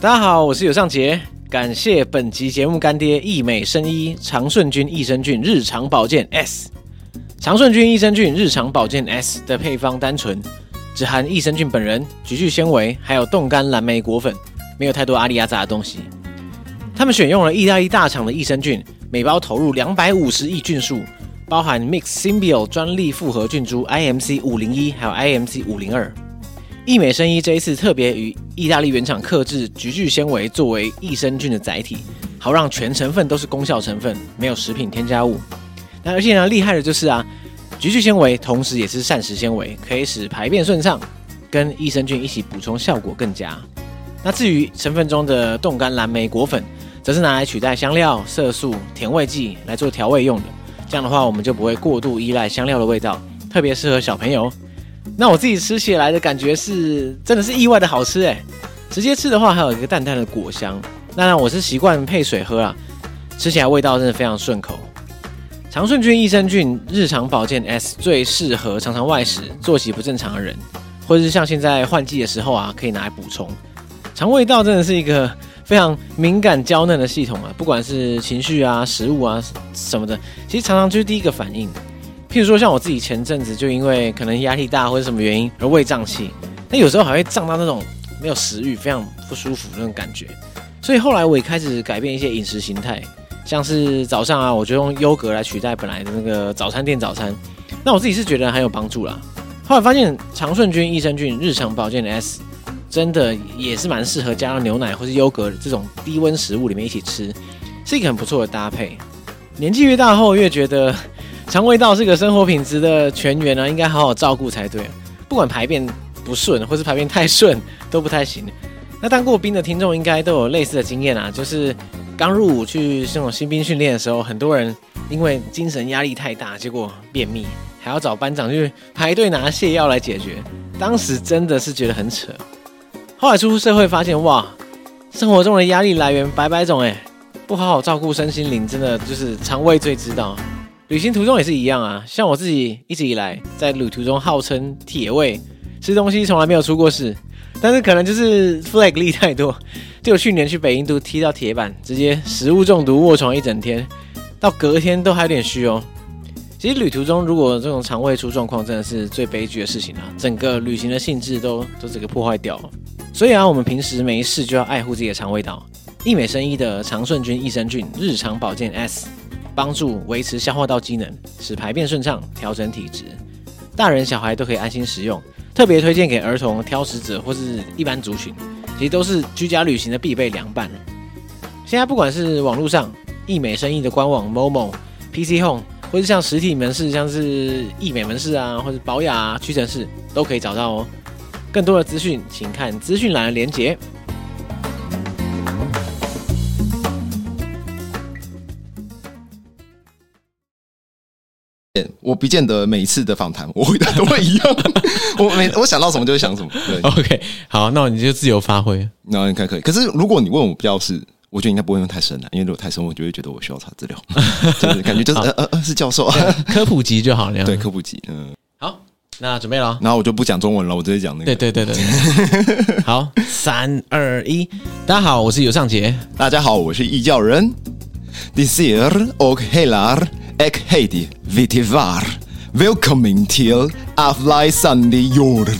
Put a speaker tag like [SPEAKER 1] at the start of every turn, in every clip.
[SPEAKER 1] 大家好，我是尤尚杰，感谢本集节目干爹益美生医长顺菌益生菌日常保健 S。长顺菌益生菌日常保健 S 的配方单纯，只含益生菌本人、菊苣纤维，还有冻干蓝莓果粉，没有太多阿里阿杂的东西。他们选用了意大利大厂的益生菌，每包投入两百五十亿菌数，包含 Mix Symbio 专利复合菌株 IMC 五零一还有 IMC 五零二。益美生医这一次特别与意大利原厂克制菊苣纤维作为益生菌的载体，好让全成分都是功效成分，没有食品添加物。那而且呢，厉害的就是啊，菊苣纤维同时也是膳食纤维，可以使排便顺畅，跟益生菌一起补充效果更佳。那至于成分中的冻干蓝莓果粉，则是拿来取代香料、色素、甜味剂来做调味用的。这样的话，我们就不会过度依赖香料的味道，特别适合小朋友。那我自己吃起来的感觉是，真的是意外的好吃哎！直接吃的话，还有一个淡淡的果香。当然，我是习惯配水喝啦，吃起来味道真的非常顺口。长顺菌益生菌日常保健 S 最适合常常外食、作息不正常的人，或者是像现在换季的时候啊，可以拿来补充。肠胃道真的是一个非常敏感娇嫩的系统啊，不管是情绪啊、食物啊什么的，其实常常就是第一个反应。譬如说，像我自己前阵子就因为可能压力大或者什么原因而胃胀气，那有时候还会胀到那种没有食欲、非常不舒服那种感觉。所以后来我也开始改变一些饮食形态，像是早上啊，我就用优格来取代本来的那个早餐店早餐。那我自己是觉得很有帮助啦。后来发现长顺菌益生菌日常保健的 S 真的也是蛮适合加入牛奶或是优格这种低温食物里面一起吃，是一个很不错的搭配。年纪越大后，越觉得肠胃道是个生活品质的全员呢，应该好好照顾才对。不管排便不顺，或是排便太顺，都不太行。那当过兵的听众应该都有类似的经验啊，就是刚入伍去这种新兵训练的时候，很多人因为精神压力太大，结果便秘，还要找班长去排队拿泻药来解决。当时真的是觉得很扯。后来出社会发现，哇，生活中的压力来源百百种哎、不好好照顾身心灵，真的就是肠胃最知道。旅行途中也是一样啊，像我自己一直以来在旅途中号称铁胃，吃东西从来没有出过事，但是可能就是 flag 立太多，就我去年去北印度踢到铁板，直接食物中毒卧床一整天，到隔天都还有点虚哦。其实旅途中如果这种肠胃出状况，真的是最悲剧的事情啊，整个旅行的性质都都整个破坏掉了。所以啊，我们平时没事就要爱护自己的肠胃道，益美生医的长顺菌益生菌日常保健 S，帮助维持消化道机能，使排便顺畅，调整体质。大人小孩都可以安心食用，特别推荐给儿童、挑食者或是一般族群，其实都是居家旅行的必备良伴。现在不管是网络上益美生意的官网 Momo、PC Home，或是像实体门市，像是益美门市啊，或者宝雅、啊、屈臣氏，都可以找到哦。更多的资讯，请看资讯栏的连结。
[SPEAKER 2] 我不见得每一次的访谈我回答都会一样，我每我想到什么就会想什么。对，
[SPEAKER 1] 哦
[SPEAKER 3] OK，好，那你就自由发挥。
[SPEAKER 2] 那应该可以。可是如果你问我比较是，我觉得应该不会问太深了，啊因为如果太深，我就会觉得我需要查资料，就是感觉就是呃呃呃是教授啊，
[SPEAKER 3] 科普级就好那样。
[SPEAKER 2] 对，科普级。嗯，
[SPEAKER 3] 好，那准备了。哦
[SPEAKER 2] 然后我就不讲中文了，我直接讲那
[SPEAKER 3] 对
[SPEAKER 2] 个。
[SPEAKER 3] 对对对，对好，三二一，大家好，我是尤尚杰。
[SPEAKER 2] 大家好，我是异教人。Dessir och helar ek heidi vitivar. Välkommen till Avlajsande jord.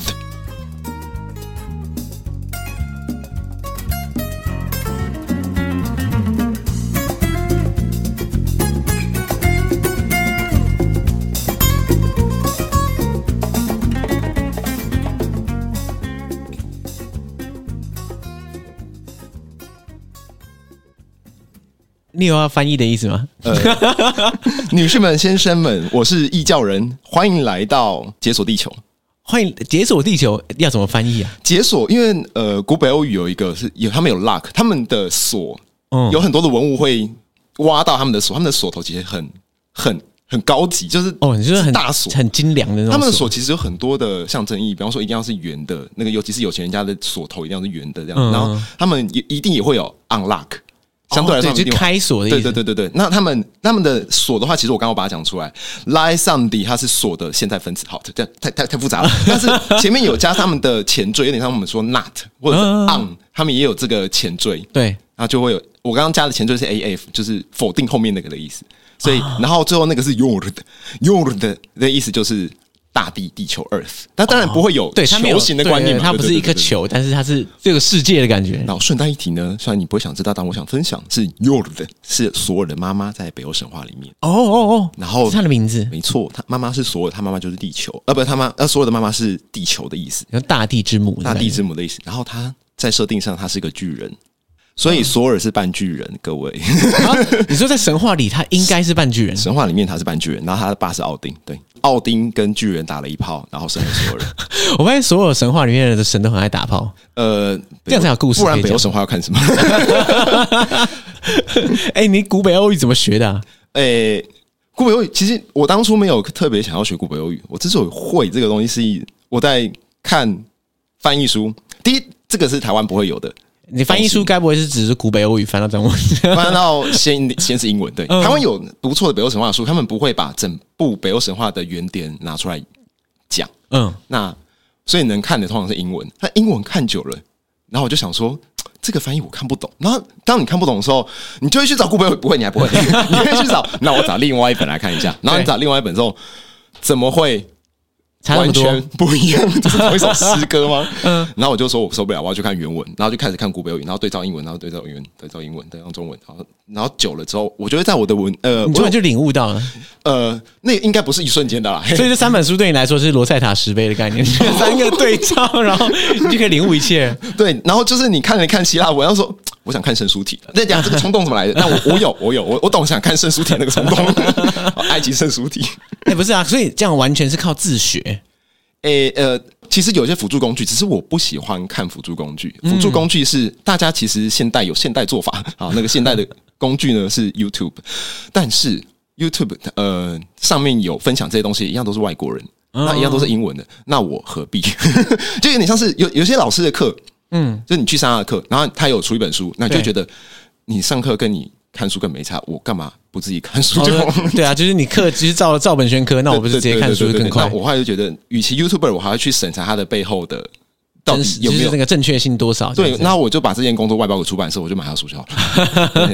[SPEAKER 3] 你有要翻译的意思吗？
[SPEAKER 2] 女士们、先生们，我是异教人，欢迎来到解锁地球。
[SPEAKER 3] 欢迎解锁地球要怎么翻译啊？
[SPEAKER 2] 解锁，因为呃，古北欧语有一个是有他们有 lock，他们的锁
[SPEAKER 3] 嗯
[SPEAKER 2] 有很多的文物会挖到他们的锁，他们的锁头其实很很很高级，就是
[SPEAKER 3] 哦，你就是很
[SPEAKER 2] 大锁。
[SPEAKER 3] 很精良的那种。
[SPEAKER 2] 他们的锁其实有很多的象征意义，比方说一定要是圆的，那个尤其是有钱人家的锁头一定要是圆的这样，
[SPEAKER 3] 嗯
[SPEAKER 2] 然后他们也一定也会有 unlock，相对来说
[SPEAKER 1] 哦对
[SPEAKER 2] 一定
[SPEAKER 1] 就开锁的意思
[SPEAKER 2] 对对对对对。那他们他们的锁的话，其实我刚刚有把它讲出来 l i s o n d 它是锁的现在分词，好，这样太太太复 杂了。但是前面有加他们的前缀，有点像我们说 not 或者是
[SPEAKER 1] 嗯
[SPEAKER 2] on，他们也有这个前缀。
[SPEAKER 1] 对，
[SPEAKER 2] 然后就会有我刚刚加的前缀是 af，就是否定后面那个的意思。所以，
[SPEAKER 1] 啊
[SPEAKER 2] 然后最后那个是 your 的 your 的的意思就是大地地球 earth。那当然不会有
[SPEAKER 1] 哦对，它没有
[SPEAKER 2] 哦球形的观念
[SPEAKER 1] 对
[SPEAKER 2] 嘛，
[SPEAKER 1] 它不是一
[SPEAKER 2] 个
[SPEAKER 1] 颗球，但是它是这个世界的感觉。
[SPEAKER 2] 然后顺带一提呢，虽然你不会想知道，但我想分享是 your 的，是索尔的妈妈在北欧神话里面。
[SPEAKER 1] 哦哦哦，
[SPEAKER 2] 然后
[SPEAKER 1] 是它的名字，
[SPEAKER 2] 没错，他妈妈是索尔，他妈妈就是地球，呃，不，他妈呃，索尔的妈妈是地球的意思，
[SPEAKER 1] 叫大地之母的
[SPEAKER 2] 大
[SPEAKER 1] 感觉，
[SPEAKER 2] 地之母的意思。然后他在设定上，他是个巨人，所
[SPEAKER 1] 嗯
[SPEAKER 2] 以索尔是半巨人，各位。
[SPEAKER 1] 啊。 你说在神话里，它应该是半巨人，
[SPEAKER 2] 神话里面他是半巨人，然后他的爸是奥丁，对，奥丁跟巨人打了一炮，然后生了所 有人。
[SPEAKER 1] 我发现所有神话里面的神都很爱打炮。
[SPEAKER 2] 呃，
[SPEAKER 1] 这样才有故事
[SPEAKER 2] 不然
[SPEAKER 1] 可以
[SPEAKER 2] 北欧
[SPEAKER 1] 讲
[SPEAKER 2] 神话要看什么？
[SPEAKER 1] 哎、你古北欧语怎么学的啊、
[SPEAKER 2] 诶、哎古北欧语其实我当初没有特别想要学古北欧语，我之所以会这个东西是我在看翻译书，第一这个是台湾不会 有的，
[SPEAKER 1] 你翻译书该不会是只是古北欧语翻到中文？
[SPEAKER 2] 翻到先先是英文，对，
[SPEAKER 1] 嗯
[SPEAKER 2] 台湾有不错的北欧神话书，他们不会把整部北欧神话的原点拿出来讲。
[SPEAKER 1] 嗯，
[SPEAKER 2] 那所以能看的通常是英文。那英文看久了，然后我就想说，嘖这个翻译我看不懂。然后当你看不懂的时候，你就会去找顾北，不会，你还不会， 你会去找。那我找另外一本来看一下。然后你找另外一本之后，怎么会
[SPEAKER 1] 差那
[SPEAKER 2] 完
[SPEAKER 1] 么多
[SPEAKER 2] 全不一样？这是同一首诗歌 吗？嗯。然后我就说我受不了，我要去看原文。然后就开始看古北语，然后对照英文，然后对照英文，对照英文，对照中文。然后然后久了之后，我觉得在我的文呃，
[SPEAKER 1] 你突
[SPEAKER 2] 我
[SPEAKER 1] 然就领悟到了，
[SPEAKER 2] 呃，那应该不是一瞬间的 啦。
[SPEAKER 1] 所以这三本书对你来说是罗塞塔石碑的概念， 三个对照，然后你就可以领悟一切。
[SPEAKER 2] 对，然后就是你看了看希腊文，要说我想看圣书体，那讲这个冲动怎么来的？那我我有我有我我懂想看圣书体那个冲动， 好埃及圣书体。
[SPEAKER 1] 哎、不是啊，所以这样完全是靠自 学。
[SPEAKER 2] 诶、呃，其实有些辅助工具，只是我不喜欢看辅助工具。辅助工具是、大家其实现代有现代做法啊，那个现代的工具呢是 YouTube，但是 YouTube 呃上面有分享这些东西，一样都是外国人，
[SPEAKER 1] 嗯
[SPEAKER 2] 那一样都是英文的，那我何必？ 就有点像是有有些老师的课，嗯，就是你去上他的课，然后他有出一本书，那你就
[SPEAKER 1] 对
[SPEAKER 2] 觉得你上课跟你看书更没差，我干嘛不自己看书
[SPEAKER 1] 哦
[SPEAKER 2] 就好了？
[SPEAKER 1] 对啊，就是你课只是照照本宣科，那我哦不是直接看书
[SPEAKER 2] 对对对
[SPEAKER 1] 更
[SPEAKER 2] 对对
[SPEAKER 1] 快
[SPEAKER 2] 那？我后来就觉得，与其 YouTuber，我还要去审查他的背后的到
[SPEAKER 1] 真
[SPEAKER 2] 底
[SPEAKER 1] 是
[SPEAKER 2] 有没
[SPEAKER 1] 就
[SPEAKER 2] 有
[SPEAKER 1] 是那。个正确性多少？这
[SPEAKER 2] 对，
[SPEAKER 1] 样子
[SPEAKER 2] 那我就把这件工作外包给出版社，我就买他书就好了。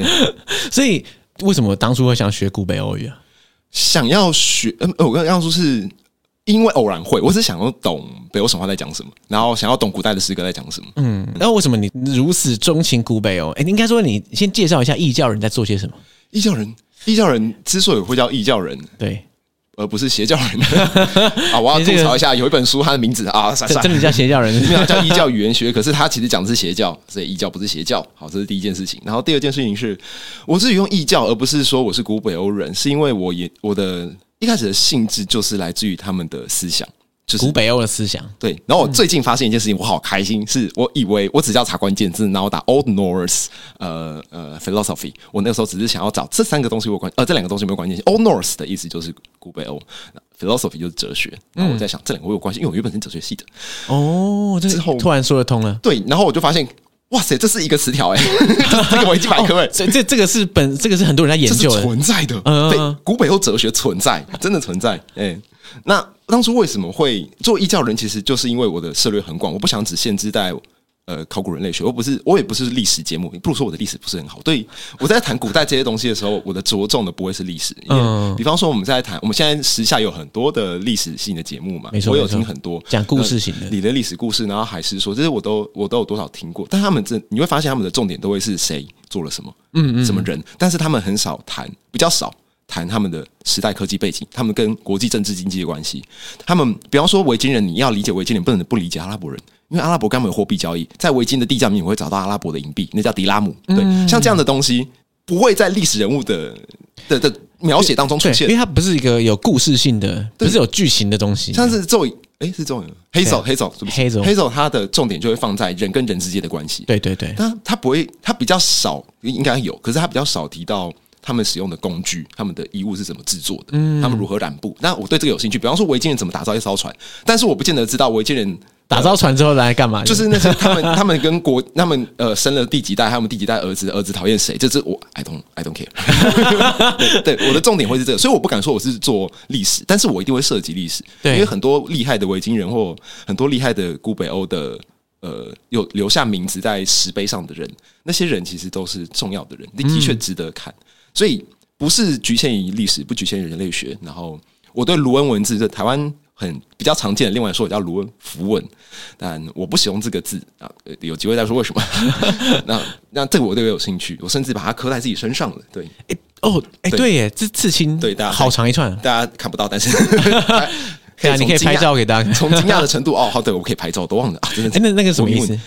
[SPEAKER 1] 所以为什么当初会想学古北欧语啊？
[SPEAKER 2] 想要学，嗯，呃我跟刚说是因为偶然会，我只想要懂北欧神话在讲什么，然后想要懂古代的诗歌在讲什么。
[SPEAKER 1] 嗯，那为什么你如此钟情古北欧？哎、应该说你先介绍一下异教人在做些什么。
[SPEAKER 2] 异教人，异教人之所以会叫异教人，
[SPEAKER 1] 对，
[SPEAKER 2] 而不是邪教人 啊，我要
[SPEAKER 1] 你这
[SPEAKER 2] 吐
[SPEAKER 1] 个
[SPEAKER 2] 槽一下，有一本书，它的名字啊，算
[SPEAKER 1] 真
[SPEAKER 2] 算
[SPEAKER 1] 真的叫邪教人
[SPEAKER 2] 没有叫异教语言学，可是它其实讲的是邪教，所以异教不是邪教。好，这是第一件事情。然后第二件事情是，我自己用异教，而不是说我是古北欧人，是因为我也我的一开始的性质就是来自于他们的思想，就是
[SPEAKER 1] 古北欧的思想。
[SPEAKER 2] 对。然后我最近发现一件事情，我好开心，是我以为我只要查关键字，然后打 Old Norse 呃呃 philosophy，我那个时候只是想要找这三个东西有关，呃这两个东西有没有关系？Old Norse 的意思就是古北欧，philosophy 就是哲学。然后我在想、这两个会有关系，因为我原本是哲学系的。
[SPEAKER 1] 哦，这
[SPEAKER 2] 之后
[SPEAKER 1] 突然说得通了。
[SPEAKER 2] 对，然后我就发现，哇塞，这是一个词条哎、 这个维基百科哎、
[SPEAKER 1] 哦 这这这个是本这个是很多人在研
[SPEAKER 2] 这是
[SPEAKER 1] 究的，
[SPEAKER 2] 存在的，
[SPEAKER 1] 嗯嗯
[SPEAKER 2] 对
[SPEAKER 1] 嗯，
[SPEAKER 2] 古北欧哲学存在，真的存在哎、那当初为什么会做异教人？其实就是因为我的涉略很广，我不想只限制在。呃，考古人类学，我不是，我也不是历史节目，不如说我的历史不是很好。对，我在谈古代这些东西的时候，我的着重的不会是历史，因为
[SPEAKER 1] 嗯
[SPEAKER 2] 比方说我们在谈，我们现在时下有很多的历史性的节目嘛，
[SPEAKER 1] 没错
[SPEAKER 2] 我有
[SPEAKER 1] 没错
[SPEAKER 2] 听很多呃
[SPEAKER 1] 讲故事型的
[SPEAKER 2] 你的历史故事，然后海狮说，这些我都我都有多少听过，但他们这你会发现他们的重点都会是谁做了什么，嗯嗯，什么人，但是他们很少谈，比较少谈他们的时代科技背景，他们跟国际政治经济的关系，他们比方说维京人，你要理解维京人，不能不理解阿拉伯人。因为阿拉伯根本有货币交易，在维京的地价里面，你会找到阿拉伯的银币，那叫迪拉姆。对，像这样的东西不会在历史人物的的的描写当中出
[SPEAKER 1] 对，
[SPEAKER 2] 现
[SPEAKER 1] 因为。它不是一个有故事性的，不是有剧情的东西。
[SPEAKER 2] 像是咒语，哎、是咒语吗，黑手，黑手，对不起
[SPEAKER 1] 黑手
[SPEAKER 2] 黑手，它的重点就会放在人跟人之间的关系。
[SPEAKER 1] 对对对，
[SPEAKER 2] 但它不会，它比较少，应该有，可是它比较少提到他们使用的工具、他们的衣物是怎么制作的，他们如何染布。那我对这个有兴趣，比方说维京人怎么打造一艘船，但是我不见得知道维京人
[SPEAKER 1] 打造船之后来干嘛？
[SPEAKER 2] 就是那些他们他们跟国他们呃生了第几代，他们第几代儿子儿子讨厌谁，这是我 I don't I don't care 对。对，我的重点会是这个，所以我不敢说我是做历史，但是我一定会涉及历史，
[SPEAKER 1] 对
[SPEAKER 2] 因为很多厉害的维京人或很多厉害的古北欧的。呃，有留下名字在石碑上的人，那些人其实都是重要的人，的的确值得看。所以不是局限于历史，不局限于人类学。然后我对卢恩文字，这台湾很比较常见的另外一说叫卢恩符文，但我不使用这个字啊，呃有机会再说为什么。 那那这个我特别有兴趣，我甚至把它刻在自己身上了。对，
[SPEAKER 1] 诶哦，哎，
[SPEAKER 2] 对
[SPEAKER 1] 对耶，这刺青
[SPEAKER 2] 对大家
[SPEAKER 1] 好长一串啊，
[SPEAKER 2] 大家看不到，但是
[SPEAKER 1] 对啊，你可以
[SPEAKER 2] 从惊讶
[SPEAKER 1] 拍照。给 大家看。
[SPEAKER 2] 从惊讶的程度哦，好，对我可以拍照，我都忘 了啊，真的
[SPEAKER 1] 哎，那那个什么意
[SPEAKER 2] 我英
[SPEAKER 1] 思
[SPEAKER 2] 文？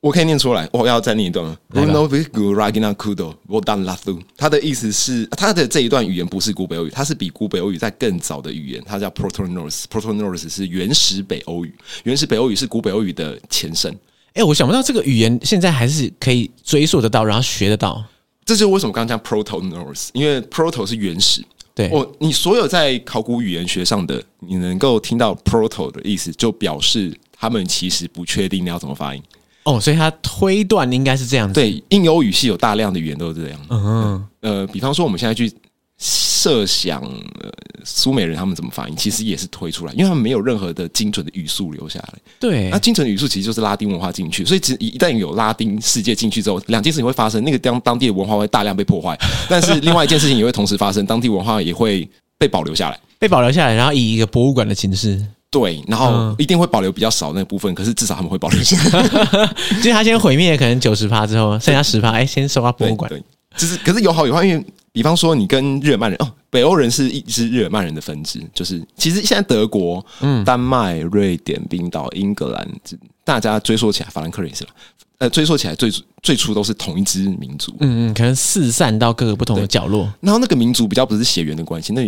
[SPEAKER 2] 我可以念出来，我要再念一段吗 r u n o v i g u r a g i n a kudo vodan lathu。它的意思是，它的这一段语言不是古北欧语，它是比古北欧语在更早的语言，它叫 Proto Norse。Proto Norse 是原始北欧语，原始北欧语是古北欧语的前身。
[SPEAKER 1] 哎，我想不到这个语言现在还是可以追溯得到，然后学得到。
[SPEAKER 2] 这就是为什么刚刚讲 Proto Norse，因为 Proto 是原始。
[SPEAKER 1] 对
[SPEAKER 2] 我，你所有在考古语言学上的，你能够听到 Proto 的意思，就表示他们其实不确定你要怎么发音。
[SPEAKER 1] 哦，所以他推断应该是这样子。
[SPEAKER 2] 对，印欧语系有大量的语言都是这样。
[SPEAKER 1] 嗯，
[SPEAKER 2] 呃，比方说我们现在去设想、呃、苏美人他们怎么发音，其实也是推出来，因为他们没有任何的精准的语速留下来。
[SPEAKER 1] 对
[SPEAKER 2] 那、，精准的语速其实就是拉丁文化进去，所以只一旦有拉丁世界进去之后，两件事情会发生：那个当当地的文化会大量被 破坏，但是另外一件事情也会同时发生，当地文化也会被保留下来。
[SPEAKER 1] 被保留下来，然后以一个博物馆的形式。
[SPEAKER 2] 对，然后
[SPEAKER 1] 嗯
[SPEAKER 2] 一定会保留比较少那部分，可是至少他们会保留下来。
[SPEAKER 1] 就是他先毁灭可能九十趴之后，剩下十趴，哎，先收到博物馆。
[SPEAKER 2] 对，对就是可是有好有坏，因为比方说你跟日耳曼人哦，北欧人是一支日耳曼人的分支，就是其实现在德国、
[SPEAKER 1] 嗯
[SPEAKER 2] 丹麦、瑞典、冰岛、英格兰，这大家追溯起来，法兰克人也是吧？呃，追溯起来最最初都是同一支民族，
[SPEAKER 1] 嗯嗯，可能四散到各个不同的角落。
[SPEAKER 2] 然后那个民族比较不是血缘的关系，那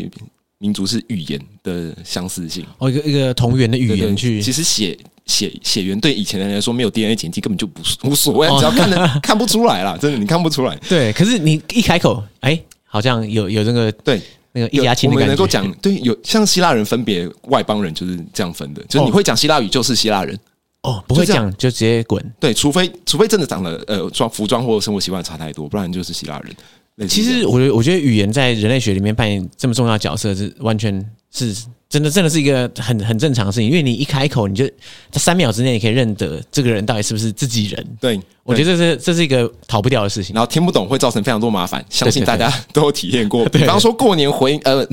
[SPEAKER 2] 民族是语言的相似性，
[SPEAKER 1] 哦，一个一个同源的语
[SPEAKER 2] 对对
[SPEAKER 1] 言去
[SPEAKER 2] 其实血血血缘对以前的人来说没有 DNA 检验根本就不是无所
[SPEAKER 1] 哦
[SPEAKER 2] 谓啊，只要看得看不出来啦，真的你看不出来。
[SPEAKER 1] 对，可是你一开口，哎，好像有有那个
[SPEAKER 2] 对，
[SPEAKER 1] 那个一
[SPEAKER 2] 有
[SPEAKER 1] 家亲
[SPEAKER 2] 我
[SPEAKER 1] 的
[SPEAKER 2] 们
[SPEAKER 1] 感
[SPEAKER 2] 能够
[SPEAKER 1] 觉。
[SPEAKER 2] 讲对，有像希腊人分别外邦人就是这样分的，就是你
[SPEAKER 1] 哦
[SPEAKER 2] 会讲希腊语就是希腊人，
[SPEAKER 1] 哦，不会
[SPEAKER 2] 就这样
[SPEAKER 1] 讲就直接滚。
[SPEAKER 2] 对，除非除非真的长得呃装服装或生活习惯差太多，不然就是希腊人。类似
[SPEAKER 1] 其
[SPEAKER 2] 这样
[SPEAKER 1] 实我觉得，我觉得语言在人类学里面扮演这么重要的角色，是完全是真的，真的是一个很很正常的事情。因为你一开口，你就在三秒之内，你可以认得这个人到底是不是自己人。
[SPEAKER 2] 对，
[SPEAKER 1] 我觉
[SPEAKER 2] 得
[SPEAKER 1] 得这是这是一个逃不掉的事情。
[SPEAKER 2] 然后听不懂会造成非常多麻烦，相 信
[SPEAKER 1] 对对
[SPEAKER 2] 大家 都有体验过。
[SPEAKER 1] 对
[SPEAKER 2] 比方说过年回呃，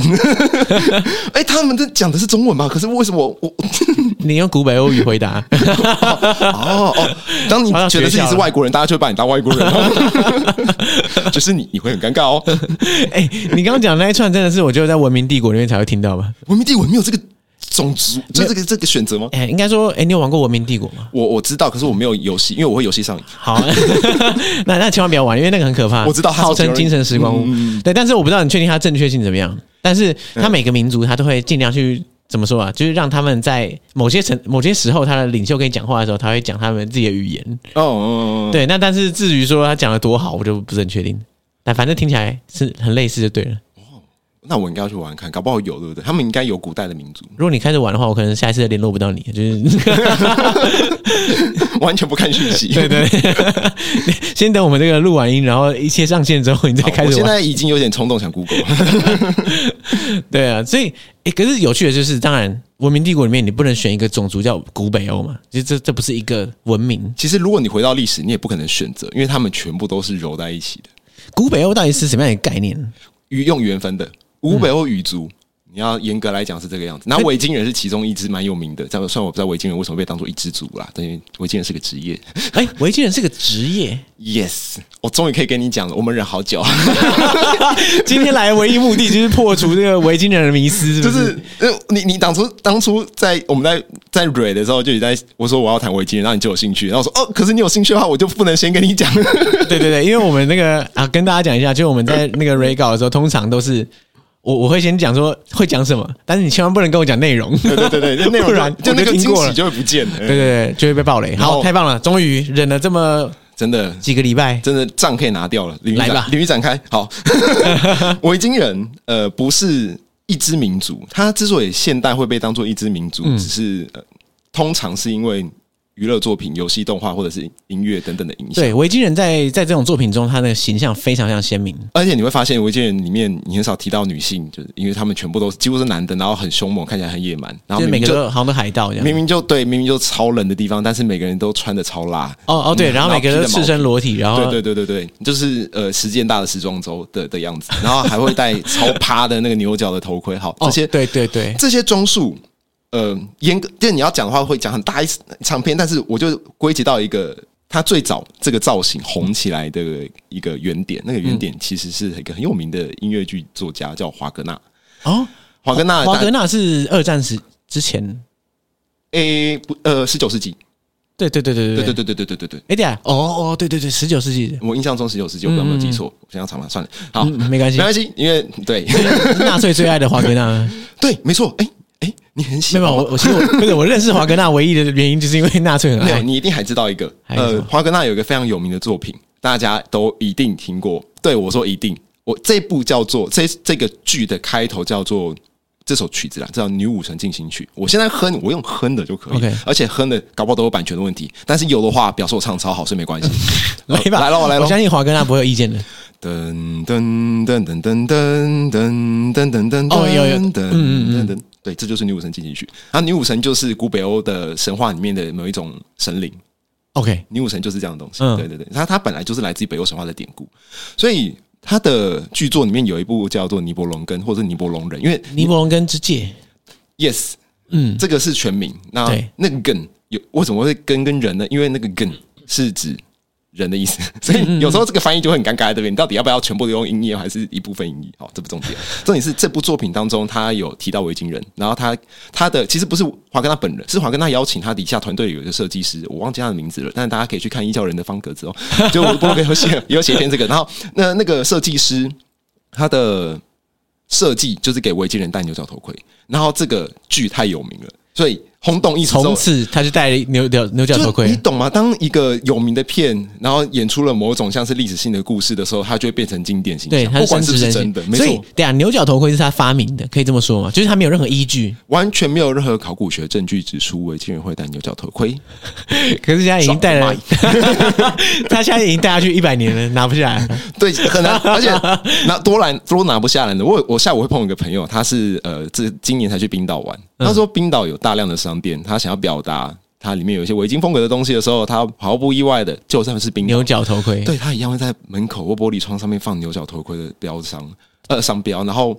[SPEAKER 2] 哎，他们这讲的是中文吧？可是为什么我我
[SPEAKER 1] 你用古北欧语回答，
[SPEAKER 2] 哦哦，当你
[SPEAKER 1] 好像
[SPEAKER 2] 觉得自
[SPEAKER 1] 学
[SPEAKER 2] 己
[SPEAKER 1] 校
[SPEAKER 2] 是
[SPEAKER 1] 了
[SPEAKER 2] 外国人，大家就会把你当外国人哦， 就是你你会很尴尬哦。
[SPEAKER 1] 哎、你刚刚讲的那一串真的是我只有在文明帝国里面才会听到吧？
[SPEAKER 2] 文明帝国没有这个种族，就这个这个选择吗？
[SPEAKER 1] 哎、应该说，哎、你有玩过文明帝国吗？
[SPEAKER 2] 我我知道，可是我没有游戏，因为我会游戏上瘾。
[SPEAKER 1] 好，啊 那那千万不要玩，因为那个很可怕。
[SPEAKER 2] 我知道它
[SPEAKER 1] 号称
[SPEAKER 2] 手机
[SPEAKER 1] 精
[SPEAKER 2] 有人
[SPEAKER 1] 神时光
[SPEAKER 2] 嗯
[SPEAKER 1] 屋，对，但是我不知道你确定它正确性怎么样。但是它每个民族，它都会尽量去怎么说啊？就是让他们在某些程、某些时候，他的领袖跟你讲话的时候，他会讲他们自己的语言。
[SPEAKER 2] 哦哦，哦，
[SPEAKER 1] 对，那但是至于说他讲的多好，我就不是很确定。但反正听起来是很类似就对了。
[SPEAKER 2] 那我应该要去玩看，搞不好有对不对？他们应该有古代的民族，
[SPEAKER 1] 如果你开始玩的话，我可能下一次联络不到你，就是
[SPEAKER 2] 完全不看讯息。
[SPEAKER 1] 对对， 先等我们这个录完音，然后一切上线之后，你再
[SPEAKER 2] 好，
[SPEAKER 1] 开
[SPEAKER 2] 我
[SPEAKER 1] 始
[SPEAKER 2] 现
[SPEAKER 1] 玩。
[SPEAKER 2] 在已经有点冲动想 Google 了。
[SPEAKER 1] 对啊，所以诶、可是有趣的就是，当然，文明帝国里面你不能选一个种族叫古北欧嘛，其实这这不是一个文明。
[SPEAKER 2] 其实如果你回到历史，你也不可能选择，因为他们全部都是揉在一起的，
[SPEAKER 1] 古北欧到底是什么样的概念？
[SPEAKER 2] 语用语言分的。古
[SPEAKER 1] 嗯
[SPEAKER 2] 北欧语族，你要严格来讲是这个样子。那维京人是其中一支蛮有名的，这样算我不知道维京人为什么被当做一支族啦，等于维京人是个职业。
[SPEAKER 1] 哎、维京人是个职 业，
[SPEAKER 2] Yes，我终于可以跟你讲了，我们忍好久。啊
[SPEAKER 1] 今天来的唯一目的就是破除这个维京人的迷思，是
[SPEAKER 2] 就
[SPEAKER 1] 不是？
[SPEAKER 2] 是呃，你你当初当初在我们在在蕊的时候，就已经在我说我要谈围巾，然后你就有兴趣，然后我说哦，可是你有兴趣的话，我就不能先跟你讲。
[SPEAKER 1] 对对对，因为我们那个啊，跟大家讲一下，就是我们在 那个 re 稿的时候，通常都是我我会先讲说会讲什么，但是你千万不能跟我讲内容。
[SPEAKER 2] 对对对对，那内
[SPEAKER 1] 不
[SPEAKER 2] 容
[SPEAKER 1] 然
[SPEAKER 2] 就那
[SPEAKER 1] 我
[SPEAKER 2] 个
[SPEAKER 1] 就听
[SPEAKER 2] 惊
[SPEAKER 1] 过了
[SPEAKER 2] 喜就会不见 了。
[SPEAKER 1] 对对对，就会被暴雷。
[SPEAKER 2] 然
[SPEAKER 1] 好，
[SPEAKER 2] 后
[SPEAKER 1] 太棒了，终于忍了这么
[SPEAKER 2] 真的
[SPEAKER 1] 几个礼拜。
[SPEAKER 2] 真的账可以拿掉了，领域
[SPEAKER 1] 来
[SPEAKER 2] 展
[SPEAKER 1] 吧
[SPEAKER 2] 领域展开。好， 维京人呃嗯不是一支民族，他之所以现代会被当做一支民族，只是呃通常是因为娱乐作品、游戏、动画或者是音乐等等的影响。
[SPEAKER 1] 对，维京人在在这种作品中，他的形象非常非常鲜明。
[SPEAKER 2] 而且你会发现，维京人里面你很少提到女性，就是因为他们全部都几乎是男的，然后很凶猛，看起来很野蛮，然
[SPEAKER 1] 就
[SPEAKER 2] 后
[SPEAKER 1] 是
[SPEAKER 2] 明
[SPEAKER 1] 每个
[SPEAKER 2] 明就
[SPEAKER 1] 都好像都海盗一样
[SPEAKER 2] 明。明就对，明明就超冷的地方，但是每个人都穿的超辣。
[SPEAKER 1] 哦哦，对，
[SPEAKER 2] 嗯
[SPEAKER 1] 然后每个人都赤。身裸体，然
[SPEAKER 2] 然后披
[SPEAKER 1] 后
[SPEAKER 2] 着毛对对对对对，就是呃，实践大的时装周的的样子，然后还会戴超趴的那个牛角的头盔。好，这
[SPEAKER 1] 哦
[SPEAKER 2] 些、
[SPEAKER 1] 对对对，
[SPEAKER 2] 这些装束，呃，严格，就是你要讲的话会讲很大一长篇，但是我就归结到一个，它最早这个造型红起来的一个原点，那个原点其实是一个很有名的音乐剧作家叫华格纳。
[SPEAKER 1] 哦，
[SPEAKER 2] 华格纳，
[SPEAKER 1] 华格纳是二战时之前，
[SPEAKER 2] 诶，不，呃，十九世纪，
[SPEAKER 1] 对对对对
[SPEAKER 2] 对
[SPEAKER 1] 对
[SPEAKER 2] 对
[SPEAKER 1] 对。
[SPEAKER 2] 对对对对对对，
[SPEAKER 1] 哎对啊，哦哦对对对，十九世纪的，
[SPEAKER 2] 我印象中十九世纪，我不知道有没有记错，我想想查查算了。好，
[SPEAKER 1] 嗯，没关系
[SPEAKER 2] 没，关系，因为对
[SPEAKER 1] 纳粹最爱的华格纳。
[SPEAKER 2] 对，没错，诶诶，你很喜
[SPEAKER 1] 没有，
[SPEAKER 2] 欢
[SPEAKER 1] 没有我我其实我不是我认识华格纳唯 一的原因，就是因为纳粹很
[SPEAKER 2] 没有，
[SPEAKER 1] 爱。
[SPEAKER 2] 你一定还知道一个，
[SPEAKER 1] 哎还有什
[SPEAKER 2] 呃
[SPEAKER 1] 么，
[SPEAKER 2] 华格纳有一个非常有名的作品，大家都一定听过。对我说一定，我这部叫做这这个剧的开头叫做这首曲子啦，叫《女武神进行曲》。我现在哼，我用哼的就可以
[SPEAKER 1] OK
[SPEAKER 2] 而且哼的搞不好都有版权的问题，但是有的话表示我唱超好，所以没关系。
[SPEAKER 1] 来吧，
[SPEAKER 2] 来咯来咯
[SPEAKER 1] 我相信华格纳不会有意见的。
[SPEAKER 2] 噔噔噔噔噔噔噔噔噔噔，
[SPEAKER 1] 哦有有
[SPEAKER 2] 噔噔
[SPEAKER 1] 嗯
[SPEAKER 2] 噔噔，对，这就是女武神进行曲。啊，女武神就是古北欧的神话里面的某一种神灵。
[SPEAKER 1] OK，
[SPEAKER 2] 女武神就是这样的东西。
[SPEAKER 1] 嗯
[SPEAKER 2] 对对对，它它本来就是来自于北欧神话的典故，所以它的剧作里面有一部叫做《尼伯龙根》或者《尼伯龙人》，因为
[SPEAKER 1] 尼伯龙根之戒，
[SPEAKER 2] yes
[SPEAKER 1] 嗯，
[SPEAKER 2] 这个是全名，那
[SPEAKER 1] 对
[SPEAKER 2] 那个根有为什么会根跟人呢？因为那个根是指。人的意思， 所
[SPEAKER 1] 嗯
[SPEAKER 2] 以有时候这个翻译就会很尴尬，对不对？你到底要不要全部都用音译，还是一部分音译？好，这不重点，重点是这部作品当中，他有提到维京人，然后他他的其实不是华格纳本人，是华格纳邀请他底下团队有一个设计师，我忘记他的名字了，但是大家可以去看《异教人的方格子》哦，就我的部落格有写有写一篇这个，然后那那个设计师他的设计就是给维京人戴牛角头盔，然后这个剧太有名了，所以轰动一时之
[SPEAKER 1] 从
[SPEAKER 2] 后。
[SPEAKER 1] 此他就戴了牛角牛角头
[SPEAKER 2] 就你
[SPEAKER 1] 盔。
[SPEAKER 2] 懂吗？当一个有名的片，然后演出了某种像是历史性的故事的时候，它就会变成经典形
[SPEAKER 1] 对，
[SPEAKER 2] 象，
[SPEAKER 1] 他
[SPEAKER 2] 不
[SPEAKER 1] 是
[SPEAKER 2] 管
[SPEAKER 1] 深
[SPEAKER 2] 是不
[SPEAKER 1] 植
[SPEAKER 2] 是
[SPEAKER 1] 人
[SPEAKER 2] 真的，
[SPEAKER 1] 心。
[SPEAKER 2] 没
[SPEAKER 1] 所以
[SPEAKER 2] 错，，
[SPEAKER 1] 对啊，牛角头盔是他发明的，可以这么说嘛？就是他没有任何依 据，
[SPEAKER 2] 完全没有任何考古学证据指出维京人会戴牛角头盔。
[SPEAKER 1] 可是现在已经戴了， 他现在已经戴下去一百年了，拿不下来了。
[SPEAKER 2] 对，很难，而且拿多难多拿不下来的。我我下午会碰一个朋友，他是呃，这今年才去冰岛玩。他说冰岛有大量的商店，他想要表达它里面有一些维京风格的东西的时候，他毫不意外的，就算是冰岛
[SPEAKER 1] 牛，角头盔，
[SPEAKER 2] 对他一样会在门口或玻璃窗上面放牛角头盔的标商呃商标。然后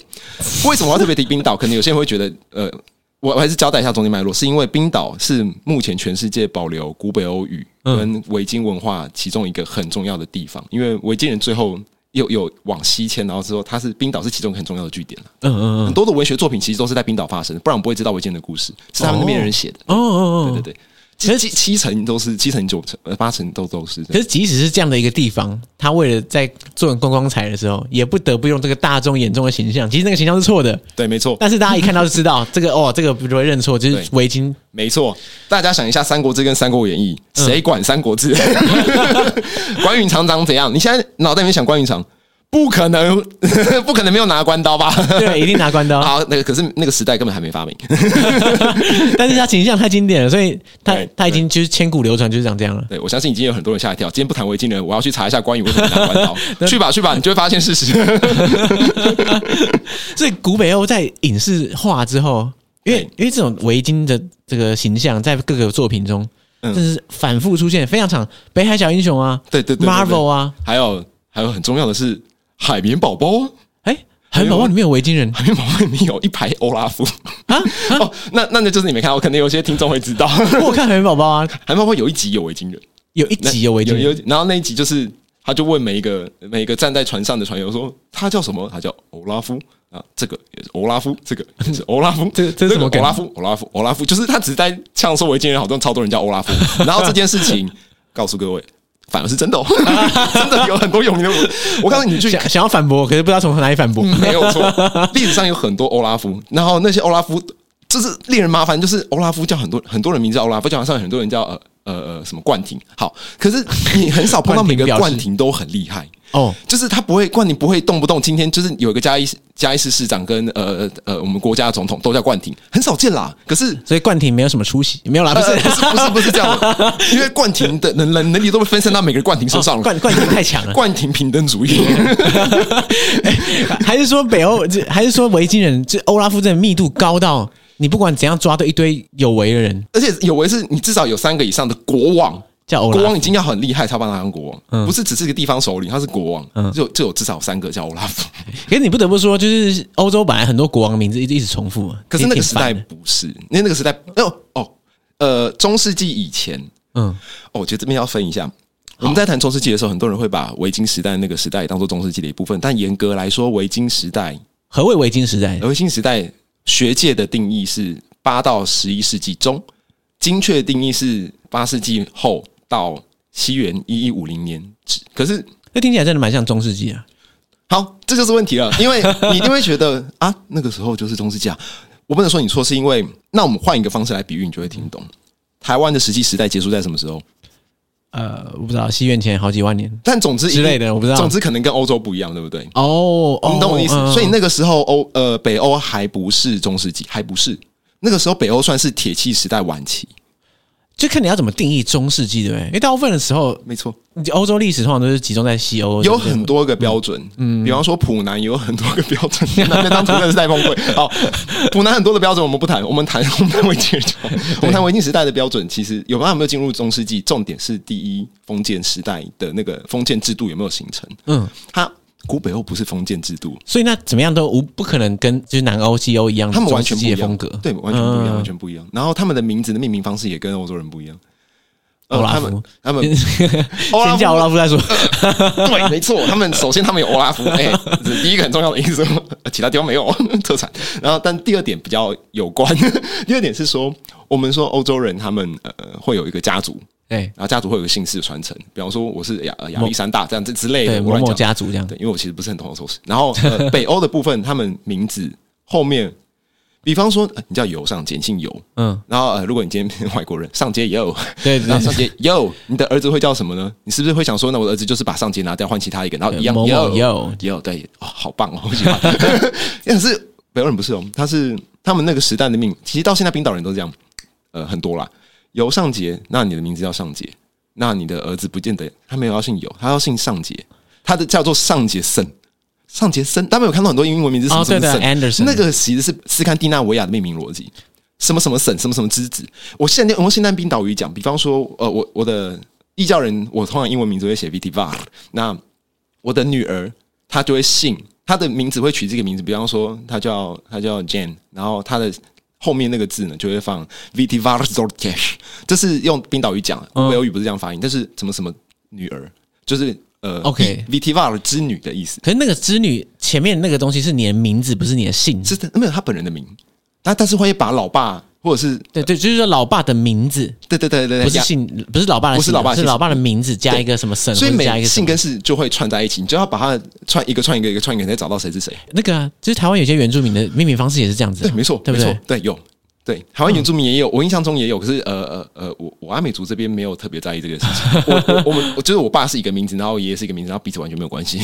[SPEAKER 2] 为什么我要特别提冰岛？可能有些人会觉得呃。我我还是交代一下中间脉络，是因为冰岛是目前全世界保留古北欧语跟维京文化其中一个很重要的地方，因为维京人最后又有往西迁，然后之后他是冰岛是其中一个很重要的据点了
[SPEAKER 1] 嗯嗯嗯，
[SPEAKER 2] 很多的文学作品其实都是在冰岛发生的，不然我们不会知道维京人的故事，是他们那边的人写的。
[SPEAKER 1] 哦哦哦，
[SPEAKER 2] 对对对，其实七七成都是七成九成呃八成都都是这
[SPEAKER 1] 可
[SPEAKER 2] 样。
[SPEAKER 1] 是即使是这样的一个地方，他为了在做观光财的时候，也不得不用这个大众眼中的形象。其实那个形象是错的，
[SPEAKER 2] 对，没错。
[SPEAKER 1] 但是大家一看到就知道，这个哦，这个不会认错，就是
[SPEAKER 2] 对
[SPEAKER 1] 围巾。
[SPEAKER 2] 没错，大家想一下《三国志》跟《三国演义》，
[SPEAKER 1] 嗯
[SPEAKER 2] 谁管《三国志》 关云长长怎样？你现在脑袋里面想关云长，不可能， 不可能没有拿关刀吧？
[SPEAKER 1] 对，一啊定拿关哦刀。
[SPEAKER 2] 好，那个可是那个时代根本还没发明，
[SPEAKER 1] 但是他形象太经典了，所以他
[SPEAKER 2] 对
[SPEAKER 1] 他已经就是千古流传，就是长这样了。
[SPEAKER 2] 对我相信已经有很多人吓一跳。今天不谈维京人，我要去查一下关羽为什么拿 关刀。去吧，去吧，你就会发现事实。
[SPEAKER 1] 所以古北欧在影视化之后，因为因为这种围巾的这个形象在各个作品中，
[SPEAKER 2] 嗯
[SPEAKER 1] 这是反复出现，非常长。北海小英雄啊，
[SPEAKER 2] 对对对对对
[SPEAKER 1] m a r v e l 啊，
[SPEAKER 2] 还有还有很重要的是，海绵宝宝，啊
[SPEAKER 1] 哎、海绵宝宝里面有围巾 人
[SPEAKER 2] 海绵宝宝里面有一排欧拉夫。
[SPEAKER 1] 啊啊！
[SPEAKER 2] 哦，那那那就是你没看到，可能有些听众会知道， 海
[SPEAKER 1] 我有看海绵宝宝啊，
[SPEAKER 2] 绵宝宝有一集有维京人。
[SPEAKER 1] 有一
[SPEAKER 2] 那
[SPEAKER 1] 集有围巾
[SPEAKER 2] 有
[SPEAKER 1] 人，
[SPEAKER 2] 有，然后那一集就是他就问每一个每一个站在船上的船友说他叫什么？他叫欧拉夫啊，这个也是欧拉夫，这个也是欧拉 夫，
[SPEAKER 1] 这这是什么
[SPEAKER 2] 个
[SPEAKER 1] 梗啊
[SPEAKER 2] 欧拉夫，欧拉夫，欧拉夫，就是他只是在呛说维京人好像超多人叫欧拉夫，然后这件事情 告诉各位。反而是真的、哦， 真的有很多有名的我。我告诉你，你去嗯
[SPEAKER 1] 想想要反驳，可是不知道从哪里反驳。
[SPEAKER 2] 没有错，历史上有很多欧拉夫，然后那些欧拉夫就是令人麻烦，就是欧拉夫叫很多很多人名字叫欧拉夫，就好像很多人叫呃呃呃什么冠廷。好，可是你很少碰到每
[SPEAKER 1] 冠廷
[SPEAKER 2] 个
[SPEAKER 1] 表示
[SPEAKER 2] 冠廷都很厉害，
[SPEAKER 1] 哦，
[SPEAKER 2] 就是他不会，冠廷不会动不动今天就是有一个嘉义市嘉义市市长跟呃呃我们国家的总统都叫冠廷，很少见啦。可是
[SPEAKER 1] 所以冠廷没有什么出息，没有啦，不
[SPEAKER 2] 不
[SPEAKER 1] 是
[SPEAKER 2] 是、不是不是不是这 样的，因为冠廷的能能能力都被分散到每个人冠廷手上了。
[SPEAKER 1] 哦冠冠廷太强了，
[SPEAKER 2] 冠廷平等主义，
[SPEAKER 1] 还是说北欧，这还是说维京人，这欧拉夫真的密度高到你不管怎样抓到一堆有为的人，
[SPEAKER 2] 而且有为是你至少有三个以上的国王。
[SPEAKER 1] 叫欧
[SPEAKER 2] 国
[SPEAKER 1] 哦拉
[SPEAKER 2] 王已
[SPEAKER 1] 夫。
[SPEAKER 2] 经要很厉害，他把他当国王，不是只是个地方首领，他是国
[SPEAKER 1] 嗯
[SPEAKER 2] 王，就就有至少三个叫欧拉夫。
[SPEAKER 1] 可是你不得不说，就是欧洲本来很多国王名字一直一直重复嘛，
[SPEAKER 2] 可是那个
[SPEAKER 1] 也
[SPEAKER 2] 时
[SPEAKER 1] 挺烦
[SPEAKER 2] 代
[SPEAKER 1] 的
[SPEAKER 2] 不是，因为那个时代，哦哦，呃，中世纪以前，
[SPEAKER 1] 嗯，
[SPEAKER 2] 哦，我觉得这边要分一下。我们在谈中世纪的时候，很多人会把维京时代那个时代当做中世纪的一部分，但严格来说，维京时代，
[SPEAKER 1] 何谓维京时代？
[SPEAKER 2] 维京时代学界的定义是八到十一世纪中，精确定义是八世纪后到西元一一五零年止。可是
[SPEAKER 1] 那听起来真的蛮像中世纪啊。
[SPEAKER 2] 好，这就是问题了，因 为你一定会觉得啊，那个时候就是中世纪啊。我不能说你错，是因为那我们换一个方式来比喻，你就会听懂。台湾的实际时代结束在什么时候？
[SPEAKER 1] 呃，我不知道，西元前好几万年
[SPEAKER 2] 但总之一定
[SPEAKER 1] 之类的我不知道
[SPEAKER 2] 总之可能跟欧洲不一样，对不对？
[SPEAKER 1] 哦，哦
[SPEAKER 2] 你懂我的意思？
[SPEAKER 1] 嗯
[SPEAKER 2] 所以那个时候欧呃北欧还不是中世纪，还不是那个时候北欧算是铁器时代晚期，
[SPEAKER 1] 就看你要怎么定义中世纪，对不对？因为大部分的时候，
[SPEAKER 2] 没错。
[SPEAKER 1] 你欧洲历史通常都是集中在西欧，
[SPEAKER 2] 有很多个标准，嗯，比方说普南也有很多个标 准，那边当图真的是太崩溃。好，普南很多的标准我们不谈，我们谈 我们谈维京人就好，我们谈维京时代的标准，其实有没有没有进入中世纪？重点是第一，封建时代的那个封建制度有没有形成？
[SPEAKER 1] 嗯，
[SPEAKER 2] 它古北欧不是封建制度，
[SPEAKER 1] 所以那怎么样都无不可能跟就是南欧、西欧一样，
[SPEAKER 2] 他们完全不一
[SPEAKER 1] 的
[SPEAKER 2] 样
[SPEAKER 1] 风格，
[SPEAKER 2] 对，完全不一样，
[SPEAKER 1] 嗯
[SPEAKER 2] 完全不一样。然后他们的名字的命名方式也跟欧洲人不一样。
[SPEAKER 1] 欧拉
[SPEAKER 2] 他
[SPEAKER 1] 夫
[SPEAKER 2] 们 他们欧拉
[SPEAKER 1] 先
[SPEAKER 2] 夫
[SPEAKER 1] 叫欧拉夫再 说。
[SPEAKER 2] 对，没错，他们首先他们有欧拉夫，哎、这是第一个很重要的因素，其他地方没有特产。然后，但第二点比较有关，第二点是说，我们说欧洲人他们呃会有一个家族，
[SPEAKER 1] 对
[SPEAKER 2] 然后家族会有一个姓氏的传承，比方说我是亚呃亚历山大这样这之类
[SPEAKER 1] 对，
[SPEAKER 2] 的，我
[SPEAKER 1] 某
[SPEAKER 2] 乱
[SPEAKER 1] 某
[SPEAKER 2] 讲。
[SPEAKER 1] 家族这样。
[SPEAKER 2] 对，因为我其实不是很懂欧洲史。然后、呃、北欧的部分，他们名字后面，比方说、呃你叫尤上简姓尤，
[SPEAKER 1] 嗯，
[SPEAKER 2] 然后呃，如果你今天变外国人上街 yo，
[SPEAKER 1] 对对
[SPEAKER 2] 然后上街 yo，你的儿子会叫什么呢？你是不是会想说，那我的儿子就是把上街拿掉换其他一个，然后一样
[SPEAKER 1] 呃某
[SPEAKER 2] yo
[SPEAKER 1] 某 yo
[SPEAKER 2] yo，对，哦，好棒哦，我喜欢。 但是北欧人不是哦，他是他们那个时代的命，其实到现在冰岛人都这样，呃，很多啦。有上杰，那你的名字叫上杰，那你的儿子不见得他没有要姓有，他要姓上杰，他的叫做上杰森。上杰森，大家有看到很多英文名字什么
[SPEAKER 1] 哦
[SPEAKER 2] 什么
[SPEAKER 1] 对
[SPEAKER 2] 森、
[SPEAKER 1] 对，Anderson
[SPEAKER 2] 那个其实是斯堪的纳维亚的命名逻辑，什么什么省，什么什么之子。我现在用现代冰岛语讲，比方说，呃，我我的异教人，我通常英文名字会写 Vitivar，那我的女儿她就会姓，她的名字会取这个名字，比方说她叫她叫 Jane，然后她的后面那个字呢就会放 Vitivar Zorkesh，这是用冰岛语讲，
[SPEAKER 1] 嗯
[SPEAKER 2] 维欧语不是这样发音，但是什么什么女儿就是。呃
[SPEAKER 1] OK
[SPEAKER 2] Vitivar 之女的意思，
[SPEAKER 1] 可是那个织女前面那个东西是你的名字，不是你的姓。
[SPEAKER 2] 是的，没有他本人的名，他但是会把老爸或者是
[SPEAKER 1] 对对，就是说老爸的名字，
[SPEAKER 2] 对对对对对，
[SPEAKER 1] 不是
[SPEAKER 2] 呀
[SPEAKER 1] 姓，不是老爸的姓，啊
[SPEAKER 2] 不是老爸的
[SPEAKER 1] 是
[SPEAKER 2] 姓
[SPEAKER 1] 老爸的名字加一个什么省，
[SPEAKER 2] 所以
[SPEAKER 1] 或者加一
[SPEAKER 2] 每
[SPEAKER 1] 个什
[SPEAKER 2] 姓
[SPEAKER 1] 么
[SPEAKER 2] 跟氏就会串在一起，你就要把它串一个串一个一个串一个，你才找到谁是谁。
[SPEAKER 1] 那个啊，就是台湾有些原住民的命名方式也是这样子啊，
[SPEAKER 2] 对，没错，
[SPEAKER 1] 对不嗯
[SPEAKER 2] 没
[SPEAKER 1] 对
[SPEAKER 2] 错？，对有。对，台湾原住民也有，我印象中也有，可是呃呃呃，我我阿美族这边没有特别在意这个事情。 我我我们我就是我爸是一个名字，然后爷爷是一个名字，然后彼此完全没有关系。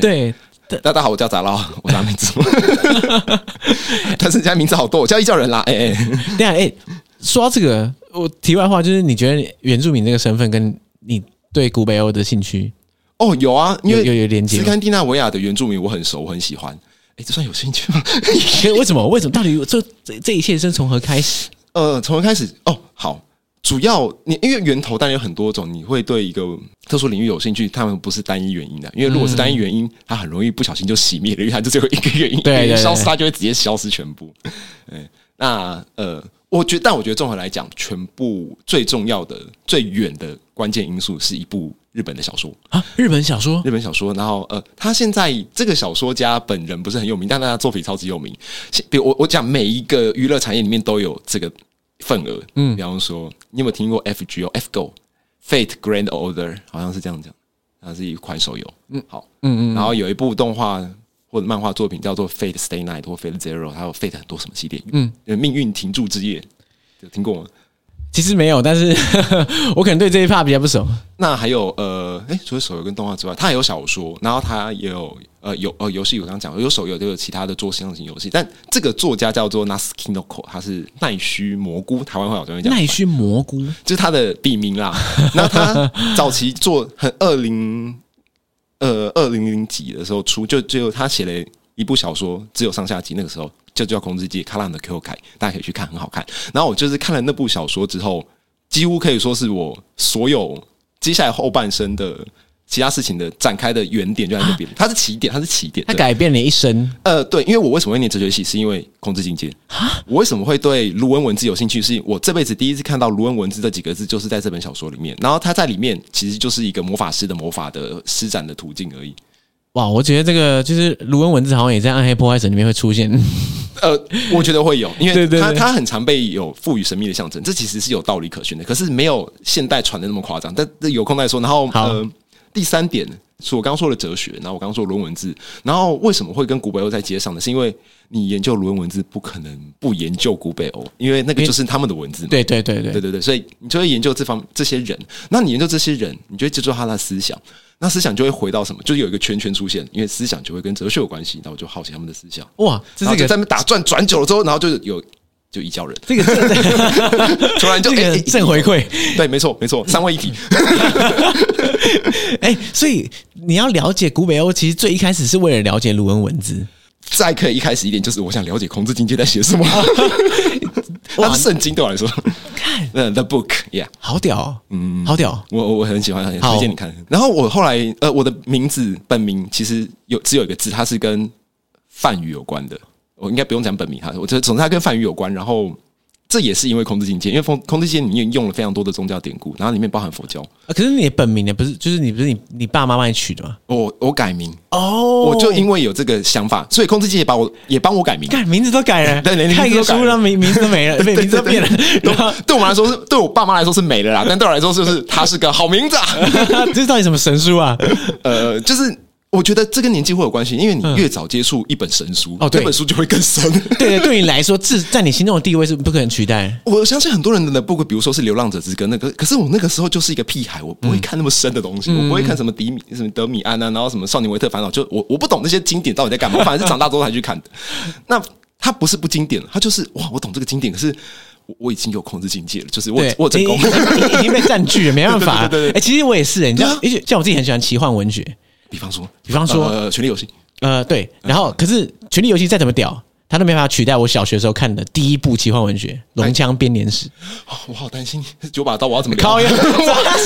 [SPEAKER 1] 对，
[SPEAKER 2] 大家好，我叫杂捞，我是阿美 族。但是人家名字好多，我叫异教人啦，哎、哎、
[SPEAKER 1] 对啊，哎、说到这个，我题外话就是，你觉得原住民这个身份跟你对古北欧的兴趣
[SPEAKER 2] 哦，有啊，因
[SPEAKER 1] 有
[SPEAKER 2] 为
[SPEAKER 1] 有有连接
[SPEAKER 2] 斯
[SPEAKER 1] 吗？
[SPEAKER 2] 堪的纳维亚的原住民我很熟，我很喜欢。哎，这算有兴趣吗？
[SPEAKER 1] 可为什么？ 为什么？到底这这这一切是从何开始？
[SPEAKER 2] 呃，从头开始哦，好，主要你因为源头当然有很多种，你会对一个特殊领域有兴趣，他们不是单一原因的，因为如果是单一原因，它很容易不小心就熄灭了，因为它就只有一个原因，
[SPEAKER 1] 对对对
[SPEAKER 2] 消失它就会直接消失全部。哎，那呃，我觉但我觉得综合来讲，全部最重要的、最远的关键因素是一部日本的小说。
[SPEAKER 1] 啊，日本小说
[SPEAKER 2] 日本小说，然后呃，他现在这个小说家本人不是很有名，但他的作品超级有名。现比如我我讲每一个娱乐产业里面都有这个份额，嗯，比方说你有没有听过 FGO、FGO、Fate Grand Order，好像是这样讲，它是一款手游，嗯，好，嗯嗯，然后有一部动画或者漫画作品叫做 Fate Stay 呃 Night 或 Fate Zero，还有 Fate 很多什么系列，嗯，命运停驻之夜，有听过吗？
[SPEAKER 1] 其实没有，但是 我可能对这一 part 比较不熟。
[SPEAKER 2] 那还有呃，哎、除了手游跟动画之外，它还有小说，然后它也有呃有呃游戏，我刚刚讲过有手游，也有其他的做象型游戏。但这个作家叫做 Naskinoko，他是奈须蘑菇，台湾话我这边讲
[SPEAKER 1] 奈须蘑菇，
[SPEAKER 2] 就是他的笔名啦。那他早期做很二零呃二零零几的时候出，就就他写了一部小说，只有上下集，那个时候就叫《空之记》，卡拉的 Q 凯，大家可以去看，很好看。然后我就是看了那部小说之后，几乎可以说是我所有接下来后半生的。其他事情的展开的原点就在那边，它是起点，它是起点。
[SPEAKER 1] 它
[SPEAKER 2] 对
[SPEAKER 1] 改变了一生。
[SPEAKER 2] 呃，对，因为我为什么会念哲学系，是因为控制境界。我为什么会对卢恩文字有兴趣？是我这辈子第一次看到卢恩文字这几个字，就是在这本小说里面。然后它在里面其实就是一个魔法师的魔法的施展的途径而已。
[SPEAKER 1] 哇，我觉得这个就是卢恩文字好像也在《暗黑破坏神》里面会出现。
[SPEAKER 2] 呃，我觉得会有，因为它
[SPEAKER 1] 对对对
[SPEAKER 2] 它很常被有赋予神秘的象征，这其实是有道理可循的。可是没有现代传的那么夸张，但这有空再说。然后
[SPEAKER 1] 好
[SPEAKER 2] 呃，第三点是我刚刚说的哲学，然后我刚刚说论文字，然后为什么会跟古北欧在接上呢？是因为你研究论文字不可能不研究古北欧，因为那个就是他们的文字嘛。
[SPEAKER 1] 对对对
[SPEAKER 2] 对
[SPEAKER 1] 对，
[SPEAKER 2] 对对，所以你就会研究这方这些人，那你研究这些人，你就会接触他的思想，那思想就会回到什么？就是有一个圈圈出现，因为思想就会跟哲学有关系，那我就好奇他们的思想，
[SPEAKER 1] 哇，这
[SPEAKER 2] 然后
[SPEAKER 1] 是
[SPEAKER 2] 就
[SPEAKER 1] 个
[SPEAKER 2] 在那边打转转久了之后，然后就是有就异教 人，
[SPEAKER 1] 这个这个
[SPEAKER 2] 突然就
[SPEAKER 1] 这
[SPEAKER 2] 哎
[SPEAKER 1] 个
[SPEAKER 2] 哎
[SPEAKER 1] 正回馈。
[SPEAKER 2] 对，没错没错，三位一体，
[SPEAKER 1] 哎，所以你要了解古北欧，其实最一开始是为了了解卢恩文字。
[SPEAKER 2] 再可以一开始一点，就是我想了解孔子境界在写 什么，它是圣经对我来说，
[SPEAKER 1] 看，
[SPEAKER 2] 呃，The Book，Yeah。
[SPEAKER 1] 好屌、哦，嗯，好屌、
[SPEAKER 2] 我我我很喜欢，很
[SPEAKER 1] 好
[SPEAKER 2] 推荐你看。然后我后来呃，我的名字本名其实有只有一个字，它是跟梵语有关的。我应该不用讲本名哈，我觉得总之它跟梵语有关。然后这也是因为空之境界，因为空空之境界里面用了非常多的宗教典故，然后里面包含佛教。
[SPEAKER 1] 啊可是你的本名呢？不是，就是你不是你你爸妈帮你取的吗？
[SPEAKER 2] 我我改名，
[SPEAKER 1] 哦
[SPEAKER 2] 我就因为有这个想法，所以空之境界把我也帮我改名。
[SPEAKER 1] 看名字都改了，
[SPEAKER 2] 对连名字都
[SPEAKER 1] 看一个
[SPEAKER 2] 改了
[SPEAKER 1] 书，让名名字都 没了，被名字都变了，然后
[SPEAKER 2] 对我们来说是，对我爸妈来说是美了啦，但对我来说就是它是个好名字 啊。
[SPEAKER 1] 这到底什么神书 啊？
[SPEAKER 2] 呃，就是我觉得这跟年纪会有关系，因为你越早接触一本神书，
[SPEAKER 1] 嗯哦对
[SPEAKER 2] 这本书就会更深。
[SPEAKER 1] 对，对你来说，自在你心中的地位是不可能取代。
[SPEAKER 2] 我相信很多人的不，比如说是《流浪者之歌》那个，可是我那个时候就是一个屁孩，我
[SPEAKER 1] 嗯
[SPEAKER 2] 不会看那么深的东西，我不会看什么迪米、什么德米安啊，然后什么《少年维特烦恼》，就我我不懂那些经典到底在干嘛，我反而是长大之后才去 看的。那它不是不经典，它就是哇，我懂这个经典，可是我我已经有控制境界了，就是我
[SPEAKER 1] 对，
[SPEAKER 2] 我有成功
[SPEAKER 1] 你。你你已经被占据了，没办 法。
[SPEAKER 2] 对对对对对
[SPEAKER 1] 哎，其实我也是，你知道
[SPEAKER 2] 对啊，
[SPEAKER 1] 而且像我自己很喜欢奇幻文学，
[SPEAKER 2] 比方说，
[SPEAKER 1] 比方说
[SPEAKER 2] 呃，《权力游戏》
[SPEAKER 1] 呃，对。然
[SPEAKER 2] 嗯
[SPEAKER 1] 后，可是《权力游戏》再怎么屌，它都没办法取代我小学时候看的第一部奇幻文学《龙枪编年史
[SPEAKER 2] 哦，我好担心九把刀，我要怎么》。聊
[SPEAKER 1] 靠 呀！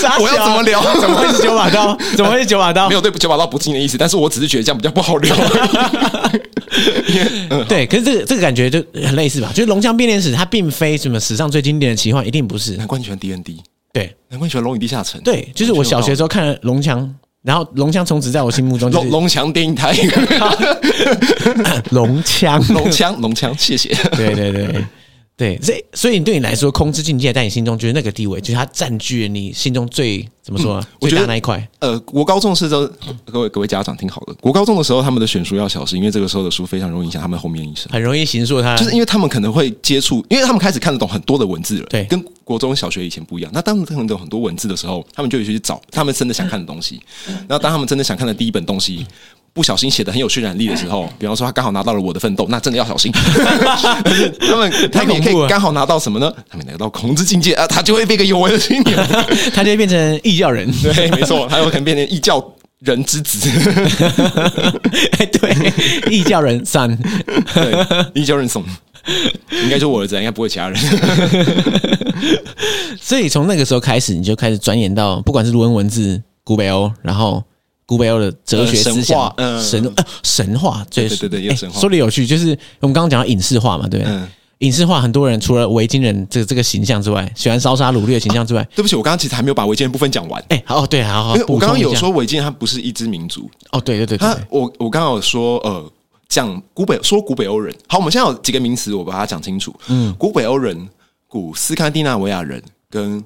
[SPEAKER 1] 傻
[SPEAKER 2] 我要怎么聊
[SPEAKER 1] 小啊怎么会是九把刀？怎么会是九把刀
[SPEAKER 2] 没？有对九把刀不敬的意思，但是我只是觉得这样比较不好聊。 嗯
[SPEAKER 1] 对，可是这个这个感觉就很类似吧？就是《龙枪编年史》，它并非什么史上最经典的奇幻，一定不是。
[SPEAKER 2] 难怪你喜欢 D N D，
[SPEAKER 1] 对
[SPEAKER 2] 难怪你喜欢《龙与地下城》。
[SPEAKER 1] 对，就是我小学
[SPEAKER 2] 完全有道理
[SPEAKER 1] 时候看了《龙枪》，然后《龙枪》从此在我心目中就是
[SPEAKER 2] 龙龙强电影 台，
[SPEAKER 1] 龙枪，
[SPEAKER 2] 龙强龙强，谢谢。
[SPEAKER 1] 对对对对，所以所以对你来说，空之境界在你心中就是那个地位，就是它占据了你心中最怎么说、啊
[SPEAKER 2] 嗯我
[SPEAKER 1] 最
[SPEAKER 2] 觉
[SPEAKER 1] 大
[SPEAKER 2] 得
[SPEAKER 1] 那一块。
[SPEAKER 2] 呃，国高中是都各位各位家长听好了，国高中的时候他们的选书要小心，因为这个时候的书非常容易影响他们后面的一生。
[SPEAKER 1] 很容易形塑它，
[SPEAKER 2] 就是因为他们可能会接触，因为他们开始看得懂很多的文字了，
[SPEAKER 1] 对
[SPEAKER 2] 跟国中小学以前不一样。那当他们看得懂很多文字的时候，他们就会去找他们真的想看的东西。然后当他们真的想看的第一本东西。不小心写的很有渲染力的时候，比方说他刚好拿到了我的奋斗，那真的要 小心。但是他们他们也可
[SPEAKER 1] 恐怖了
[SPEAKER 2] 以刚好拿到什么呢？他们拿到孔子境界啊，他就会变个有为的青年。
[SPEAKER 1] 它就会变成异教人。
[SPEAKER 2] 对，没错，他有可能变成异教人之子。
[SPEAKER 1] 对，异教人三，
[SPEAKER 2] 对，异教人怂，应该就我儿子啊，应该不会其他人。
[SPEAKER 1] 所以从那个时候开始，你就开始钻研到不管是卢恩文字、古北欧，然后。古北欧的哲学
[SPEAKER 2] 呃神
[SPEAKER 1] 思想
[SPEAKER 2] 话，嗯
[SPEAKER 1] 神呃神话，最哎
[SPEAKER 2] 对对对也有神话
[SPEAKER 1] 说的有趣，就是我们刚刚讲到影视化嘛，对不对？
[SPEAKER 2] 嗯
[SPEAKER 1] 影视化很多人除了维京人这这个形象之外，喜欢烧杀掳掠的形象之外，
[SPEAKER 2] 对不起，我刚刚其实还没有把违建部分讲完。
[SPEAKER 1] 哎、好，对，好好，
[SPEAKER 2] 因为我
[SPEAKER 1] 补充
[SPEAKER 2] 刚刚
[SPEAKER 1] 一
[SPEAKER 2] 有
[SPEAKER 1] 下
[SPEAKER 2] 说，啊违建它不是一支民族，
[SPEAKER 1] 哦，对对对对
[SPEAKER 2] 它
[SPEAKER 1] 对，
[SPEAKER 2] 我我刚刚有说呃，讲古北说古北欧人。好，我们现在有几个名词，我把它讲清楚。嗯，古北欧人、古斯堪的纳维亚人跟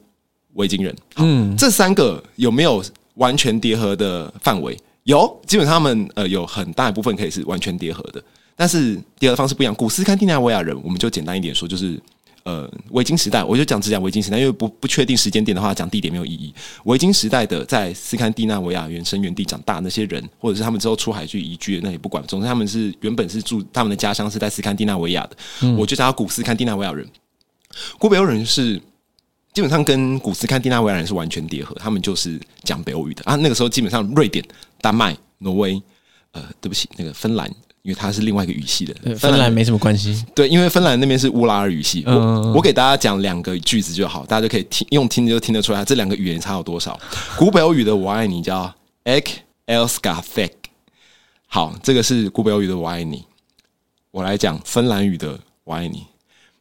[SPEAKER 2] 维京人，嗯，这三个有没有完全叠合的范围？有，基本上他们呃有很大一部分可以是完全叠合的，但是叠合方式不一样。古斯堪的纳维亚人，我们就简单一点说，就是呃维京时代，我就讲只讲维京时代，因为不不确定时间点的话，讲地点没有意义。维京时代的在斯堪的纳维亚原生原地长大的那些人，或者是他们之后出海去移居的，那也不管，总之他们是原本是住他们的家乡是在斯堪的纳维亚的，我就叫他古斯堪的纳维亚人。古北欧人是基本上跟古斯堪的纳维亚人是完全叠合，他们就是讲北欧语的啊。那个时候基本上瑞典、丹麦、挪威，呃，对不起，那个芬兰，因为它是另外一个语系的，
[SPEAKER 1] 芬兰没什么关系。
[SPEAKER 2] 对，因为芬兰那边是乌拉尔语
[SPEAKER 1] 嗯
[SPEAKER 2] 系，我我给大家讲两个句子就好，大家就可以听用听就听得出来这两个语言差有多 少。古北欧语的“我爱你”叫 “ek elska fek”，好，这个是古北欧语的“我爱你”。我来讲芬兰语的“我爱你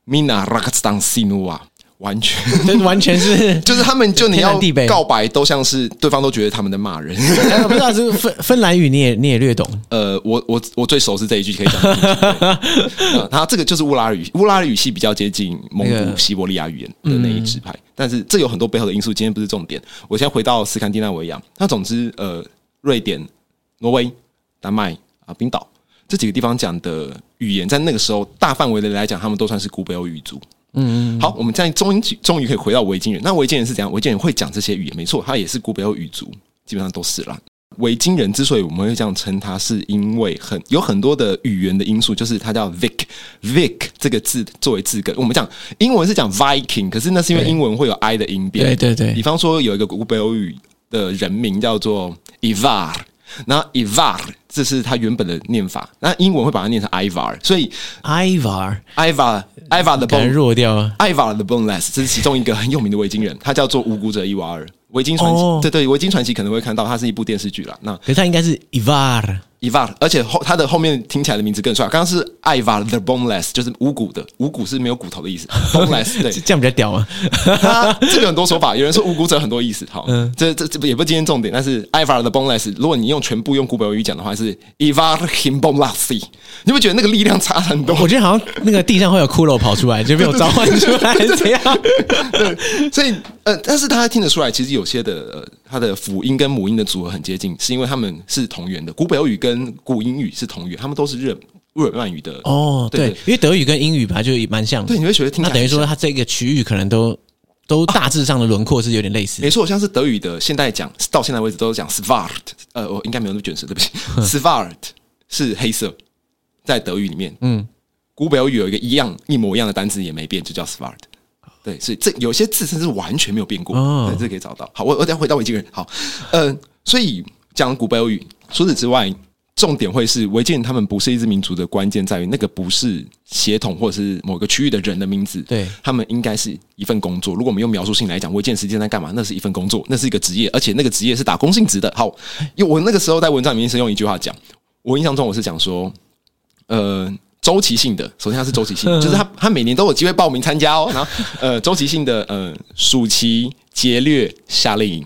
[SPEAKER 2] ”，mina rakastan sinua，完全
[SPEAKER 1] 这完全是
[SPEAKER 2] 就是他们就你
[SPEAKER 1] 天
[SPEAKER 2] 要
[SPEAKER 1] 南地北
[SPEAKER 2] 告白都像是对方都觉得他们在骂 人。
[SPEAKER 1] 哎不知道是芬芬兰语，你也你也略懂。
[SPEAKER 2] 呃，我我我最熟是这一句，可以讲。呃它这个就是乌拉尔语，乌拉尔语系比较接近蒙
[SPEAKER 1] 那
[SPEAKER 2] 古
[SPEAKER 1] 个
[SPEAKER 2] 西伯利亚语言的那一支派，但是这有很多背后的因素，今天不是重点。我先回到斯堪的纳维亚，那啊总之，呃，瑞典、挪威、丹麦啊、冰岛这几个地方讲的语言，在那个时候大范围的来讲，他们都算是古北欧语族。好，我们这样终于终于可以回到维京人。那维京人是怎样？维京人会讲这些语言，没错，他也是古北欧语族，基本上都是啦。维京人之所以我们会这样称他，是因为很有很多的语言的因素，就是它叫 Vic Vic 这个字作为字根。我们讲英文是讲 Viking，可是那是因为
[SPEAKER 1] 对
[SPEAKER 2] 英文会有 i 的音变。
[SPEAKER 1] 对对对
[SPEAKER 2] 比方说有一个古北欧语的人名叫做 Ivar，然后 Ivar 这是他原本的念法，那英文会把它念成 Ivar，所以
[SPEAKER 1] ，Ivar
[SPEAKER 2] Ivar Ivar 的
[SPEAKER 1] 感觉
[SPEAKER 2] bone
[SPEAKER 1] 弱掉啊。
[SPEAKER 2] 艾瓦的 Boneless，这是其中一个很有名的维京人，他叫做无辜者伊瓦尔。维京传奇，
[SPEAKER 1] 哦
[SPEAKER 2] 对对，维京传奇可能会看到，它是一部电视剧啦。那
[SPEAKER 1] 可是他应该是 Ivar，
[SPEAKER 2] 伊瓦尔，而且后他的后面听起来的名字更帅。刚刚是艾瓦 the Boneless，就是无骨的，无骨是没有骨头 的意思。Boneless，对，
[SPEAKER 1] 这样比较屌啊嘛。
[SPEAKER 2] 他这个很多说法，有人说无骨者很多意思，好，
[SPEAKER 1] 嗯
[SPEAKER 2] 这这这也不今天重点，但是 Ivar 的 boneless，如果你用全部用古北欧语讲的话，是 Ivar him boneless，你会觉得那个力量差很多
[SPEAKER 1] 我？觉得好像那个地上会有骷髅跑出来，就被我召唤出来，这样。
[SPEAKER 2] 所以呃，但是大家听得出来，其实有些的呃，它的辅音跟母音的组合很接近，是因为他们是同源的，古北欧语跟古英语是同源，他们都是日日耳曼语的
[SPEAKER 1] 哦，对，因为德语跟英语吧，就蛮像的。
[SPEAKER 2] 对，你会觉得听起
[SPEAKER 1] 那
[SPEAKER 2] 来
[SPEAKER 1] 等于
[SPEAKER 2] 很像
[SPEAKER 1] 说，它这个区域可能都都大致上的轮廓是有点类似
[SPEAKER 2] 没。错，像是德语的现代讲到现在为止都是讲 svart，呃，我应该没有那么卷舌，对不起，svart 是黑色，在德语里面，嗯，古北欧语有一个一样一模一样的单词也没变，就叫 svart。对，所以这有些字甚至完全没有变过，
[SPEAKER 1] 哦
[SPEAKER 2] 对，这可以找到。好，我我等一下回到维京人。好，呃，所以讲古北欧语，除此之外，重点会是维京人他们不是一支民族的关键在于那个不是血统或者是某个区域的人的名字，
[SPEAKER 1] 对
[SPEAKER 2] 他们应该是一份工作。如果我们用描述性来讲，维京人实际上在干嘛？那是一份工作，那是一个职业，而且那个职业是打工性质的。好，因为我那个时候在文章里面是用一句话讲，我印象中我是讲说，呃。周期性的，首先它是周期性的，就是它它每年都有机会报名参加哦。然后，呃，周期性的，呃，暑期节略夏令营，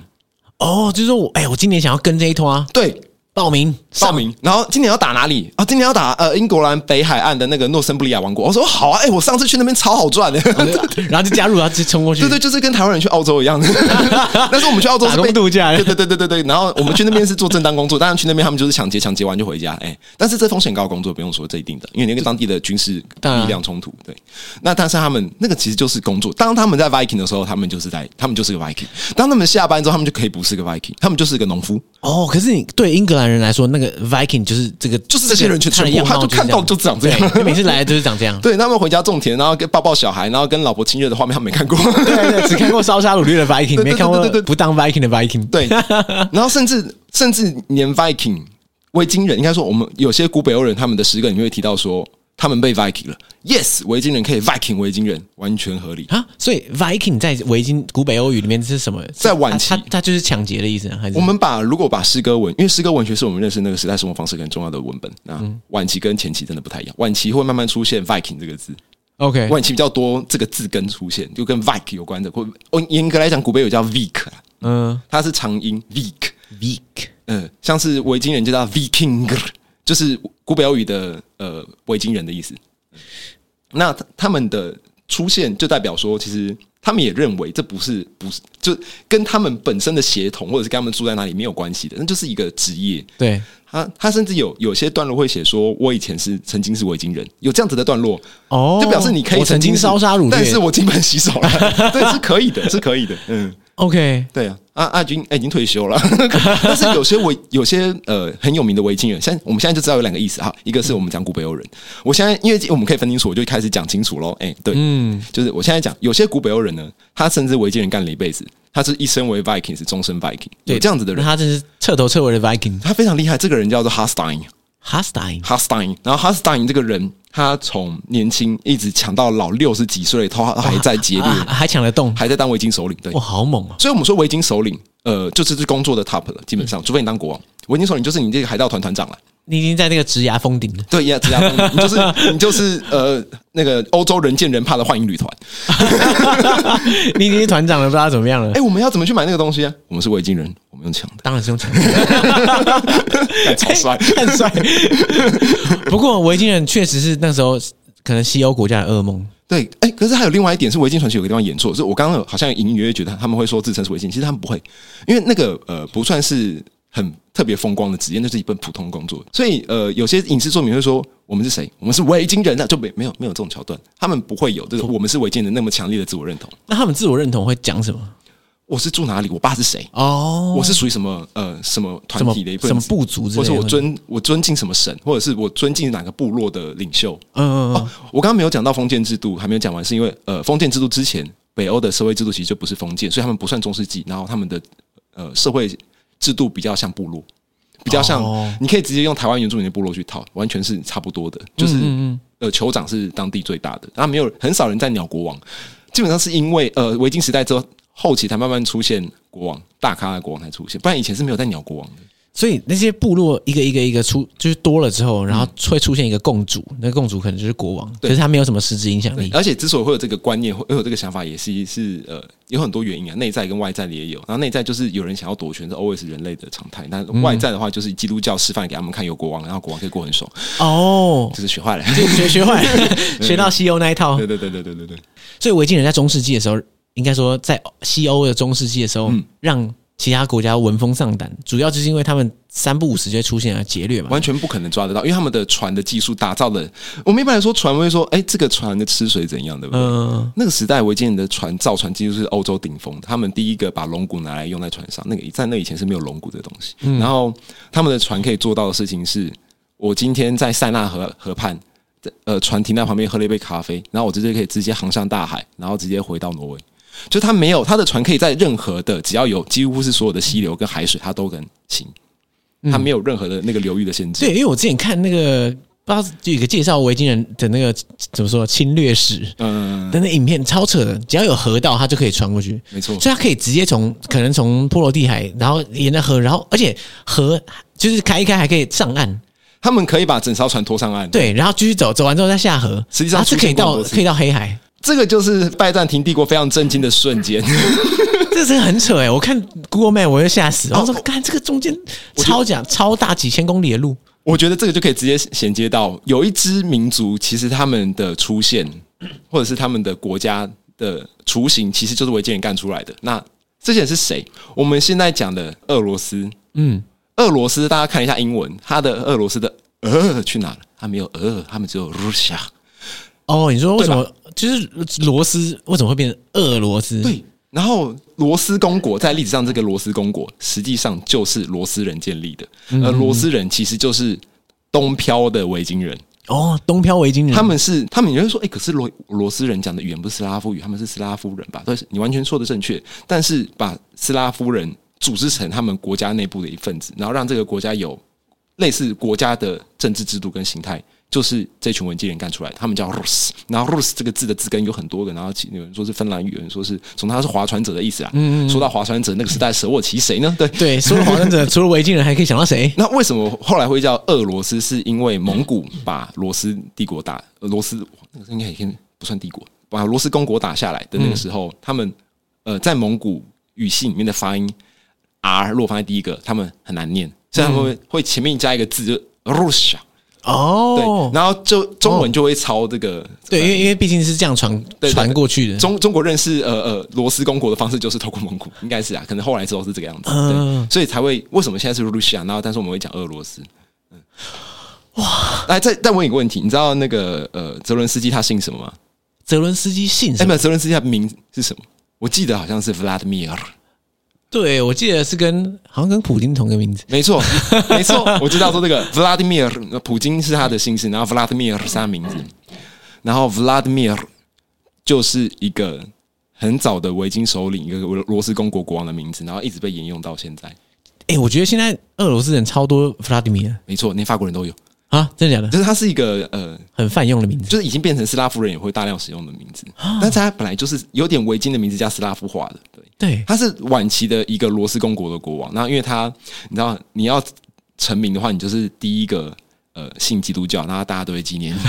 [SPEAKER 1] 哦，就是说我哎、我今年想要跟这一团啊，
[SPEAKER 2] 对，
[SPEAKER 1] 报名
[SPEAKER 2] 报名。然后今年要打哪里啊？今年要打呃英格兰北海岸的那个诺森布里亚王国。我说好啊，哎、我上次去那边超好赚的、
[SPEAKER 1] 上， 然后就加入，然后直接冲过去。
[SPEAKER 2] 对对，就是跟台湾人去澳洲一样， 但是我们去澳洲是
[SPEAKER 1] 打
[SPEAKER 2] 被
[SPEAKER 1] 工度假
[SPEAKER 2] 对对对对对对。然后我们去那边是做正当工作，当然去那边他们就是抢劫，抢劫完就回家。哎、但是这风险高的工作不用说，这一定的，因为你跟当地的军事
[SPEAKER 1] 当然
[SPEAKER 2] 力量冲突。对，那但是他们那个其实就是工作。当他们在 Viking 的时候，他们就是在他们就是个 Viking。当他们下班之后，他们就可以不是个 Viking，他们就是个农夫，
[SPEAKER 1] 哦，可是你对英格兰人来说，那个 Viking 就是这个，
[SPEAKER 2] 就是这些人全
[SPEAKER 1] 他的
[SPEAKER 2] 全部
[SPEAKER 1] 样
[SPEAKER 2] 他
[SPEAKER 1] 貌
[SPEAKER 2] 就看到就长这样
[SPEAKER 1] 对，每次来就是长这 样。
[SPEAKER 2] 对，他们回家种田，然后跟抱抱小孩，然后跟老婆亲热的画面，他们没看过。
[SPEAKER 1] 对对，只看过烧杀掳掠的 Viking，
[SPEAKER 2] 啊对对
[SPEAKER 1] 没看
[SPEAKER 2] 对
[SPEAKER 1] 过
[SPEAKER 2] 对对对
[SPEAKER 1] 不当 Viking 的 Viking。
[SPEAKER 2] 对， 然后甚至甚至连 Viking 维京人，应该说我们有些古北欧人，他们的诗歌里面会提到说，他们被 Viking 了。Yes，维京人可以 Viking 维京人，完全合理。
[SPEAKER 1] 啊，所以 Viking 在维京古北欧语里面是什么？
[SPEAKER 2] 在晚期
[SPEAKER 1] 它它它就是抢劫的意思啊，还是
[SPEAKER 2] 我们把如果把诗歌文，因为诗歌文学是我们认识那个时代生活方式很重要的文本。那晚期跟前期真的不太一样，晚期会慢慢出现 Viking 这个字，
[SPEAKER 1] OK？
[SPEAKER 2] 晚期比较多这个字根出现，就跟 Viking 有关的。或哦严格来讲，古北有叫 Vik，啦
[SPEAKER 1] 嗯
[SPEAKER 2] 它是长音 Vik。
[SPEAKER 1] ，Vik
[SPEAKER 2] 嗯，像是维京人就叫 Viking，就是古北欧语的呃嗯维京人的意思。那他他们的出现就代表说，其实他们也认为这不是不是，就跟他们本身的协同或者是跟他们住在哪里没有关系的，那就是一个职业。
[SPEAKER 1] 对，
[SPEAKER 2] 他他甚至有有些段落会写说，我以前是曾经是维京人，有这样子的段落，
[SPEAKER 1] 哦，
[SPEAKER 2] 就表示你可以
[SPEAKER 1] 我曾经
[SPEAKER 2] 是
[SPEAKER 1] 烧杀掳掠，
[SPEAKER 2] 但是我金盆洗手了， 对，是可以的，是可以的，嗯。
[SPEAKER 1] OK，
[SPEAKER 2] 对啊，阿阿军哎已经退休了， 但是有些维有些呃很有名的维京人，现在我们现在就知道有两个意思哈，一个是我们讲古北欧人，我现在因为我们可以分清楚，我就开始讲清楚喽。哎、对，嗯，就是我现在讲有些古北欧人呢，他甚至维京人干了一辈子，他是一生为 Viking，是终身 Viking，有这样子的
[SPEAKER 1] 那
[SPEAKER 2] 人，
[SPEAKER 1] 他真是彻头彻尾的 Viking
[SPEAKER 2] 他非常厉害。这个人叫做 Harstein，
[SPEAKER 1] 哈斯坦，
[SPEAKER 2] 哈斯坦，然后哈斯坦这个人，他从年轻一直抢到老六十几岁，他还在劫掠，
[SPEAKER 1] 啊还抢得动，
[SPEAKER 2] 还在当维京首领。对，
[SPEAKER 1] 哇，好猛哦！
[SPEAKER 2] 所以我们说维京首领，呃，就是是工作的 top 了，基本上，除非你当国王，维京首领就是你这个海盗团团长了。
[SPEAKER 1] 你已经在那个职涯封 顶了。
[SPEAKER 2] 对呀，这样你就是你 就是呃那个欧洲人见人怕的幻影旅团。
[SPEAKER 1] 你已经是团长了，不知道怎么样了
[SPEAKER 2] 哎、。我们要怎么去买那个东西啊？我们是维京人，我们用抢
[SPEAKER 1] 当然是用 抢，
[SPEAKER 2] 的，超帅。
[SPEAKER 1] 很帅。不过维京人确实是那时候可能西欧国家的噩梦。
[SPEAKER 2] 对，哎、可是还有另外一点是维京传奇有个地方演错，是我刚刚有好像隐隐约约觉得他们会说自称是维京，其实他们不会，因为那个呃不算是很特别风光的职业，那是一份普通工作，所以呃有些影视作品会说我们是谁，我们是维京人啊，就没没有没有这种桥段，他们不会有这个我们是维京人那么强烈的自我认同，
[SPEAKER 1] 那他们自我认同会讲什么？
[SPEAKER 2] 我是住哪里，我爸是谁，
[SPEAKER 1] 哦，
[SPEAKER 2] 我是属于什么呃什么团
[SPEAKER 1] 什么
[SPEAKER 2] 体的一份
[SPEAKER 1] 什么
[SPEAKER 2] 子
[SPEAKER 1] 部族之
[SPEAKER 2] 或
[SPEAKER 1] 类
[SPEAKER 2] 是
[SPEAKER 1] 的？
[SPEAKER 2] 我尊我尊敬什么神，或者是我尊敬哪个部落的领袖，
[SPEAKER 1] 嗯嗯嗯，
[SPEAKER 2] 我刚刚没有讲到封建制度，还没有讲完，是因为呃，封建制度之前，北欧的社会制度其实就不是封建，所以他们不算中世纪，然后他们的呃社会制度比较像部落，比较像、
[SPEAKER 1] 哦
[SPEAKER 2] 你可以直接用台湾原住民的部落去套，完全是差不多的，就是呃酋长是当地最大的，然后没有很少人在鸟国王，基本上是因为呃维京时代之后后期才慢慢出现国王大咖的国王才出现，不然以前是没有在鸟国王的。
[SPEAKER 1] 所以那些部落一个一个一个出，就是多了之后，然后会出现一个共主，那个共主可能就是国王，可是他没有什么实质影响力。
[SPEAKER 2] 而且之所以会有这个观念，会会有这个想法，也是是呃有很多原因啊，内在跟外在的也有。然后内在就是有人想要夺权，是 always 人类的常态。那外在的话，就是基督教示范给他们看有国王，然后国王可以过很爽，
[SPEAKER 1] 哦，
[SPEAKER 2] 就是学坏了。
[SPEAKER 1] 学学坏了，学到西欧那一套
[SPEAKER 2] 对。对对对对对对，
[SPEAKER 1] 所以维京人在中世纪的时候，应该说在西欧的中世纪的时
[SPEAKER 2] 嗯
[SPEAKER 1] 候，让其他国家闻风丧胆，主要就是因为他们三不五时就会出现啊劫掠嘛。
[SPEAKER 2] 完全不可能抓得到，因为他们的船的技术打造的，我们一般来说船会说，哎，这个船的吃水怎样，对不对？
[SPEAKER 1] 嗯，
[SPEAKER 2] 那个时代，维京人的船造船技术是欧洲顶峰的，他们第一个把龙骨拿来用在船上。那个在那以前是没有龙骨这个东西。然后他们的船可以做到的事情是，我今天在塞纳河河畔，在呃，船停在旁边喝了一杯咖啡，然后我直接可以直接航向大海，然后直接回到挪威。就他没有他的船可以在任何的只要有几乎是所有的溪流跟海水，它都能行，它没有任何的那个流域的限制。
[SPEAKER 1] 对，因为我之前看那个不知道有一个介绍维京人的那个怎么说侵略史，
[SPEAKER 2] 嗯，
[SPEAKER 1] 但那影片超扯的，只要有河道，它就可以穿过去，
[SPEAKER 2] 没错
[SPEAKER 1] 所以它可以直接从可能从波罗的海，然后沿着河，然后而且河就是开一开还可以上岸，
[SPEAKER 2] 他们可以把整艘船拖上岸。
[SPEAKER 1] 对，然后继续走，走完之后再下河，
[SPEAKER 2] 实际上
[SPEAKER 1] 它是可以
[SPEAKER 2] 出现过很
[SPEAKER 1] 到
[SPEAKER 2] 多次
[SPEAKER 1] 可以到黑海，
[SPEAKER 2] 这个就是拜占庭帝国非常震惊的瞬间。
[SPEAKER 1] 这真的很扯哎、我看 Google Map 我就吓死，
[SPEAKER 2] 哦
[SPEAKER 1] 我说看这个中间超讲超大几千公里的路，
[SPEAKER 2] 我觉得这个就可以直接衔接到有一支民族，其实他们的出现，或者是他们的国家的雏形，其实就是维京人干出来的。那这些人是谁？我们现在讲的俄罗斯，
[SPEAKER 1] 嗯，
[SPEAKER 2] 俄罗斯，大家看一下英文，它的俄罗斯的呃去哪了？它没有呃，他们只有 Russia。
[SPEAKER 1] 哦，你说为什么就是罗斯为什么会变成俄罗斯？
[SPEAKER 2] 对，哎然后罗斯公国在历史上，这个罗斯公国实际上就是罗斯人建立的，而罗斯人其实就是东漂的维京人。
[SPEAKER 1] 哦，东漂维京人，
[SPEAKER 2] 他们是他们有人说，哎、可是罗罗斯人讲的语言不是斯拉夫语，他们是斯拉夫人吧？对，你完全说的正确，但是把斯拉夫人组织成他们国家内部的一份子，然后让这个国家有类似国家的政治制度跟形态。就是这群文件人干出来的，他们叫 Rus，然后 Rus 这个字的字根有很多个，然后其有人说是芬兰语，有人说是从他是划船者的意思啊。说到划船者那个时代，舍我其谁呢？对，
[SPEAKER 1] 对，除了华盛者， 除了维京人，还可以想到谁？
[SPEAKER 2] 那为什么后来会叫俄罗斯？是因为蒙古把罗斯帝国打，呃罗斯那个应该也跟不算帝国，把罗斯公国打下来的那个时候，他们呃在蒙古语系里面的发音 R 如果放在第一个，他们很难念，所以他们会会前面加一个字，就 Russia。
[SPEAKER 1] 哦
[SPEAKER 2] 对，，然后就中文就会抄这个。
[SPEAKER 1] 对，因为因为毕竟是这样传
[SPEAKER 2] 对对
[SPEAKER 1] 传过去的，
[SPEAKER 2] 中中国认识呃呃罗斯公国的方式就是透过蒙古，应该是啊，可能后来之后是这个样子，
[SPEAKER 1] 嗯
[SPEAKER 2] 对，所以才会为什么现在是露西亚，然后但是我们会讲俄罗斯，嗯，哇，来再再问一个问题，你知道那个呃泽伦斯基他姓什么吗？
[SPEAKER 1] 泽伦斯基姓
[SPEAKER 2] 哎，
[SPEAKER 1] 什
[SPEAKER 2] 没
[SPEAKER 1] 么？
[SPEAKER 2] 有，泽伦斯基他名是什么？我记得好像是 Vladimir，
[SPEAKER 1] 对，我记得是跟好像跟普京同个名字。
[SPEAKER 2] 没错，没错， 我知道说这个 Vladimir，普京是他的姓氏，然后 Vladimir 是他的名字，然后 Vladimir 就是一个很早的维京首领，一个俄罗斯公国国王的名字，然后一直被沿用到现在。
[SPEAKER 1] 哎、我觉得现在俄罗斯人超多 Vladimir
[SPEAKER 2] 没错，连法国人都有，
[SPEAKER 1] 啊，真的假的？
[SPEAKER 2] 就是它是一个呃，
[SPEAKER 1] 很泛用的名字。
[SPEAKER 2] 就是已经变成斯拉夫人也会大量使用的名字，但是它本来就是有点维京的名字加斯拉夫化的，对。
[SPEAKER 1] 对，
[SPEAKER 2] 他是晚期的一个罗斯公国的国王。那因为他，你知道，你要成名的话，你就是第一个呃信基督教，然后大家都会纪念你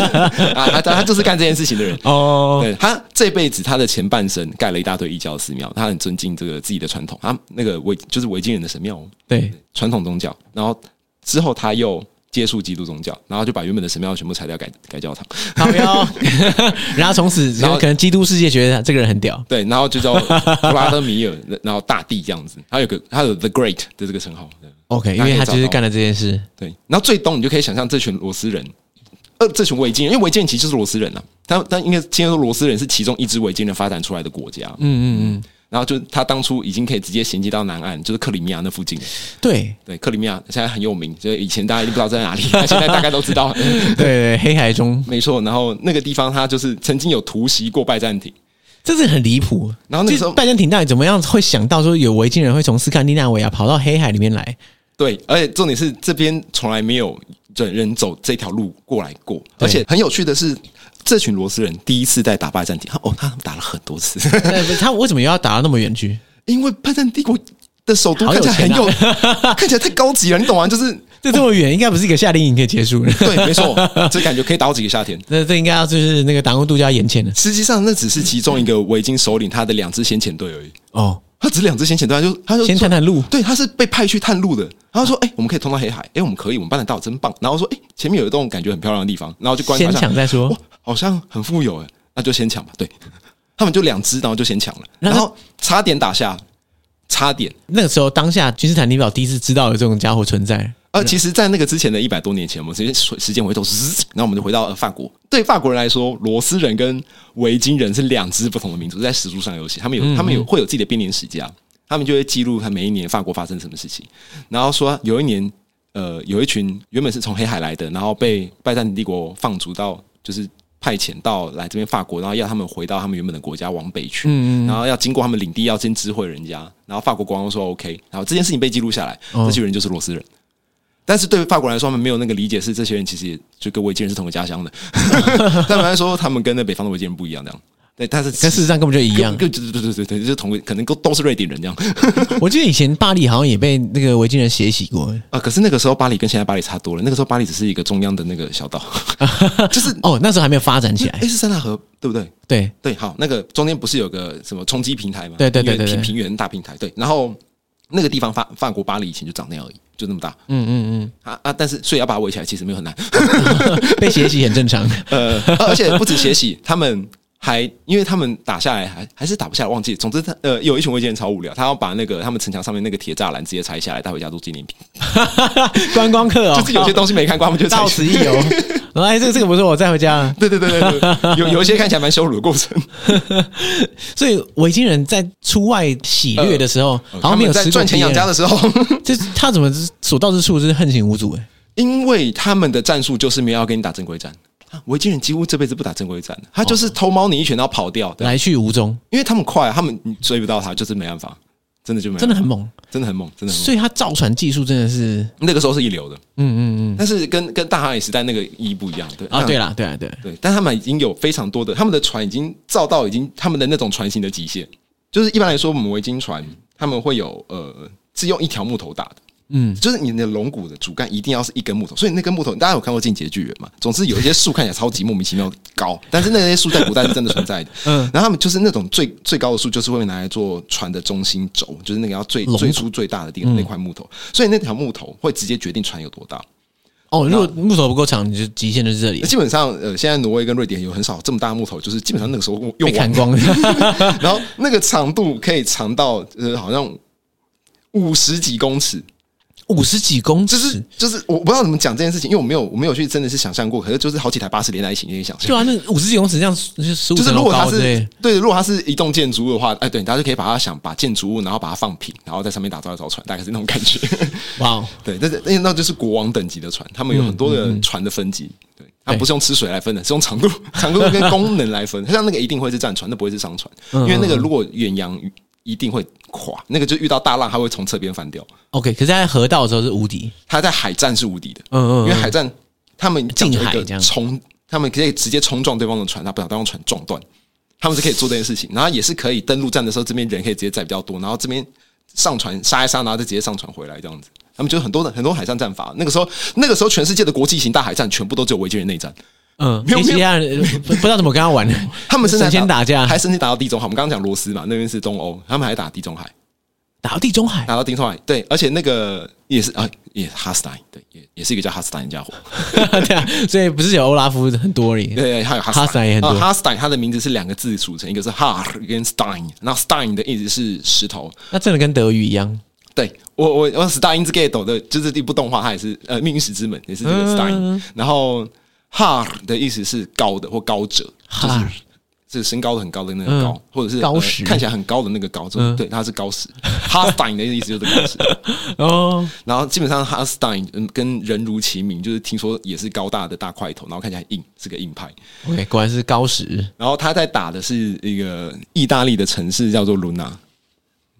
[SPEAKER 2] 啊。他他就是干这件事情的人。
[SPEAKER 1] 哦，
[SPEAKER 2] 对他这辈子，他的前半生盖了一大堆异教寺庙，他很尊敬这个自己的传统，他那个维就是维京人的神庙哦，
[SPEAKER 1] 对，
[SPEAKER 2] 传统宗教。然后之后他又接触基督宗教，然后就把原本的神庙全部拆掉，改改教堂。
[SPEAKER 1] 好哟。 然后从此，然
[SPEAKER 2] 然
[SPEAKER 1] 后
[SPEAKER 2] 后
[SPEAKER 1] 可能基督世界觉得他这个人很屌。
[SPEAKER 2] 对，然后就叫弗拉德米尔，然后大帝这样子，他有个他有 The Great 的这个称号。对
[SPEAKER 1] OK，因
[SPEAKER 2] 那可以
[SPEAKER 1] 为他就是
[SPEAKER 2] 找到
[SPEAKER 1] 干了这件事。
[SPEAKER 2] 对，然后最东你就可以想象这群罗斯人，呃，这群维京人，因为维京人其实就是罗斯人啊，但但应该先说罗斯人是其中一支维京人发展出来的国家，
[SPEAKER 1] 嗯嗯
[SPEAKER 2] 然后就他当初已经可以直接衔接到南岸，就是克里米亚那附近了。
[SPEAKER 1] 嗯，对
[SPEAKER 2] 对，克里米亚现在很有名，就是以前大家一定不知道在哪里， 但现在大概都知道。
[SPEAKER 1] 对对，黑海中，
[SPEAKER 2] 没错，然后那个地方它就是曾经有突袭过拜占庭，
[SPEAKER 1] 这是很离谱。
[SPEAKER 2] 然后
[SPEAKER 1] 就
[SPEAKER 2] 那个
[SPEAKER 1] 是
[SPEAKER 2] 时候
[SPEAKER 1] 拜占庭到底怎么样会想到说有维京人会从斯堪的纳维亚跑到黑海里面来？
[SPEAKER 2] 对，而且重点是这边从来没有人人走这条路过来过，而且很有趣的是，这群罗斯人第一次在打拜占庭，他哦，他们打了很多次，
[SPEAKER 1] 那他为什么又要打到那么远去？
[SPEAKER 2] 因为拜占帝国的首都看起来很有，啊 看起来太高级了，你懂吗？就是
[SPEAKER 1] 这这么远，应该不是一个夏令营可以结 束的。
[SPEAKER 2] 对，没错，这感觉可以打几个夏天。
[SPEAKER 1] 那这应该要就是那个打工度假眼前的
[SPEAKER 2] 实际上，那只是其中一个维京首领他的两支先遣队而已，
[SPEAKER 1] 哦。
[SPEAKER 2] 他只是两支先遣队，他就他就
[SPEAKER 1] 先
[SPEAKER 2] 说
[SPEAKER 1] 探探路
[SPEAKER 2] 对，他是被派去探路的。然后说：“哎、我们可以通到黑海，哎、我们可以，我们办得到，真棒。”然后说：“哎、前面有一栋感觉很漂亮的地方，然后就观察一
[SPEAKER 1] 先
[SPEAKER 2] 下
[SPEAKER 1] 抢再说
[SPEAKER 2] 哇，好像很富有哎，那就先抢吧。”对，他们就两支，然后就先抢了，
[SPEAKER 1] 然
[SPEAKER 2] 然
[SPEAKER 1] 后
[SPEAKER 2] 后差点打下，差点。
[SPEAKER 1] 那个时候，当下君士坦丁堡第一次知道有这种家伙存在。
[SPEAKER 2] 呃，其实，在那个之前的一百多年前，我们直接时时间回头，嘶然后我们就回到呃法国。对法国人来说，罗斯人跟维京人是两支不同的民族，在史书上有写，他们
[SPEAKER 1] 嗯
[SPEAKER 2] 有他们有会有自己的编年史家，他们就会记录他每一年法国发生什么事情。然后说有一年，呃，有一群原本是从黑海来的，然后被拜占庭帝国放逐到，就是派遣到来这边法国，然后要他们回到他们原本的国家往北去，然后要经过他们领地，要先知会人家。然后法国国王说 OK，然后这件事情被记录下来，
[SPEAKER 1] 哦
[SPEAKER 2] 这群人就是罗斯人。但是对于法国人来说，他们没有那个理解，是这些人其实也就跟维京人是同个家乡的。他们来说，他们跟那北方的维京人不一样，这样。对，但是
[SPEAKER 1] 但事实上根本就一样。
[SPEAKER 2] 对对对对对对，就是同个，可能都都是瑞典人这样
[SPEAKER 1] 我记得以前巴黎好像也被那个维京人血洗过。
[SPEAKER 2] 啊。可是那个时候巴黎跟现在巴黎差多了，那个时候巴黎只是一个中央的那个小岛，就是
[SPEAKER 1] 哦，那时候还没有发展 起 来
[SPEAKER 2] 哎。是塞纳河对不对？
[SPEAKER 1] 对，
[SPEAKER 2] 对，好，那个中间不是有个什么冲击平台吗？
[SPEAKER 1] 对对对对
[SPEAKER 2] 平
[SPEAKER 1] 对
[SPEAKER 2] 原平原大平台，对，然后那个地方法法国巴黎以前就长那样而已，就那么大
[SPEAKER 1] 嗯嗯
[SPEAKER 2] 啊啊！但是所以要把它围起来，其实没有很难。
[SPEAKER 1] 嗯，被血洗很正常。
[SPEAKER 2] 呃，而且不止血洗，他们还因为他们打下来还还是打不下来，忘记。总之他，呃，有一群维京人超无聊，他要把那个他们城墙上面那个铁栅栏直接拆下来带回家做纪念品，
[SPEAKER 1] 观光客哦，
[SPEAKER 2] 就是有些东西没看过，他们就拆
[SPEAKER 1] 到
[SPEAKER 2] 下
[SPEAKER 1] 此
[SPEAKER 2] 来。
[SPEAKER 1] 一游。 哎，这个这个不错，我再回家。
[SPEAKER 2] 对对对对对，有有一些看起来蛮羞辱的过程。
[SPEAKER 1] 所以维京人在出外洗掠的时候，好
[SPEAKER 2] 哦他
[SPEAKER 1] 像没有
[SPEAKER 2] 们
[SPEAKER 1] 吃过
[SPEAKER 2] 在赚钱养家
[SPEAKER 1] 的。
[SPEAKER 2] 的时候，
[SPEAKER 1] 这他怎么所到之处就是横行无阻？哎，
[SPEAKER 2] 因为他们的战术就是没有要跟你打正规战。啊维京人几乎这辈子不打正规战的，他就是
[SPEAKER 1] 哦
[SPEAKER 2] 偷猫你一拳，然后跑掉的，
[SPEAKER 1] 来去无踪，
[SPEAKER 2] 因为他们快啊，他们你追不到他，就是没办法，真的就没办法
[SPEAKER 1] 真的很猛。
[SPEAKER 2] 真的很猛，真的很猛。
[SPEAKER 1] 所以他造船技术真的是，
[SPEAKER 2] 那个时候是一流的，
[SPEAKER 1] 嗯嗯嗯，
[SPEAKER 2] 但是跟跟大航海时代那个意义不一样，对
[SPEAKER 1] 啊，对
[SPEAKER 2] 了，
[SPEAKER 1] 啦，对啦，对啦，
[SPEAKER 2] 对，但他们已经有非常多的，他们的船已经造到已经他们的那种船型的极限，就是一般来说，我们维京船他们会有呃是用一条木头打的。
[SPEAKER 1] 嗯，
[SPEAKER 2] 就是你的龙骨的主干一定要是一根木头，所以那根木头大家有看过《进击的巨人》嘛？总之有一些树看起来超级莫名其妙高，但是那些树在古代是真的存在 的。嗯，然后他们就是那种最最高的树，就是会拿来做船的中心轴，就是那个要最
[SPEAKER 1] 龙骨嗯
[SPEAKER 2] 最粗最大的地方那块木头，所以那条木头会直接决定船有多大。
[SPEAKER 1] 哦，如果木头不够长，你就极限就是这里
[SPEAKER 2] 那基本上，呃，现在挪威跟瑞典有很少这么大的木头，就是基本上那个时候用
[SPEAKER 1] 被
[SPEAKER 2] 用完
[SPEAKER 1] 砍光了。
[SPEAKER 2] 然后那个长度可以长到呃，好像五十几公尺，
[SPEAKER 1] 五十几公
[SPEAKER 2] 就
[SPEAKER 1] 尺，
[SPEAKER 2] 是就是我不知道怎么讲这件事情，因为我没有我没有去真的是想象过，可是就是好几台巴士连在一起，你可以想象。
[SPEAKER 1] 对啊，那五十几公尺这样是十五
[SPEAKER 2] 就是
[SPEAKER 1] 层
[SPEAKER 2] 如
[SPEAKER 1] 楼
[SPEAKER 2] 果它
[SPEAKER 1] 高之类
[SPEAKER 2] 是对，如果它是一栋建筑物的话，哎，对，大家就可以把它想把建筑物，然后把它放平，然后在上面打造一艘船，大概是那种感觉。
[SPEAKER 1] 哇哦，
[SPEAKER 2] 对，但是那那就是国王等级的船，他们有很多的船的分级，对，它不是用吃水来分的，是用长度、长度跟功能来分。像那个一定会是战船，那不会是商船，因为那个如果远洋一定会垮，那个就遇到大浪，它会从侧边翻掉。
[SPEAKER 1] ，OK，可是在河道的时候是无敌，
[SPEAKER 2] 它在海战是无敌的，
[SPEAKER 1] 嗯嗯嗯
[SPEAKER 2] 因为海战他们讲究
[SPEAKER 1] 近海
[SPEAKER 2] 一
[SPEAKER 1] 这
[SPEAKER 2] 个
[SPEAKER 1] 样
[SPEAKER 2] 冲，他们可以直接冲撞对方的船，他不把对方船撞断，他们是可以做这件事情，然后也是可以登陆战的时候，这边人可以直接载比较多，然后这边上船杀一杀，然后再直接上船回来这样子。他们就很多的很多海上战法，那个时候那个时候全世界的国际型大海战全部都只有维京人内战，
[SPEAKER 1] 嗯，
[SPEAKER 2] 没有
[SPEAKER 1] 也其
[SPEAKER 2] 没有
[SPEAKER 1] 他人不不知道怎么 跟他玩，
[SPEAKER 2] 他们甚至还
[SPEAKER 1] 神仙打架
[SPEAKER 2] 还甚至打到地中海。我们刚刚讲罗斯嘛，那边是东欧，他们还打地中海，
[SPEAKER 1] 打到地中海，
[SPEAKER 2] 打到地中海。对，而且那个也是啊，也哈斯坦，对，也也是一个叫哈斯坦的家伙。
[SPEAKER 1] 对啊，所以不是有欧拉夫很多而已，
[SPEAKER 2] 对，还有哈斯
[SPEAKER 1] 哈斯坦也很多
[SPEAKER 2] 啊哈斯坦它的名字是两个字组成，一个是哈跟 stein，那 stein 的意思是石头。
[SPEAKER 1] 那真的跟德语一样，
[SPEAKER 2] 对我我我 stein z g a t e 的就是一部动画，它也是呃命运石之门也是这
[SPEAKER 1] 嗯
[SPEAKER 2] 个 stein，、然后哈的意思是高的或高者，就是
[SPEAKER 1] 哈
[SPEAKER 2] 是身高的很高的那个高，
[SPEAKER 1] 嗯
[SPEAKER 2] 或者是
[SPEAKER 1] 高石嗯
[SPEAKER 2] 呃看起来很高的那个高，就是对，它是高石。 哈 stein 的意思就是高石。
[SPEAKER 1] 哦，
[SPEAKER 2] 然后基本上哈斯坦嗯跟人如其名，就是听说也是高大的大块头，然后看起来很硬，是个硬派。
[SPEAKER 1] OK，果然是高石。
[SPEAKER 2] 然后他在打的是一个意大利的城市，叫做卢纳。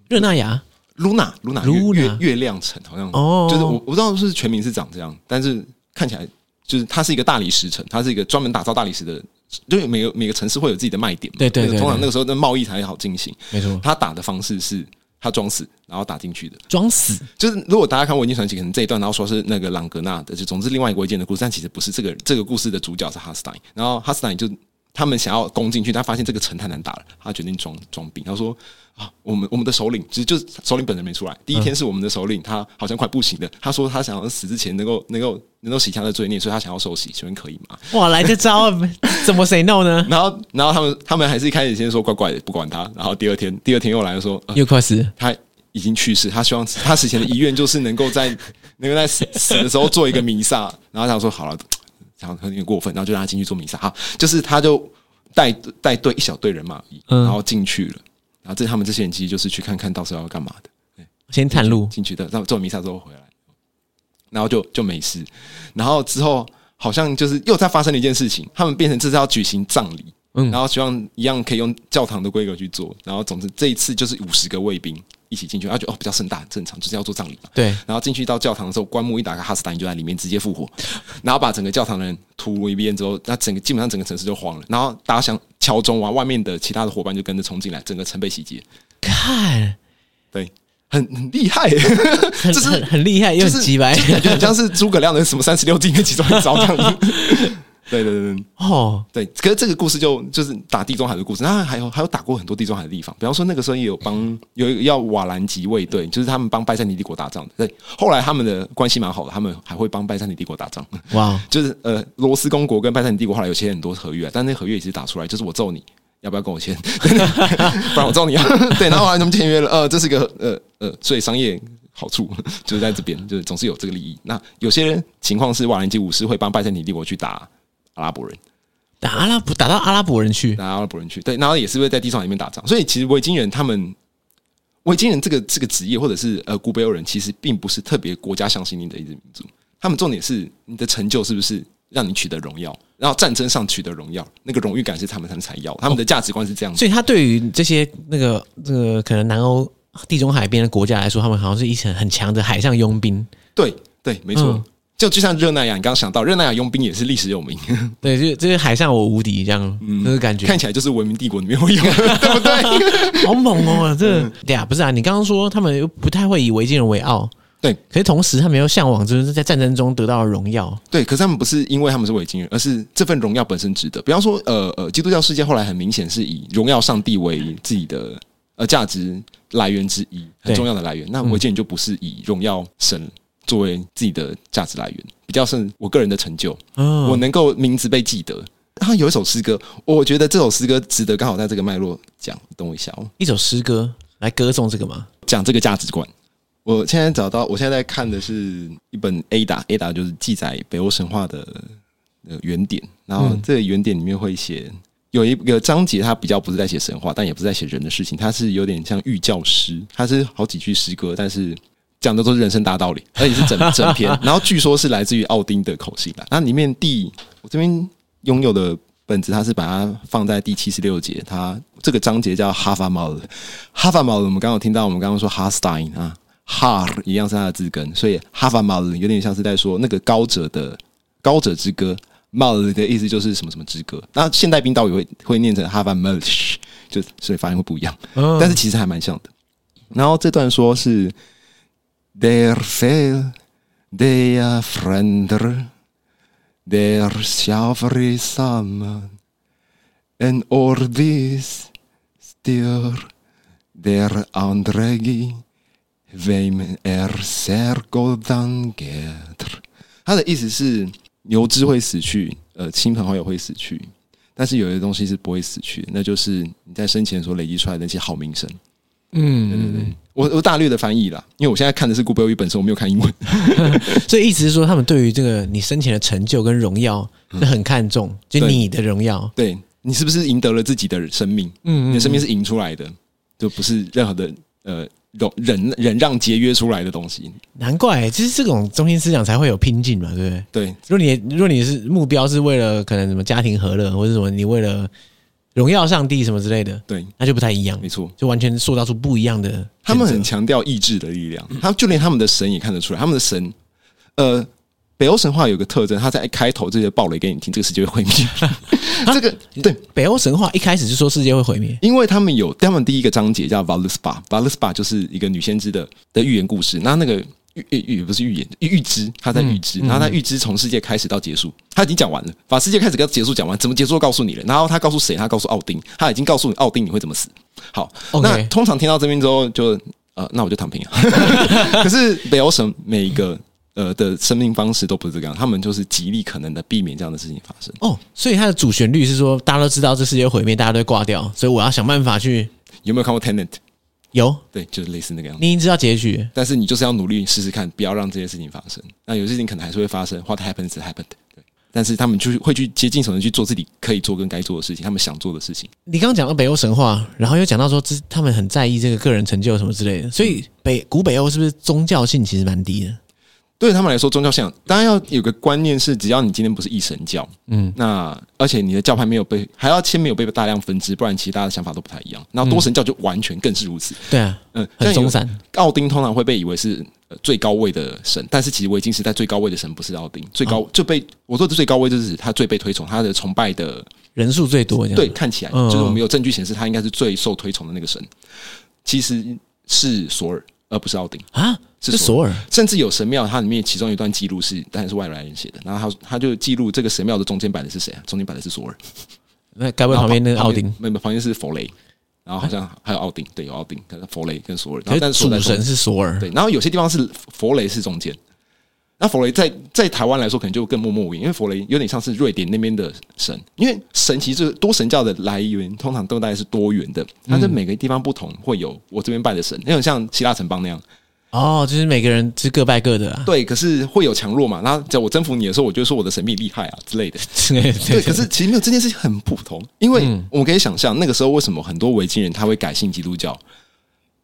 [SPEAKER 1] 热那亚
[SPEAKER 2] 卢纳，卢纳，
[SPEAKER 1] Luna
[SPEAKER 2] 月月月亮城好像，
[SPEAKER 1] 哦
[SPEAKER 2] 就是我我不知道是不是全名是长这样，但是看起来就是它是一个大理石城，它是一个专门打造大理石的，就是每个每个城市会有自己的卖点嘛，
[SPEAKER 1] 对对
[SPEAKER 2] 那个
[SPEAKER 1] 对
[SPEAKER 2] 通常
[SPEAKER 1] 对
[SPEAKER 2] 那个时候的贸易才好进行。
[SPEAKER 1] 没错，
[SPEAKER 2] 他打的方式是他装死，然后打进去的，
[SPEAKER 1] 装死
[SPEAKER 2] 就是如果大家看《维京传奇》，可能这一段，然后说是那个朗格纳的，就总之另外一个维京人的故事，但其实不是这个这个故事的主角是哈斯坦，然后哈斯坦就他们想要攻进去，他发现这个城太难打了，他决定装装病，他说啊，我们我们的首领其实就是首领本人没出来，第一天是我们的首领，他好像快不行了，他说他想要死之前能够能够能够洗他的罪孽，所以他想要受洗，请问可以吗？
[SPEAKER 1] 哇，来这招啊怎么 say no 呢？
[SPEAKER 2] 然后然后他们他们还是一开始先说怪怪的不管他，然后第二天第二天又来说、呃
[SPEAKER 1] 又快死，
[SPEAKER 2] 他已经去世，他希望他死前的遗愿就是能够在能够在死死的时候做一个弥撒。然后他说好了，然后有点过分，然后就让他进去做弥撒。好，就是他就带带队一小队人马而已，
[SPEAKER 1] 嗯
[SPEAKER 2] 然后进去了。然后这他们这些人其实就是去看看到时候要干嘛的。
[SPEAKER 1] 先探路，
[SPEAKER 2] 进去的，然后做完弥撒之后回来，然后就就没事。然后之后好像就是又再发生了一件事情，他们变成这是要举行葬礼，
[SPEAKER 1] 嗯
[SPEAKER 2] 然后希望一样可以用教堂的规格去做。然后总之这一次就是五十个卫兵一起进去，然后就哦比较盛大，很正常，就是要做葬礼嘛。
[SPEAKER 1] 对，
[SPEAKER 2] 然后进去到教堂的时候，棺木一打开，哈斯坦就在里面直接复活，然后把整个教堂的人屠戮一遍之后，那整个基本上整个城市就慌了。然后大家想敲钟啊，外面的其他的伙伴就跟着冲进来，整个城被洗劫。
[SPEAKER 1] 看，
[SPEAKER 2] 对，很很厉害、
[SPEAKER 1] 很
[SPEAKER 2] 这是
[SPEAKER 1] 很很厉害，又很
[SPEAKER 2] 就是
[SPEAKER 1] 鸡白
[SPEAKER 2] 就感觉很像是诸葛亮的什么三十六计里面其中一招这样子。 对对对对
[SPEAKER 1] 哦，
[SPEAKER 2] 对，可是这个故事就就是打地中海的故事，那还有还有打过很多地中海的地方，比方说那个时候也有帮有一个叫瓦兰吉卫队，就是他们帮拜占庭帝国打仗的。对，后来他们的关系蛮好的，他们还会帮拜占庭帝国打仗。
[SPEAKER 1] 哇，
[SPEAKER 2] 就是呃，罗斯公国跟拜占庭帝国后来有签很多合约、啊，但那合约也是打出来，就是我揍你，要不要跟我签？不然我揍你啊！ 对，然后后来他们签约了，呃，这是一个呃呃，所以商业好处就是在这边，就是总是有这个利益。那有些人情况是瓦兰基五世会帮拜占庭帝国去打阿拉伯人，
[SPEAKER 1] 打阿拉伯打到阿拉伯人去，
[SPEAKER 2] 打阿拉伯人去，对，然后也是会在地上里面打仗。所以其实维京人他们。维京人这个这个职业，或者是呃古北欧人，其实并不是特别国家向心力的一支民族。他们重点是你的成就是不是让你取得荣耀，然后战争上取得荣耀，那个荣誉感是他们他们才要，他们的价值观是这样子。
[SPEAKER 1] 所以他对于这些那个这个可能南欧地中海边的国家来说，他们好像是一层很强的海上佣兵，
[SPEAKER 2] 对对，没错。
[SPEAKER 1] 嗯
[SPEAKER 2] 就就像热那亚，你刚刚想到热那亚佣兵也是历史有名，
[SPEAKER 1] 对，就是就是海上我无敌这样，
[SPEAKER 2] 嗯
[SPEAKER 1] 那个感觉
[SPEAKER 2] 看起来就是文明帝国里面会有，对不对？
[SPEAKER 1] 好猛 哦！这对啊，不是啊，你刚刚说他们又不太会以维京人为傲，
[SPEAKER 2] 对
[SPEAKER 1] 可是同时他们又向往就是在战争中得到的荣耀，
[SPEAKER 2] 对，可是他们不是因为他们是维京人，而是这份荣耀本身值得。比方说，呃呃，基督教世界后来很明显是以荣耀上帝为自己的呃价值来源之一，很
[SPEAKER 1] 对
[SPEAKER 2] 重要的来源。那维京人就不是以荣耀神作为自己的价值来源，比较是我个人的成就，
[SPEAKER 1] 嗯
[SPEAKER 2] 我能够名字被记得。他有一首诗歌，我觉得这首诗歌值得刚好在这个脉络讲。等我一下哦，
[SPEAKER 1] 一首诗歌来歌颂这个吗？
[SPEAKER 2] 讲这个价值观。我现在找到，我现在在看的是一本 Ada Ada，就是记载北欧神话的呃原点。然后这个原点里面会写有一个章节，它比较不是在写神话，但也不是在写人的事情，它是有点像寓教诗，它是好几句诗歌，但是讲的都是人生大道理，而且是 整整篇。然后据说是来自于奥丁的口信啦。那里面第我这边拥有的本子，它是把它放在第七十六节，它这个章节叫哈法猫的哈法猫的。我们刚刚有听到，我们刚刚说哈斯坦啊，哈一样是它的字根，所以哈法猫的有点像是在说那个高者的高者之歌。帽的意思就是什么什么之歌，那现代冰岛语会会念成哈 a v a m e 就所以发音会不一样，
[SPEAKER 1] 嗯
[SPEAKER 2] 但是其实还蛮像的。然后这段说是 There fell their friend, their silvery summer, and all this still their andregi vem er sergo dan get。他的意思是牛只会死去，呃，亲朋好友会死去，但是有些东西是不会死去的，那就是你在生前所累积出来的那些好名声。
[SPEAKER 1] 嗯，
[SPEAKER 2] 我我大略的翻译啦，因为我现在看的是顾北语本身，我没有看英文。
[SPEAKER 1] 所以意思是说，他们对于这个你生前的成就跟荣耀，那很看重，就
[SPEAKER 2] 嗯对
[SPEAKER 1] 你的荣耀。
[SPEAKER 2] 对你是不是赢得了自己的生命？
[SPEAKER 1] 嗯
[SPEAKER 2] 你的生命是赢出来的，就不是任何的呃忍忍忍让节约出来的东西。
[SPEAKER 1] 难怪、其实这种中心思想才会有拼劲嘛，对不对？
[SPEAKER 2] 对，
[SPEAKER 1] 如果你如果你是目标是为了可能什么家庭和乐，或者什么你为了荣耀上帝什么之类的，
[SPEAKER 2] 对，
[SPEAKER 1] 那就不太一样
[SPEAKER 2] 没，错。
[SPEAKER 1] 就完全塑造出不一样的选择。
[SPEAKER 2] 他们很强调意志的力量，他就连他们的神也看得出来，他们的神，呃。北欧神话有个特征，他在开头这些暴雷给你听，这个世界会毁灭。 这个对，
[SPEAKER 1] 北欧神话一开始就说世界会毁灭，
[SPEAKER 2] 因为他们有他们第一个章节叫 Valuspa，Valuspa 就是一个女先知的的预言故事。那那个预预预不是预言预预知，她在预知，然后她预知从世界开始到结束，她已经讲完了，把世界开始跟结束讲完，怎么结束都告诉你了。然后她告诉谁？她告诉奥丁，她已经告诉你奥丁你会怎么死。好
[SPEAKER 1] OK
[SPEAKER 2] 那通常听到这边之后就呃，那我就躺平了。可是北欧神每一个呃的生命方式都不是这个样，他们就是极力可能的避免这样的事情发生。
[SPEAKER 1] 哦，所以它的主旋律是说，大家都知道这世界毁灭，大家都会挂掉，所以我要想办法去
[SPEAKER 2] 有没有看过 Tenant？
[SPEAKER 1] 有
[SPEAKER 2] 对，就是类似那个样子。
[SPEAKER 1] 你已经知道结局，
[SPEAKER 2] 但是你就是要努力试试看，不要让这些事情发生。那有些事情可能还是会发生，What happens happened。对，但是他们就是会去竭尽所能去做自己可以做跟该做的事情，他们想做的事情。
[SPEAKER 1] 你刚刚讲到北欧神话，然后又讲到说这他们很在意这个个人成就什么之类的，所以北古北欧是不是宗教性其实蛮低的？
[SPEAKER 2] 对他们来说，宗教信仰当然要有个观念是，只要你今天不是一神教，嗯，那而且你的教派没有被还要先没有被大量分支，不然其实大家的想法都不太一样。那多神教就完全更是如此。
[SPEAKER 1] 对啊，
[SPEAKER 2] 嗯，
[SPEAKER 1] 很
[SPEAKER 2] 像有
[SPEAKER 1] 松散。
[SPEAKER 2] 奥丁通常会被以为是呃最高位的神，但是其实维京时代最高位的神不是奥丁，最高、就被我说的最高位就是指他最被推崇，他的崇拜的
[SPEAKER 1] 人数最多这样。
[SPEAKER 2] 对，，看起来
[SPEAKER 1] 嗯
[SPEAKER 2] 就是我们有证据显示他应该是最受推崇的那个神，其实是索尔，而不是奥丁。
[SPEAKER 1] 啊，
[SPEAKER 2] 是
[SPEAKER 1] 是索尔
[SPEAKER 2] 甚至有神庙，它里面其中有一段记录是，当然是外来人写的。然后他他就记录这个神庙的中间摆的是谁啊？中间摆的是索尔，
[SPEAKER 1] 那该不会旁边那个奥丁
[SPEAKER 2] 然后旁，没有，没有旁边是佛雷，然后好像还有奥丁，对，有奥丁，跟佛雷跟索尔，然
[SPEAKER 1] 可
[SPEAKER 2] 后
[SPEAKER 1] 是
[SPEAKER 2] 但是索
[SPEAKER 1] 主
[SPEAKER 2] 尔在中
[SPEAKER 1] 神是索尔，
[SPEAKER 2] 对，然后有些地方是佛雷是中间，那佛雷在在台湾来说可能就更默默无闻，因为佛雷有点像是瑞典那边的神，因为神其实就是多神教的来源通常都大概是多元的，它在每个地方不同会有我这边拜的神，有点像希腊城邦那样，
[SPEAKER 1] 哦，就是每个人是各拜各的啊。
[SPEAKER 2] 对，可是会有强弱嘛，然后在我征服你的时候，我就说我的神秘厉害啊之类的，
[SPEAKER 1] 对
[SPEAKER 2] 对，嗯可是其实没有这件事情很普通，因为我们可以想象那个时候为什么很多维京人他会改信基督教。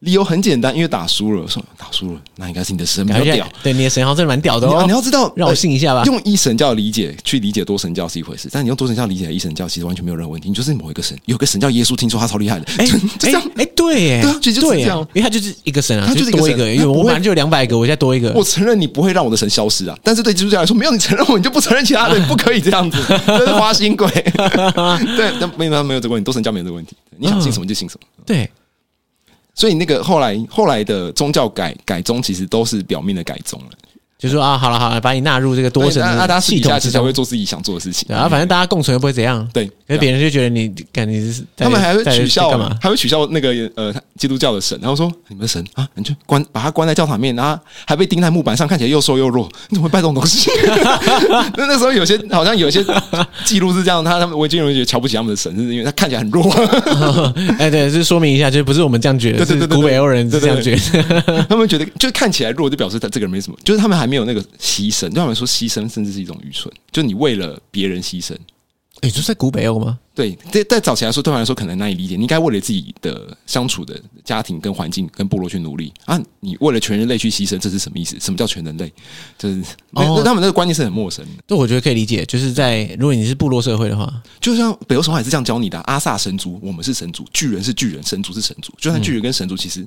[SPEAKER 2] 理由很简单，因为打输了，我说打输了，那应该是你的神比
[SPEAKER 1] 感
[SPEAKER 2] 较
[SPEAKER 1] 觉
[SPEAKER 2] 屌
[SPEAKER 1] 像，对你的神好像真的蛮屌的
[SPEAKER 2] 你
[SPEAKER 1] 哦
[SPEAKER 2] 要。你要知道，
[SPEAKER 1] 让我
[SPEAKER 2] 呃
[SPEAKER 1] 信一下吧
[SPEAKER 2] 用一神教理解去理解多神教是一回事，但你用多神教理解一神教，其实完全没有任何问题。你就是某一个神，有个神叫耶稣，听说他超厉害的，
[SPEAKER 1] 哎
[SPEAKER 2] 就就这样。
[SPEAKER 1] 哎哎，对耶，
[SPEAKER 2] 对啊其实就是
[SPEAKER 1] 对耶
[SPEAKER 2] 这样
[SPEAKER 1] 因为他就是一个神啊，
[SPEAKER 2] 他就是一个
[SPEAKER 1] 多一
[SPEAKER 2] 神
[SPEAKER 1] 个，
[SPEAKER 2] 他
[SPEAKER 1] 因为我
[SPEAKER 2] 不会
[SPEAKER 1] 本来就有两百个，我现在多一个
[SPEAKER 2] 我，承认你不会让我的神消失啊，但是对基督教来说，没有你承认我，你就不承认其他的，你不可以 这样子，这是花心鬼。 对，但没有没有这个问题，多神教没有这个问题，你
[SPEAKER 1] 嗯
[SPEAKER 2] 想信什么就信什么。
[SPEAKER 1] 对，
[SPEAKER 2] 所以那个后来后来的宗教改改宗，其实都是表面的改宗了。
[SPEAKER 1] 就说啊，好了好了，把你纳入这个多神
[SPEAKER 2] 那那大
[SPEAKER 1] 的
[SPEAKER 2] 家私
[SPEAKER 1] 系
[SPEAKER 2] 底
[SPEAKER 1] 统
[SPEAKER 2] 下
[SPEAKER 1] 之
[SPEAKER 2] 其实还
[SPEAKER 1] 中
[SPEAKER 2] 会。做自己想做的事情
[SPEAKER 1] 对。啊，反正大家共存又不会怎样。
[SPEAKER 2] 对
[SPEAKER 1] 可是别人就觉得你，感觉是在
[SPEAKER 2] 他们还会
[SPEAKER 1] 在
[SPEAKER 2] 取笑
[SPEAKER 1] 干嘛？
[SPEAKER 2] 还会取笑那个呃基督教的神，然后说你们的神啊，你就关把他关在教堂里面，然后还被钉在木板上，看起来又瘦又弱，你怎么会拜这种东西？ 那那时候有些好像有些记录是这样，他他们维京人觉得瞧不起他们的神，是因为他看起来很弱。
[SPEAKER 1] 哎，对，是说明一下，就是不是我们这样觉得，
[SPEAKER 2] 啊对对
[SPEAKER 1] 是
[SPEAKER 2] 对对
[SPEAKER 1] 古北欧人 是
[SPEAKER 2] 对
[SPEAKER 1] 这
[SPEAKER 2] 对
[SPEAKER 1] 样觉得。
[SPEAKER 2] 他们觉得就是看起来弱，就表示他这个人没什么，就是他们还没有那个牺牲。对他们来说，牺牲甚至是一种愚蠢，就你为了别人牺牲。
[SPEAKER 1] 你哎说在古北欧吗？
[SPEAKER 2] 对，这在早期来说，对我来说可能难以理解。你应该为了自己的相处的家庭、跟环境、跟部落去努力啊！你为了全人类去牺牲，这是什么意思？什么叫全人类？就是那、
[SPEAKER 1] 哦
[SPEAKER 2] 那他们那个观念是很陌生的。
[SPEAKER 1] 这我觉得可以理解，就是在如果你是部落社会的话，
[SPEAKER 2] 就像北欧神话也是这样教你的啊、阿萨神族，我们是神族；巨人是巨人，神族是神族。就
[SPEAKER 1] 嗯
[SPEAKER 2] 算巨人跟神族，其实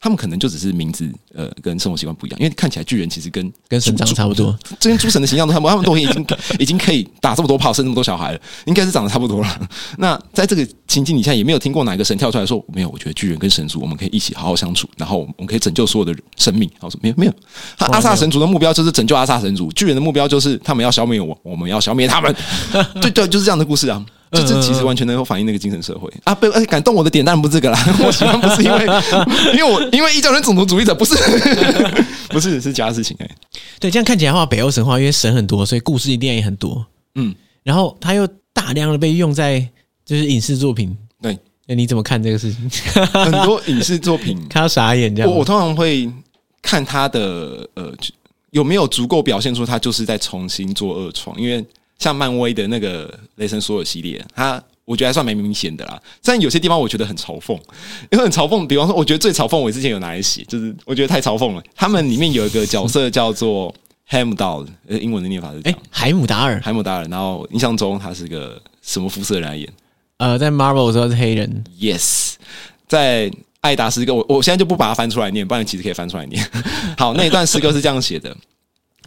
[SPEAKER 2] 他们可能就只是名字呃跟生活习惯不一样，因为看起来巨人其实跟
[SPEAKER 1] 跟神长
[SPEAKER 2] 猪
[SPEAKER 1] 差不多，
[SPEAKER 2] 这跟诸神的形象都差不多，他们都已经 已经可以打这么多炮，生那么多小孩了，应该是长得差不多了。 那在这个情境底下，也没有听过哪一个神跳出来说没有，我觉得巨人跟神族我们可以一起好好相处，然后我们可以拯救所有的生命。然后说没有没有，他
[SPEAKER 1] 哦从来没有
[SPEAKER 2] 阿萨神族的目标就是拯救阿萨神族，巨人的目标就是他们要消灭我，我们要消灭他们。 对对，就是这样的故事啊。这
[SPEAKER 1] 嗯
[SPEAKER 2] 这其实完全能够反映那个精神社会啊！被、哎感动我的点当然不是这个啦， 我喜欢不是因为因为我因为异教人种族主义者不是 不是是其他事情哎、
[SPEAKER 1] 对，这样看起来的话，北欧神话因为神很多，所以故事一定也很多。
[SPEAKER 2] 嗯，
[SPEAKER 1] 然后它又大量的被用在就是影视作品，
[SPEAKER 2] 对，
[SPEAKER 1] 那你怎么看这个事情？
[SPEAKER 2] 很多影视作品
[SPEAKER 1] ，看到傻眼这样
[SPEAKER 2] 我
[SPEAKER 1] 吗。
[SPEAKER 2] 我通常会看他的呃有没有足够表现出他就是在重新做二创，因为像漫威的那个雷神索尔系列，他我觉得还算蛮明显的啦。但有些地方我觉得很嘲讽，因为很嘲讽。比方说，我觉得最嘲讽我之前有拿来写，就是我觉得太嘲讽了。他们里面有一个角色叫做 Ham d o w 呃，英文的念法是这
[SPEAKER 1] 哎
[SPEAKER 2] 样，，
[SPEAKER 1] 海姆达尔，
[SPEAKER 2] 海姆达人。然后印象中他是个什么肤色的人来演？
[SPEAKER 1] 呃，在 Marvel 的时候是黑 人，
[SPEAKER 2] Yes，在爱达诗歌，我我现在就不把它翻出来念，不然其实可以翻出来念。 好，那一段诗歌是这样写的，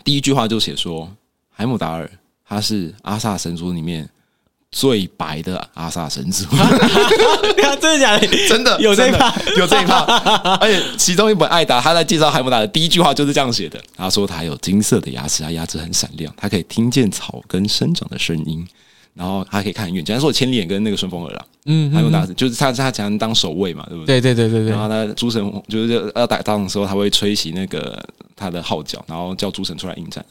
[SPEAKER 2] 第一句话就写说，海姆达尔他是阿萨神族里面最白的阿萨神族，
[SPEAKER 1] 真的假的？
[SPEAKER 2] 真的
[SPEAKER 1] 有这一
[SPEAKER 2] 真的
[SPEAKER 1] 趴，
[SPEAKER 2] 有这一 趴，而且其中一本艾达他在介绍海姆达的第一句话就是这样写的，他说他有金色的牙齿，他牙齿很闪亮，他可以听见草根生长的声音。然后他可以看很远，简单说，千里眼跟那个顺风耳啦，嗯，海姆达斯就是他，他常常当守卫嘛，对不对？
[SPEAKER 1] 对对对对对
[SPEAKER 2] 然，后呢，诸神就是要打仗的时候，他会吹起那个他的号角，然后叫诸神出来应战。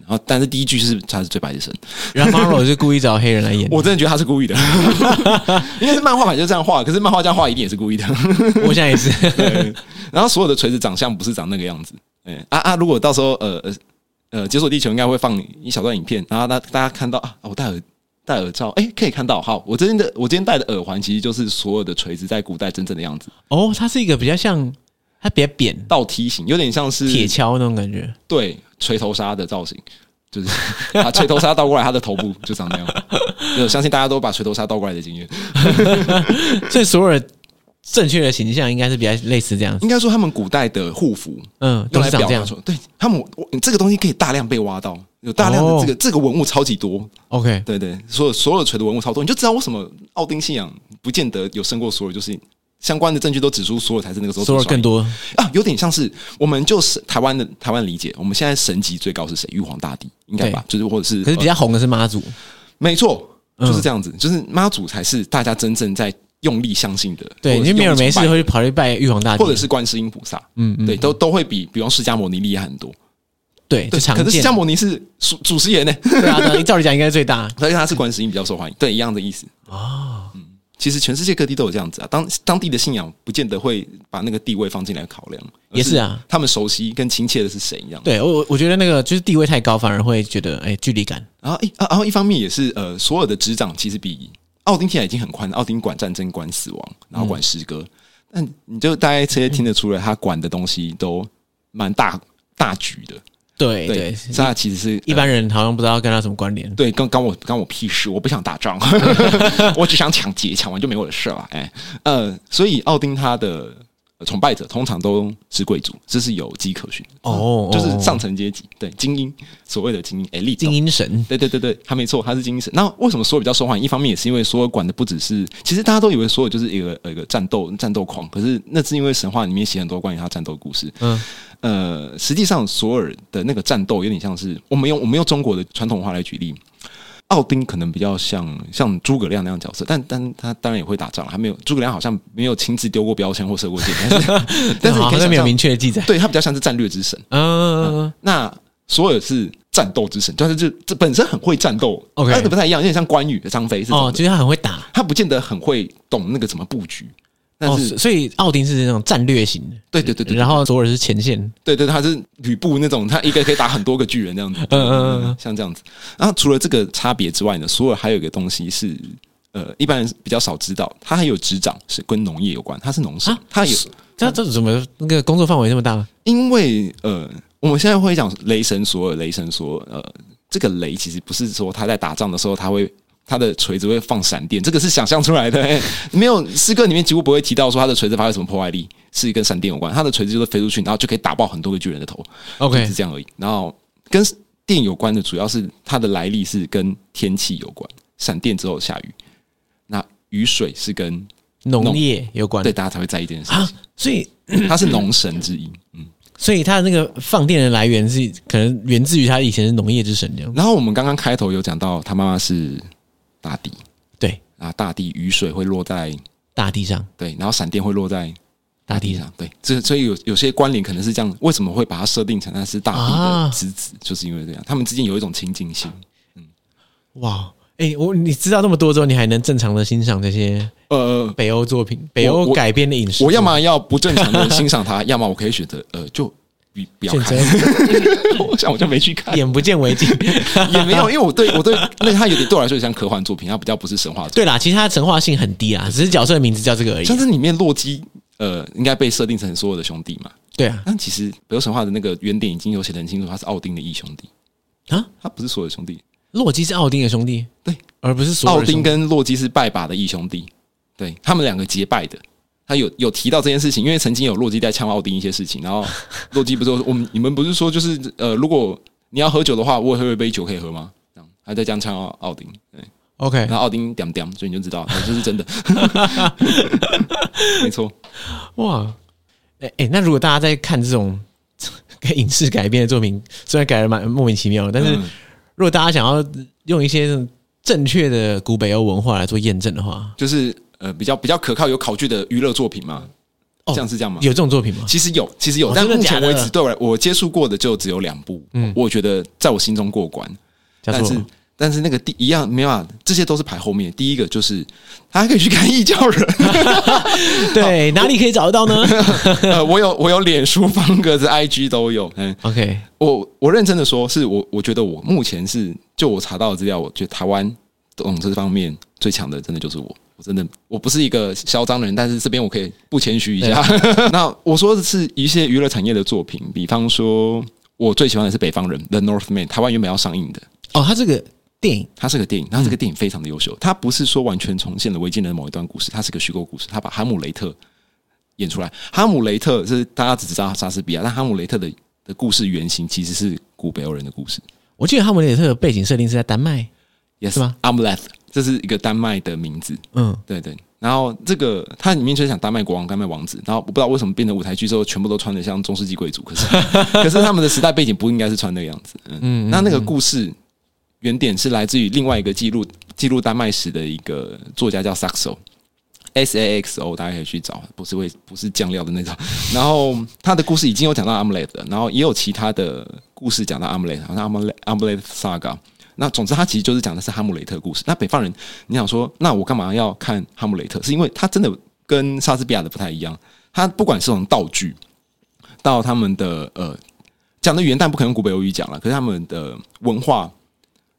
[SPEAKER 2] 然后，但是第一句是他是最白的神，
[SPEAKER 1] 然后 Marvel 是故意找黑人来演的。
[SPEAKER 2] 我真的觉得他是故意的， 应该是漫画版就这样画，可是漫画这样画一定也是故意的。
[SPEAKER 1] 我现在也是，
[SPEAKER 2] 对然后所有的锤子长相不是长那个样子，哎啊啊！如果到时候呃呃呃，解锁地球应该会放一小段影片，然后大大家看到啊，我戴 耳戴耳罩，哎，可以看到，好，我今天的我今天戴的耳环其实就是所有的锤子在古代真正的样子，
[SPEAKER 1] 哦，它是一个比较像，它比较扁，
[SPEAKER 2] 倒梯形，有点像是
[SPEAKER 1] 铁锹那种感觉。
[SPEAKER 2] 对锤头鲨的造型，就是 把锤头鲨倒过来，它的头部就长那样。就相信大家都把锤头鲨倒过来的经验。
[SPEAKER 1] 所以索尔正确的形象应该是比较类似这样子，
[SPEAKER 2] 应该说，他们古代的护符
[SPEAKER 1] 嗯，
[SPEAKER 2] 用
[SPEAKER 1] 都
[SPEAKER 2] 来
[SPEAKER 1] 是长
[SPEAKER 2] 表
[SPEAKER 1] 这
[SPEAKER 2] 达
[SPEAKER 1] 样。
[SPEAKER 2] 说，对他们我这个东西可以大量被挖到，有大量的
[SPEAKER 1] 哦
[SPEAKER 2] 这个、这个文物超级多。
[SPEAKER 1] OK，
[SPEAKER 2] 对对，所有所有锤的文物超多，你就知道为什么奥丁信仰不见得有胜过所有，就是相关的证据都指出所有才是那个时候
[SPEAKER 1] 索尔
[SPEAKER 2] 最爽
[SPEAKER 1] 更多
[SPEAKER 2] 啊，有点像是我们就是台湾的台湾理解，我们现在神级最高是谁？玉皇大帝应该吧，就是或者是
[SPEAKER 1] 可是比较红的是妈祖，
[SPEAKER 2] 没错，
[SPEAKER 1] 嗯
[SPEAKER 2] 就是这样子，就是妈祖才是大家真正在用力相信的，
[SPEAKER 1] 对，
[SPEAKER 2] 或
[SPEAKER 1] 因
[SPEAKER 2] 者是
[SPEAKER 1] 为没有人没事
[SPEAKER 2] 用力崇拜
[SPEAKER 1] 会去跑去拜玉皇大帝，
[SPEAKER 2] 或者是观世音菩萨，
[SPEAKER 1] 嗯嗯，
[SPEAKER 2] 对，都都会比比方释迦牟尼厉害很多。
[SPEAKER 1] 对，就，
[SPEAKER 2] 对
[SPEAKER 1] 常
[SPEAKER 2] 可是释
[SPEAKER 1] 见
[SPEAKER 2] 迦。牟尼是祖祖师爷呢，
[SPEAKER 1] 对啊，对啊照理讲应该是最大。
[SPEAKER 2] 所以他是观世音比较受欢迎，对，一样的意思哦。嗯，其实全世界各地都有这样子啊，当当地的信仰不见得会把那个地位放进来考量，而
[SPEAKER 1] 也是啊，
[SPEAKER 2] 他们熟悉跟亲切的是谁一样。
[SPEAKER 1] 对我，我我觉得那个就是地位太高，反而会觉得哎距离感。
[SPEAKER 2] 然后一啊然后一方面也是呃，所有的执掌其实比奥丁现在已经很宽，奥丁管战争、管死亡，然后管诗歌，但你就大概这些听得出来，他管的东西都蛮大大局的。
[SPEAKER 1] 对
[SPEAKER 2] 对，
[SPEAKER 1] 哎对，
[SPEAKER 2] 所以他其 实是
[SPEAKER 1] 一般人好像不知道跟他什么关联。
[SPEAKER 2] 对，跟关我关我屁事，我不想打仗，我只想抢劫，抢完就没我的事了。哎，呃，所以奥丁他的呃崇拜者通常都是贵族，这是有迹可循的，
[SPEAKER 1] 哦，
[SPEAKER 2] 就是上
[SPEAKER 1] 层
[SPEAKER 2] 层阶级，对精英，所谓的精英，elite
[SPEAKER 1] 精英神，
[SPEAKER 2] 对对对对，他没错，他是精英神。那为什么所有比较受欢迎？一方面也是因为所有管的不只是，其实大家都以为所有就是一个呃一个战斗战斗狂，可是那是因为神话里面写很多关于他战斗的故事。
[SPEAKER 1] 嗯
[SPEAKER 2] 嗯，呃，实际上索尔的那个战斗有点像是我们用我们用中国的传统话来举例。奥丁可能比较像像诸葛亮那样的角色，但但他当然也会打仗了。他没有诸葛亮好像没有亲自丢过标签或射过箭，但 是但是你
[SPEAKER 1] 好
[SPEAKER 2] 可
[SPEAKER 1] 像
[SPEAKER 2] 以想
[SPEAKER 1] 没有
[SPEAKER 2] 象
[SPEAKER 1] 明确的记载。
[SPEAKER 2] 对他比较像是战略之神。
[SPEAKER 1] 嗯，
[SPEAKER 2] 那索尔是战斗之神，就是这这本身很会战斗
[SPEAKER 1] OK
[SPEAKER 2] 但是不太一样，有点像关羽、张飞是
[SPEAKER 1] 哦，
[SPEAKER 2] 哦，
[SPEAKER 1] 就是他很会打，
[SPEAKER 2] 他不见得很会懂那个怎么布局，但
[SPEAKER 1] 哦，
[SPEAKER 2] 是、
[SPEAKER 1] 所所以奥丁是那种战略型的，
[SPEAKER 2] 对对对对，
[SPEAKER 1] 然后索尔是前线，
[SPEAKER 2] 对对，他是吕布那种，他一个可以打很多个巨人那样子，
[SPEAKER 1] 嗯嗯嗯
[SPEAKER 2] 像这样子。然后除了这个差别之外呢，索尔还有一个东西是。呃，一般人比较少知道，他还有执掌是跟农业有关，他是农神
[SPEAKER 1] 啊，
[SPEAKER 2] 他有
[SPEAKER 1] 他这怎么那个工作范围这么大？
[SPEAKER 2] 因为呃，我们现在会讲雷神索尔，雷神索尔，呃，这个雷其实不是说他在打仗的时候他会。他的锤子会放闪电，这个是想象出来的、哎没有诗歌里面几乎不会提到说他的锤子发挥什么破坏力，是跟闪电有关。他的锤子就是飞出去，然后就可以打爆很多个巨人的头
[SPEAKER 1] OK
[SPEAKER 2] 只是这样而已。然后跟电有关的主要是它的来历是跟天气有关，闪电之后下雨，那雨水是跟
[SPEAKER 1] 农业有关
[SPEAKER 2] 对大家才会在意这 件事
[SPEAKER 1] 啊，所以
[SPEAKER 2] 情。他是农神之一，嗯。
[SPEAKER 1] 所以他那个放电的来源是可能源自于他以前是农业之神这样。
[SPEAKER 2] 然后我们刚刚开头有讲到，他妈妈是大地
[SPEAKER 1] 对，
[SPEAKER 2] 啊，大地雨水会落在
[SPEAKER 1] 大地上，
[SPEAKER 2] 对，然后闪电会落在
[SPEAKER 1] 大地
[SPEAKER 2] 地
[SPEAKER 1] 上。
[SPEAKER 2] 上，对，这所以有有些关联可能是这样，为什么会把它设定成它是大地
[SPEAKER 1] 啊
[SPEAKER 2] 的之子，就是因为这样，他们之间有一种亲近性。
[SPEAKER 1] 哇，哎、我你知道那么多之后，你还能正常的欣赏这些
[SPEAKER 2] 呃，
[SPEAKER 1] 北欧作品、北欧
[SPEAKER 2] 我
[SPEAKER 1] 改编的影视
[SPEAKER 2] 我要么要不正常的欣赏它，要 么我可以选择呃，就不不要
[SPEAKER 1] 选
[SPEAKER 2] 看。
[SPEAKER 1] 择
[SPEAKER 2] 我想我就没去看，
[SPEAKER 1] 眼不见为净。
[SPEAKER 2] 也没有， 因为我对我对那它有点对我来说有点像科幻作品，它比较不是神话作品。
[SPEAKER 1] 对啦，其实它的神话性很低啦，只是角色的名字叫这个而已
[SPEAKER 2] 像。是里面洛基呃，应该被设定成所有的兄弟嘛，
[SPEAKER 1] 对啊，
[SPEAKER 2] 但其实北欧神话的那个原点已经有写得很清楚，他是奥丁的义兄弟
[SPEAKER 1] 啊，
[SPEAKER 2] 他不是所有兄弟。
[SPEAKER 1] 洛基是奥丁的兄弟，
[SPEAKER 2] 对，
[SPEAKER 1] 而不是索尔
[SPEAKER 2] 奥
[SPEAKER 1] 的兄
[SPEAKER 2] 丁
[SPEAKER 1] 弟
[SPEAKER 2] 跟洛基是拜把的义兄弟，对他们两个结拜的。他有有提到这件事情，因为曾经有洛基在呛奥丁一些事情，然后洛基不是说我们你们不是说就是呃，如果你要喝酒的话，我也会有一杯酒可以喝吗？这样他在这样呛奥奥丁，对，
[SPEAKER 1] OK
[SPEAKER 2] 然后奥丁点点，所以你就知道哎这是 真的，没错。
[SPEAKER 1] 哇，哎、哎、那如果大家在看这种 影视改编的作品，虽然改的蛮莫名其妙的，但是
[SPEAKER 2] 嗯
[SPEAKER 1] 如果大家想要用一些这种正确的古北欧文化来做验证的话，
[SPEAKER 2] 就是呃比较比较可靠有考据的娱乐作品嘛，
[SPEAKER 1] 哦
[SPEAKER 2] 这样是这样吗？
[SPEAKER 1] 有这种作品吗？
[SPEAKER 2] 其实有，其实有，
[SPEAKER 1] 哦
[SPEAKER 2] 但
[SPEAKER 1] 真的
[SPEAKER 2] 目
[SPEAKER 1] 假
[SPEAKER 2] 前
[SPEAKER 1] 的
[SPEAKER 2] 为止，对我来我接触过的就只有两部，
[SPEAKER 1] 嗯
[SPEAKER 2] 我觉得在我心中过关，
[SPEAKER 1] 叫
[SPEAKER 2] 但
[SPEAKER 1] 做
[SPEAKER 2] 是但是那个第一样没办法，这些都是排后面。第一个就是他还可以去看异教 人，
[SPEAKER 1] 对，哪里可以找得到呢
[SPEAKER 2] 呃，我有我有脸书方格子、IG 都有，嗯，
[SPEAKER 1] ？OK，
[SPEAKER 2] 我我认真的说，是我我觉得我目前是就我查到的资料，我觉得台湾懂这方面最强的，真的就是我。我真的我不是一个嚣张的人，但是这边我可以不谦虚一下。 那我说的是一些娱乐产业的作品，比方说我最喜欢的是《北方人》The Northman，台湾原本要上映的，
[SPEAKER 1] 哦，他这个电影
[SPEAKER 2] 它是个电影，它这个电影非常的优秀，它不是说完全重现了维京人的某一段故事，它是个虚构故事，它把哈姆雷特演出来。哈姆雷特是大家只知道莎士比亚，但哈姆雷特的的故事原型其实是古北欧人的故事
[SPEAKER 1] 我记得哈姆雷特的背景设定是在丹麦，
[SPEAKER 2] ，yes
[SPEAKER 1] 是吗
[SPEAKER 2] a m l e t 这是一个丹麦的名字，
[SPEAKER 1] 嗯，
[SPEAKER 2] 对对。然后这个它里面就是讲丹麦国王、丹麦王子，然后我不知道为什么变成舞台剧之后，全部都穿的像中世纪贵族，可 是可是他们的时代背景不应该是穿那个样子。嗯，那那个故事原点是来自于另外一个记录记录丹麦史的一个作家叫 Saxo。S A X O，大家可以去找，不是会不是酱料的那种。 然后他的故事已经有讲到 Amulet 了，然后也有其他的故事讲到 Amulet，好像 Amulet Amulet Saga。那总之，他其实就是讲的是哈姆雷特的故事。那北方人，你想说，那我干嘛要看哈姆雷特？是因为他真的跟莎士比亚的不太一样。他不管是从道具到他们的呃讲的元旦不可能用古北欧语讲了，可是他们的文化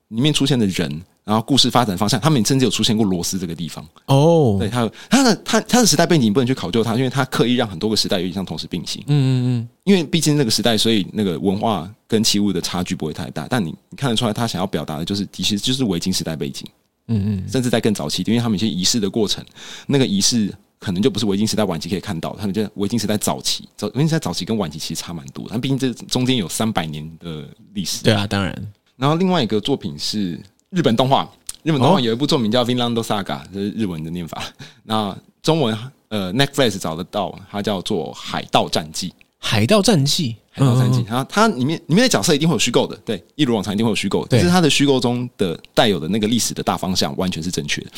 [SPEAKER 2] 里面出现的人，然后故事发展方向，他们甚至有出现过罗斯这个地方。
[SPEAKER 1] 哦，
[SPEAKER 2] 对，他有他的他他的时代背景，你不能去考究他，因为他刻意让很多个时代有点像同时并行。
[SPEAKER 1] 嗯嗯
[SPEAKER 2] 因为毕竟那个时代，所以那个文化跟器物的差距不会太大。但你你看得出来，他想要表达的就是，其实就是维京时代背景，
[SPEAKER 1] 嗯嗯嗯，
[SPEAKER 2] 甚至在更早期，因为他们一些仪式的过程，那个仪式可能就不是维京时代晚期可以看到的，他们就维京时代早期，早维京时代早期跟晚期其实差蛮多的，但毕竟这中间有三百年的历史。
[SPEAKER 1] 对啊，当然，
[SPEAKER 2] 然后另外一个作品是日本动画，日本动
[SPEAKER 1] 哦
[SPEAKER 2] 画有一部作品叫《Vinland Saga》，这是日文的念法。 那中文呃 Netflix 找得到，它叫做《海盗战记》。
[SPEAKER 1] 海盗战记，
[SPEAKER 2] 海盗战记
[SPEAKER 1] 嗯，，
[SPEAKER 2] 它它里面里面的角色一定会有虚构的，对，一如往常一定会有虚构的，
[SPEAKER 1] 对
[SPEAKER 2] 只是它的虚构中的带有的那个历史的大方向完全是正确的。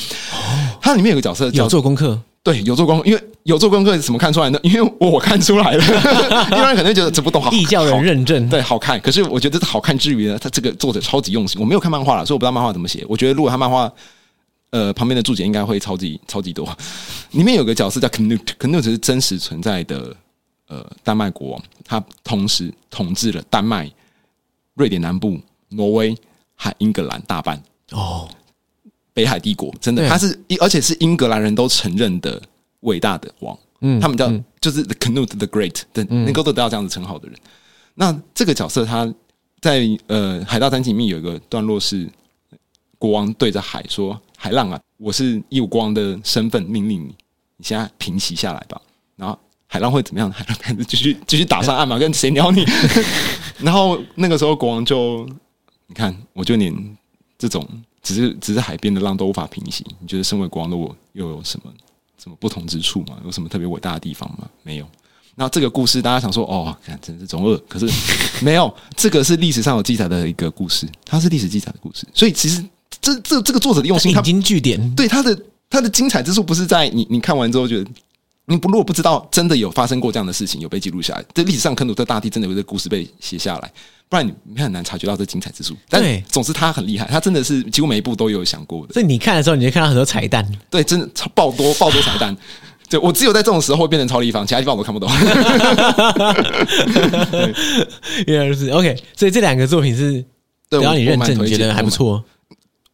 [SPEAKER 2] 它里面有个角
[SPEAKER 1] 嗯
[SPEAKER 2] 色
[SPEAKER 1] 有
[SPEAKER 2] 叫
[SPEAKER 1] 做功课，
[SPEAKER 2] 对有做功课，因为有做功课是怎么看出来呢？因为我看出来 了， 一般人可能会觉得这部动哦画好
[SPEAKER 1] 异教人认证，
[SPEAKER 2] 对，好看。可是我觉得好看之余呢，他这个作者超级用心。我没有看漫画了，所以我不知道漫画怎么写。我觉得如果他漫画，呃，旁边的注解应该会超级超级多。里面有个角色叫 Knut，Knut 是真实存在的，呃，丹麦国王，他同时统治了丹麦、瑞典南部、挪威和英格兰大半
[SPEAKER 1] 哦，
[SPEAKER 2] 北海帝国。真的，
[SPEAKER 1] 对
[SPEAKER 2] 他是而且是英格兰人都承认的伟大的王。
[SPEAKER 1] 嗯
[SPEAKER 2] 他们叫、
[SPEAKER 1] 嗯
[SPEAKER 2] 就是 The Canute the Great 的，能够得到这样子称号的人。那这个角色他在呃《海盗战记》里面有一个段落是国王对着海说：“海浪啊，我是义务国王的身份命令你，你现在平息下来吧。”然后海浪会怎么样？海浪 开始继续继续打上岸嘛，跟谁鸟你？ 然后那个时候国王就你看，我就连这种只是只是海边的浪都无法平息，你觉得身为国王的我又有什么什么不同之处吗？有什么特别伟大的地方吗？没有。那这个故事，大家想说哦，看真是中二，可是没有，这个是历史上有记载的一个故事，它是历史记载的故事，所以其实这这这个作者的用心，
[SPEAKER 1] 引
[SPEAKER 2] 他
[SPEAKER 1] 经据典，
[SPEAKER 2] 对他的他的精彩之处，不是在你你看完之后觉得。你不如果不知道真的有发生过这样的事情，有被记录下来，这历史上肯努特大帝真的有这个故事被写下来，不然你你很难察觉到这精彩之处。但
[SPEAKER 1] 对
[SPEAKER 2] 总之他很厉害，他真的是几乎每一步都有想过的。
[SPEAKER 1] 所以你看的时候，你就看到很多彩蛋，
[SPEAKER 2] 对，真的超爆多爆多彩 蛋。对我只有在这种时候会变成超立方，其他地方我都看不懂。
[SPEAKER 1] 原来如此。OK，所以这两个作品是只
[SPEAKER 2] 对，我
[SPEAKER 1] 要你认
[SPEAKER 2] 我蛮
[SPEAKER 1] 证，
[SPEAKER 2] 推
[SPEAKER 1] 你觉
[SPEAKER 2] 荐
[SPEAKER 1] 得还不。错，
[SPEAKER 2] 我蛮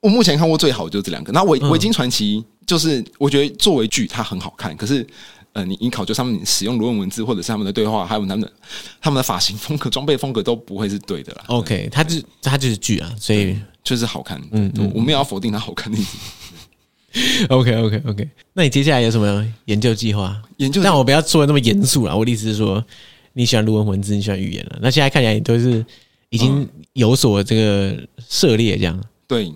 [SPEAKER 2] 我目前看过最好的就是这两个。那维
[SPEAKER 1] 嗯
[SPEAKER 2] 维京传奇就是我觉得作为剧它很好看，可是呃，你你考究他们使用罗文文字或者是他们的对话，还有他们的他们的发型风格、装备风格都不会是对的啦。
[SPEAKER 1] OK，它就它就是剧啊，所以
[SPEAKER 2] 就是好看，
[SPEAKER 1] 嗯
[SPEAKER 2] 嗯，
[SPEAKER 1] 嗯
[SPEAKER 2] 我们也要否定它好看的意思。
[SPEAKER 1] OK OK OK。那你接下来有什么研究计划？
[SPEAKER 2] 研究
[SPEAKER 1] 但我不要说的那么严肃啦，我的意思是说，你喜欢卢文文字，你喜欢语言了，那现在看起来你都是已经
[SPEAKER 2] 嗯
[SPEAKER 1] 有所这个涉猎这样。
[SPEAKER 2] 对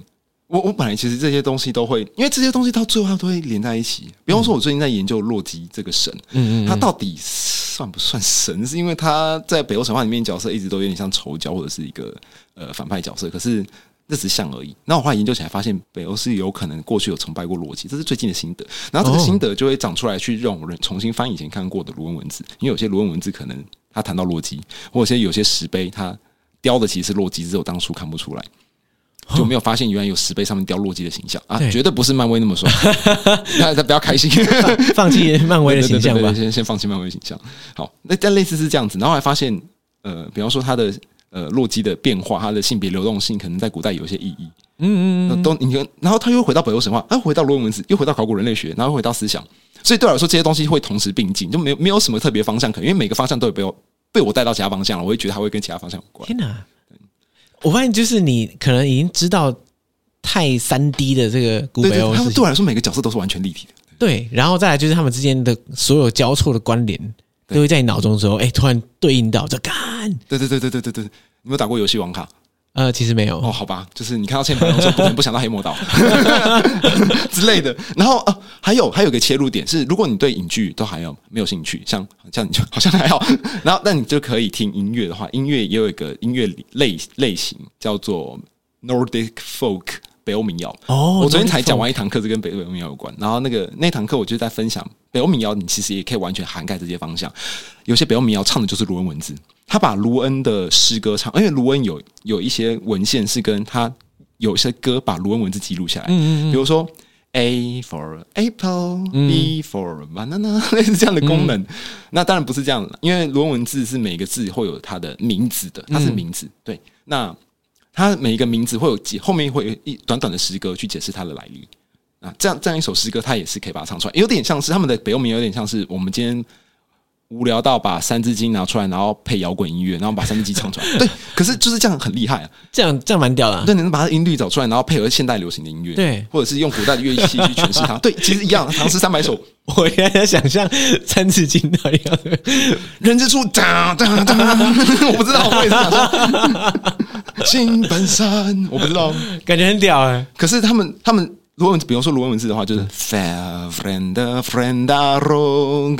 [SPEAKER 2] 我，我本来其实这些东西都会，因为这些东西到最后它都会连在一起。比方说，我最近在研究洛基这个神，
[SPEAKER 1] 嗯嗯嗯
[SPEAKER 2] 他到底算不算神？是因为他在北欧神话里面角色一直都有点像丑角或者是一个呃反派角色，可是那只是像而已。那我后来研究起来，发现北欧是有可能过去有崇拜过洛基，这是最近的心得。然后这个
[SPEAKER 1] 哦
[SPEAKER 2] 心得就会长出来，去让我们重新翻以前看过的卢恩文字，因为有些卢恩文字可能他谈到洛基，或者是有些石碑他雕的其实是洛基，只有当初看不出来。就没有发现原来有石碑上面雕洛基的形象啊
[SPEAKER 1] 对，
[SPEAKER 2] 绝对不是漫威 那么帅，大家不要开心。
[SPEAKER 1] 放 弃 漫威的
[SPEAKER 2] 对对
[SPEAKER 1] 形
[SPEAKER 2] 对
[SPEAKER 1] 象
[SPEAKER 2] 对
[SPEAKER 1] 吧
[SPEAKER 2] 对。先先放弃漫威的形象。好，那但类似是这样子，然后还发现，呃，比方说他的呃洛基的变化，他的性别流动性，可能在古代有一些意义。
[SPEAKER 1] 嗯嗯
[SPEAKER 2] 那都你看，然后他又回到北欧神话，啊，回到罗文文字，又回到考古人类学，然后又回到思想。所以对我来说，这些东西会同时并进，就没有没有什么特别方向可能，因为每个方向都有被我被我带到其他方向了，我会觉得它会跟其他方向有
[SPEAKER 1] 嗯，
[SPEAKER 2] 关。
[SPEAKER 1] 天哪！我发现就是你可能已经知道太三 D 的这个古
[SPEAKER 2] 对
[SPEAKER 1] 北欧
[SPEAKER 2] 对，他
[SPEAKER 1] 事
[SPEAKER 2] 们
[SPEAKER 1] 情
[SPEAKER 2] 对，我来说，每个角色都是完全立体的。
[SPEAKER 1] 对，然后再来就是他们之间的所有交错的关联，
[SPEAKER 2] 对
[SPEAKER 1] 都会在你脑中之后，哎，突然对应到，就干。
[SPEAKER 2] 对对对对对对对，你有没有打过游戏王卡？
[SPEAKER 1] 呃，其实没有，
[SPEAKER 2] 哦，好吧，就是你看到千百龙说不可能不想到黑魔岛 之类的。然后啊，还有还有一个切入点是，如果你对影剧都还有没有兴趣，像像你就好像还好，然后那你就可以听音乐的话，音乐也有一个音乐类类型叫做 Nordic folk 北欧民谣。
[SPEAKER 1] 哦
[SPEAKER 2] 我昨天才
[SPEAKER 1] Nordic
[SPEAKER 2] 讲完一堂课，是跟北欧民谣有关。然后那个那堂课，我就在分享北欧民谣，你其实也可以完全涵盖这些方向。有些北欧民谣唱的就是卢恩文字，他把卢恩的诗歌唱，因为卢恩有有一些文献是跟他有一些歌把卢恩文字记录下来，
[SPEAKER 1] 嗯嗯嗯嗯
[SPEAKER 2] 比如说 A for apple, B for banana，、类 似这样的功能。那当然不是这样的，因为卢恩文字是每个字会有它的名字的，它是名
[SPEAKER 1] 嗯
[SPEAKER 2] 字。对，那它每一个名字会有几，后面会有一短短的诗歌去解释它的来历。啊，这样这样一首诗歌，它也是可以把它唱出来，有点像是他们的北欧民，有点像是我们今天无聊到把三字经拿出来，然后配摇滚音乐，然后把三字经唱出来。对，可是就是这样很厉害啊！
[SPEAKER 1] 这样这样蛮屌的啊。
[SPEAKER 2] 对，你能把它音律找出来，然后配合现代流行的音乐，
[SPEAKER 1] 对
[SPEAKER 2] 或者是用古代的乐器去诠释它。对，其实一样，《唐诗三百首》，
[SPEAKER 1] 我原来在想象 《三字经》到底要怎么
[SPEAKER 2] 人之初，哒哒哒， 我不知道，我也是想说，金本山，我不知道。
[SPEAKER 1] 感觉很屌哎、
[SPEAKER 2] 可是他们，他们罗文，比方说罗文文字的话，就是 fair friend friend wrong，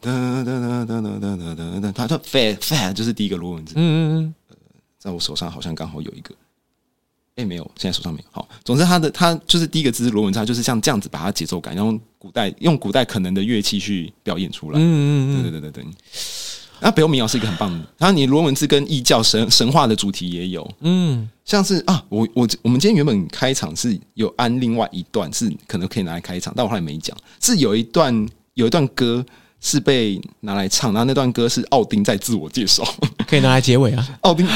[SPEAKER 2] 哒哒哒哒哒哒哒哒哒，他说 fair fair 就是第一个罗文字，
[SPEAKER 1] 嗯嗯
[SPEAKER 2] 在我手上好像刚好有一个，哎，没有，现在手上没有。好，总之他的他就是第一个字是罗文字，他就是像这样子把它节奏感，然后用古代用古代可能的乐器去表演出来。
[SPEAKER 1] 嗯嗯嗯，
[SPEAKER 2] 对对对对对。那北欧民谣是一个很棒的，然后你罗文字跟异教神神话的主题也有，
[SPEAKER 1] 嗯，
[SPEAKER 2] 像是啊，我我我们今天原本开场是有安另外一段是可能可以拿来开场，但我后来没讲，是有一段有一段歌是被拿来唱，然后那段歌是奥丁在自我介绍，
[SPEAKER 1] 可以拿来结尾啊。
[SPEAKER 2] 奥丁， 哇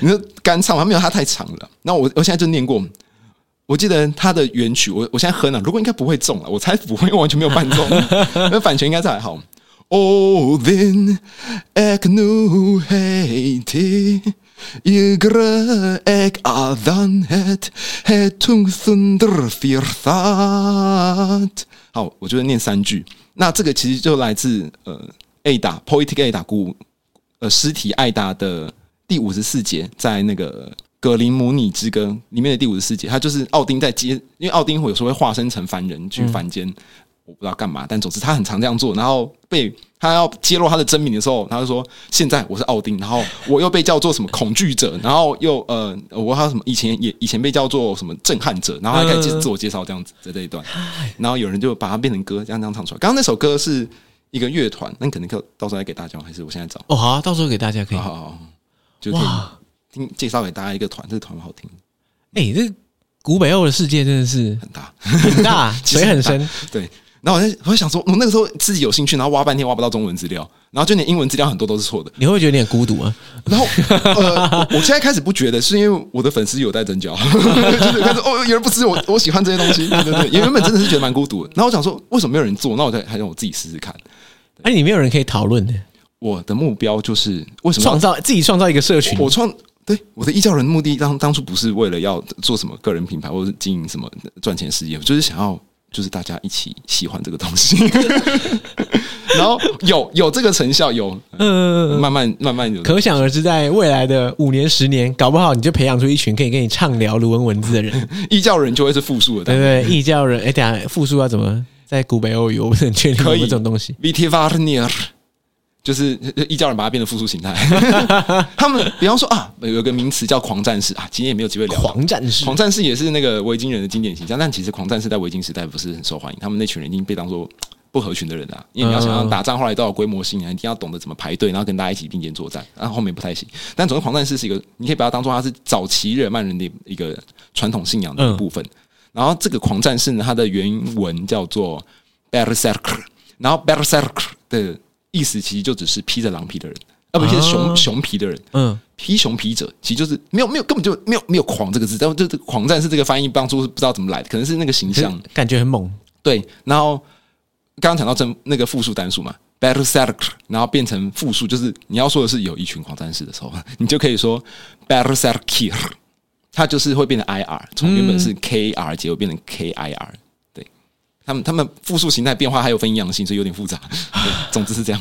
[SPEAKER 2] 你说干唱吗？没有，它太长了。那我我现在就念过，我记得它的原曲，我我现在哼了，如果应该不会中了，我才不会完全没有伴奏， 那版权应该再还好。Odin ek nu heiti Ygre ek adan het hetung thunder firthat 好，我就念三句。那这个其实就来自呃 A 打 Poetic A 打古呃尸体艾达的第五十四节，在那个格林姆尼之歌里面的第五十四节，他就是奥丁在接，因为奥丁会有时候会化身成凡人去凡间，我不知道干嘛，但总之他很常这样做。然后被他要揭露他的真名的时候，他就说：“现在我是奥丁，然后我又被叫做什么恐惧者，然后又呃，我还有什么以前也以前被叫做什么震撼者，然后他开始自我介绍这样子在这一段，然后有人就把它变成歌，这样这样唱出来。刚刚那首歌是。”一个乐团，那你可能可到时候再给大家，还是我现在找。
[SPEAKER 1] 哦，好、啊，到时候给大家可以。
[SPEAKER 2] 好好好，就可以
[SPEAKER 1] 哇，
[SPEAKER 2] 听介绍给大家一个团，这个团好听，
[SPEAKER 1] 哎、这古北欧的世界真的 是
[SPEAKER 2] 很大，
[SPEAKER 1] 很大，
[SPEAKER 2] 其
[SPEAKER 1] 水
[SPEAKER 2] 实
[SPEAKER 1] 很
[SPEAKER 2] 大
[SPEAKER 1] 深。。
[SPEAKER 2] 对，然后我在我在想说，我那个时候自己有兴趣，然后挖半天挖不到中文资料，然后就连英文资料很多都是错的。
[SPEAKER 1] 你会不会觉得有点孤独啊？
[SPEAKER 2] 然后呃，我我现 在开始不觉得，是因为我的粉丝有在增加， 就是开始哦，有人不知我我喜欢这些东西，对对对，也原本真的是觉得蛮孤独的。然后我想说，为什么没有人做？那我再还让我自己试试看。
[SPEAKER 1] 哎、你没有人可以讨论的，
[SPEAKER 2] 我的目标就是为什么要
[SPEAKER 1] 创造自己创造一个社群。
[SPEAKER 2] 我创对我的异教人目的当当初不是为了要做什么个人品牌或者是经营什么呃赚钱事业，我就是想要就是大家一起喜欢这个东 西，然后有有这个成效，有
[SPEAKER 1] 嗯、
[SPEAKER 2] 慢慢慢慢有。
[SPEAKER 1] 可想而知，在未来的五年、十年，搞不好你就培养出一群可以跟你畅聊卢文文字的人，
[SPEAKER 2] 异教人就会是复数的，
[SPEAKER 1] 对不对？异教人，哎、等一下复述要怎么在古北欧语？我不是很确定有
[SPEAKER 2] 可
[SPEAKER 1] 没
[SPEAKER 2] 以
[SPEAKER 1] 有这种东西。
[SPEAKER 2] v i t i v a r n i r 就是异教人把它变成复数形态。 他们比方说啊，有个名词叫狂战士啊，今天也没有机会聊到。
[SPEAKER 1] 狂战士，
[SPEAKER 2] 狂战士也是那个维京人的经典形象，但其实狂战士在维京时代不是很受欢迎，他们那群人已经被当做不合群的人了、因为你要想要打仗，后来都有规模性啊，一定要懂得怎么排队，然后跟大家一起并肩作战。然后后面不太行，但总之狂战士是一个，你可以把它当做它是早期日耳曼人的一个传统信仰的一部分。然后这个狂战士呢，它的原文叫做 berserker，然后 berserker 的意思其实就只是披着狼皮的人，啊，不是熊
[SPEAKER 1] 哦
[SPEAKER 2] 熊皮的人。
[SPEAKER 1] 嗯，
[SPEAKER 2] 披熊皮者，其实就是没有没有根本就没有没有狂这个字，但就是狂战士这个翻译当初是不知道怎么来的，可能是那个形象
[SPEAKER 1] 感觉很猛。
[SPEAKER 2] 对。然后刚刚讲到正那个复数单数嘛 b a t t l e s e r k 然后变成复数，就是你要说的是有一群狂战士的时候，你就可以说 b a t t l e s e r k 它就是会变成 ir，从原本是 kr 结果变成 kir。对，他们他们复数形态变化还有分阴阳性，所以有点复杂。对总之是这样。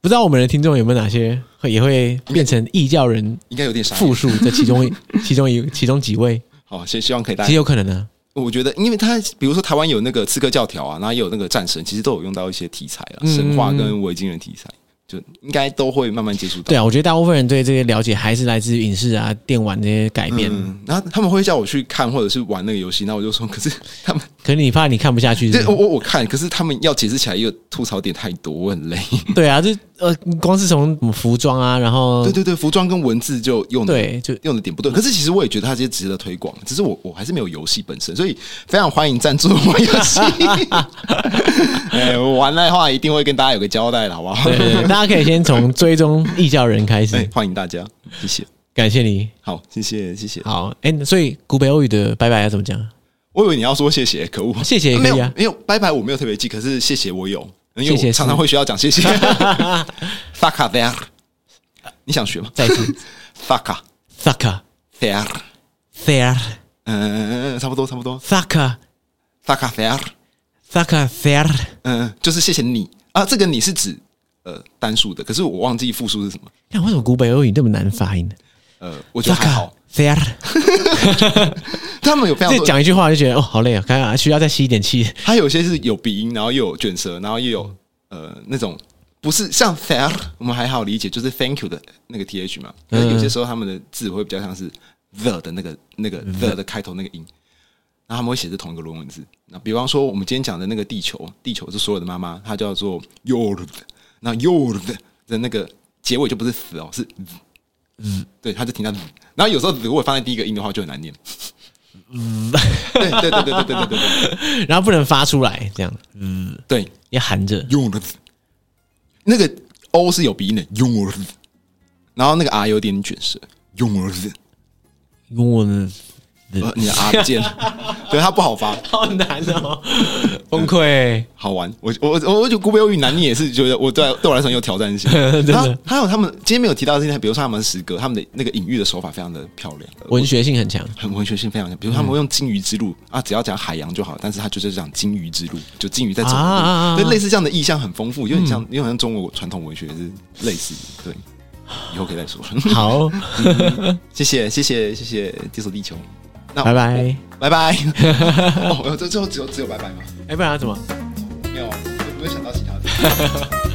[SPEAKER 1] 不知道我们的听众有没有哪些会也会变成异教人
[SPEAKER 2] 应该有点傻眼。
[SPEAKER 1] 复数这其中一其中一其中几位，
[SPEAKER 2] 好，希希望可以大
[SPEAKER 1] 其
[SPEAKER 2] 家
[SPEAKER 1] 实有可能啊呢、
[SPEAKER 2] 我觉得，因为它比如说台湾有那个刺客教条啊，然后也有那个战神，其实都有用到一些题材啊，
[SPEAKER 1] 嗯
[SPEAKER 2] 神话跟维京人题材，就应该都会慢慢接触到。
[SPEAKER 1] 对啊，我觉得大部分人对这些了解还是来自于影视啊、电玩这些改变。
[SPEAKER 2] 嗯，然后他们会叫我去看或者是玩那个游戏，那我就说，可是他们，
[SPEAKER 1] 可是你怕你看不下去是
[SPEAKER 2] 对
[SPEAKER 1] 不
[SPEAKER 2] 我
[SPEAKER 1] 是，
[SPEAKER 2] 我我看，可是他们要解释起来又吐槽点太多，我很累。
[SPEAKER 1] 对啊，就呃，光是从服装啊，然后
[SPEAKER 2] 对对对，服装跟文字就用的
[SPEAKER 1] 对就
[SPEAKER 2] 用的点不对，可是其实我也觉得它这些值得推广，只是我我还是没有游戏本身，所以非常欢迎赞助我游 戏。 哎、我玩的话一定会跟大家有个交代的，好不好？
[SPEAKER 1] 对对对，大家可以先从追踪异教人开
[SPEAKER 2] 哎
[SPEAKER 1] 始，。
[SPEAKER 2] 欢迎大家，谢谢。
[SPEAKER 1] 感谢你。
[SPEAKER 2] 好，谢谢，谢谢。
[SPEAKER 1] 好，哎、所以古北欧语的拜拜要怎么讲？
[SPEAKER 2] 我以为你要说谢谢，可恶，
[SPEAKER 1] 谢谢也可以啊
[SPEAKER 2] 没有没有拜拜，我没有特别记，可是谢谢我有，因为
[SPEAKER 1] 谢谢是
[SPEAKER 2] 我常常会需要讲 谢谢。fuck a t h e r 你想学吗
[SPEAKER 1] 再一 次
[SPEAKER 2] ？fuck a
[SPEAKER 1] ，sucker
[SPEAKER 2] t h e r
[SPEAKER 1] there
[SPEAKER 2] 嗯，差不多差不多
[SPEAKER 1] sucker
[SPEAKER 2] fuck a t h e r
[SPEAKER 1] sucker there
[SPEAKER 2] 嗯，就是谢谢你啊，这个你是指呃单数的，可是我忘记复数是什么。
[SPEAKER 1] 看为什么古北欧语那么难发音呢
[SPEAKER 2] 呃，我觉得还
[SPEAKER 1] ？sucker
[SPEAKER 2] 好，
[SPEAKER 1] there，
[SPEAKER 2] 他们有非常
[SPEAKER 1] 这
[SPEAKER 2] 多，
[SPEAKER 1] 讲一句话就觉得哦好累啊，看来需要再吸一点气。
[SPEAKER 2] 他有些是有鼻音，然后又有卷舌，然后又有呃那种不是像 t h a n 我们还好理解，就是 thank you 的那个 th 嘛。可是有些时候他们的字会比较像是 the 的那个那个 the 的开头那个音，然后他们会写是同一个罗文字。那比方说我们今天讲的那个地球，地球是所有的妈妈，它叫做 your，那 your 的那个结尾就不是死哦，是对，它就停在 the。然后有时候如果放在第一个音的话，就很难念。对对对对对对对对对
[SPEAKER 1] 然后不能发出来，这样，嗯，
[SPEAKER 2] 对。
[SPEAKER 1] 要含着。
[SPEAKER 2] 用了，那个 O 是有鼻音的，用了，然后那个 R 有点卷舌，用了，
[SPEAKER 1] 我
[SPEAKER 2] 呃你的 R 不见了，对，它不好发，
[SPEAKER 1] 好难哦，崩溃。
[SPEAKER 2] 好玩。我我我我觉得古北欧语难，你也是觉得我对对我来说很有挑战 性。
[SPEAKER 1] 真的
[SPEAKER 2] 然后还有他们今天没有提到的这些，比如说他们的诗歌，他们的那个隐喻的手法非常的漂亮，
[SPEAKER 1] 文学性很强，
[SPEAKER 2] 很文学性非常强。比如他
[SPEAKER 1] 嗯
[SPEAKER 2] 们会用鲸鱼之路啊，只要讲海洋就好，但是他就是讲鲸鱼之路，就鲸鱼在走的路，
[SPEAKER 1] 啊啊啊嗯啊
[SPEAKER 2] 对，类似这样的意象很丰富，有点像，有点像中国传统文学是类似的。对，以后可以再说。
[SPEAKER 1] 好，
[SPEAKER 2] 谢谢谢谢谢谢解锁地球，那
[SPEAKER 1] 拜拜。
[SPEAKER 2] 拜拜。 哦，这最后只有只有拜拜吗？啊
[SPEAKER 1] 哎，不然要怎么？
[SPEAKER 2] 没有，我没有想到其他的。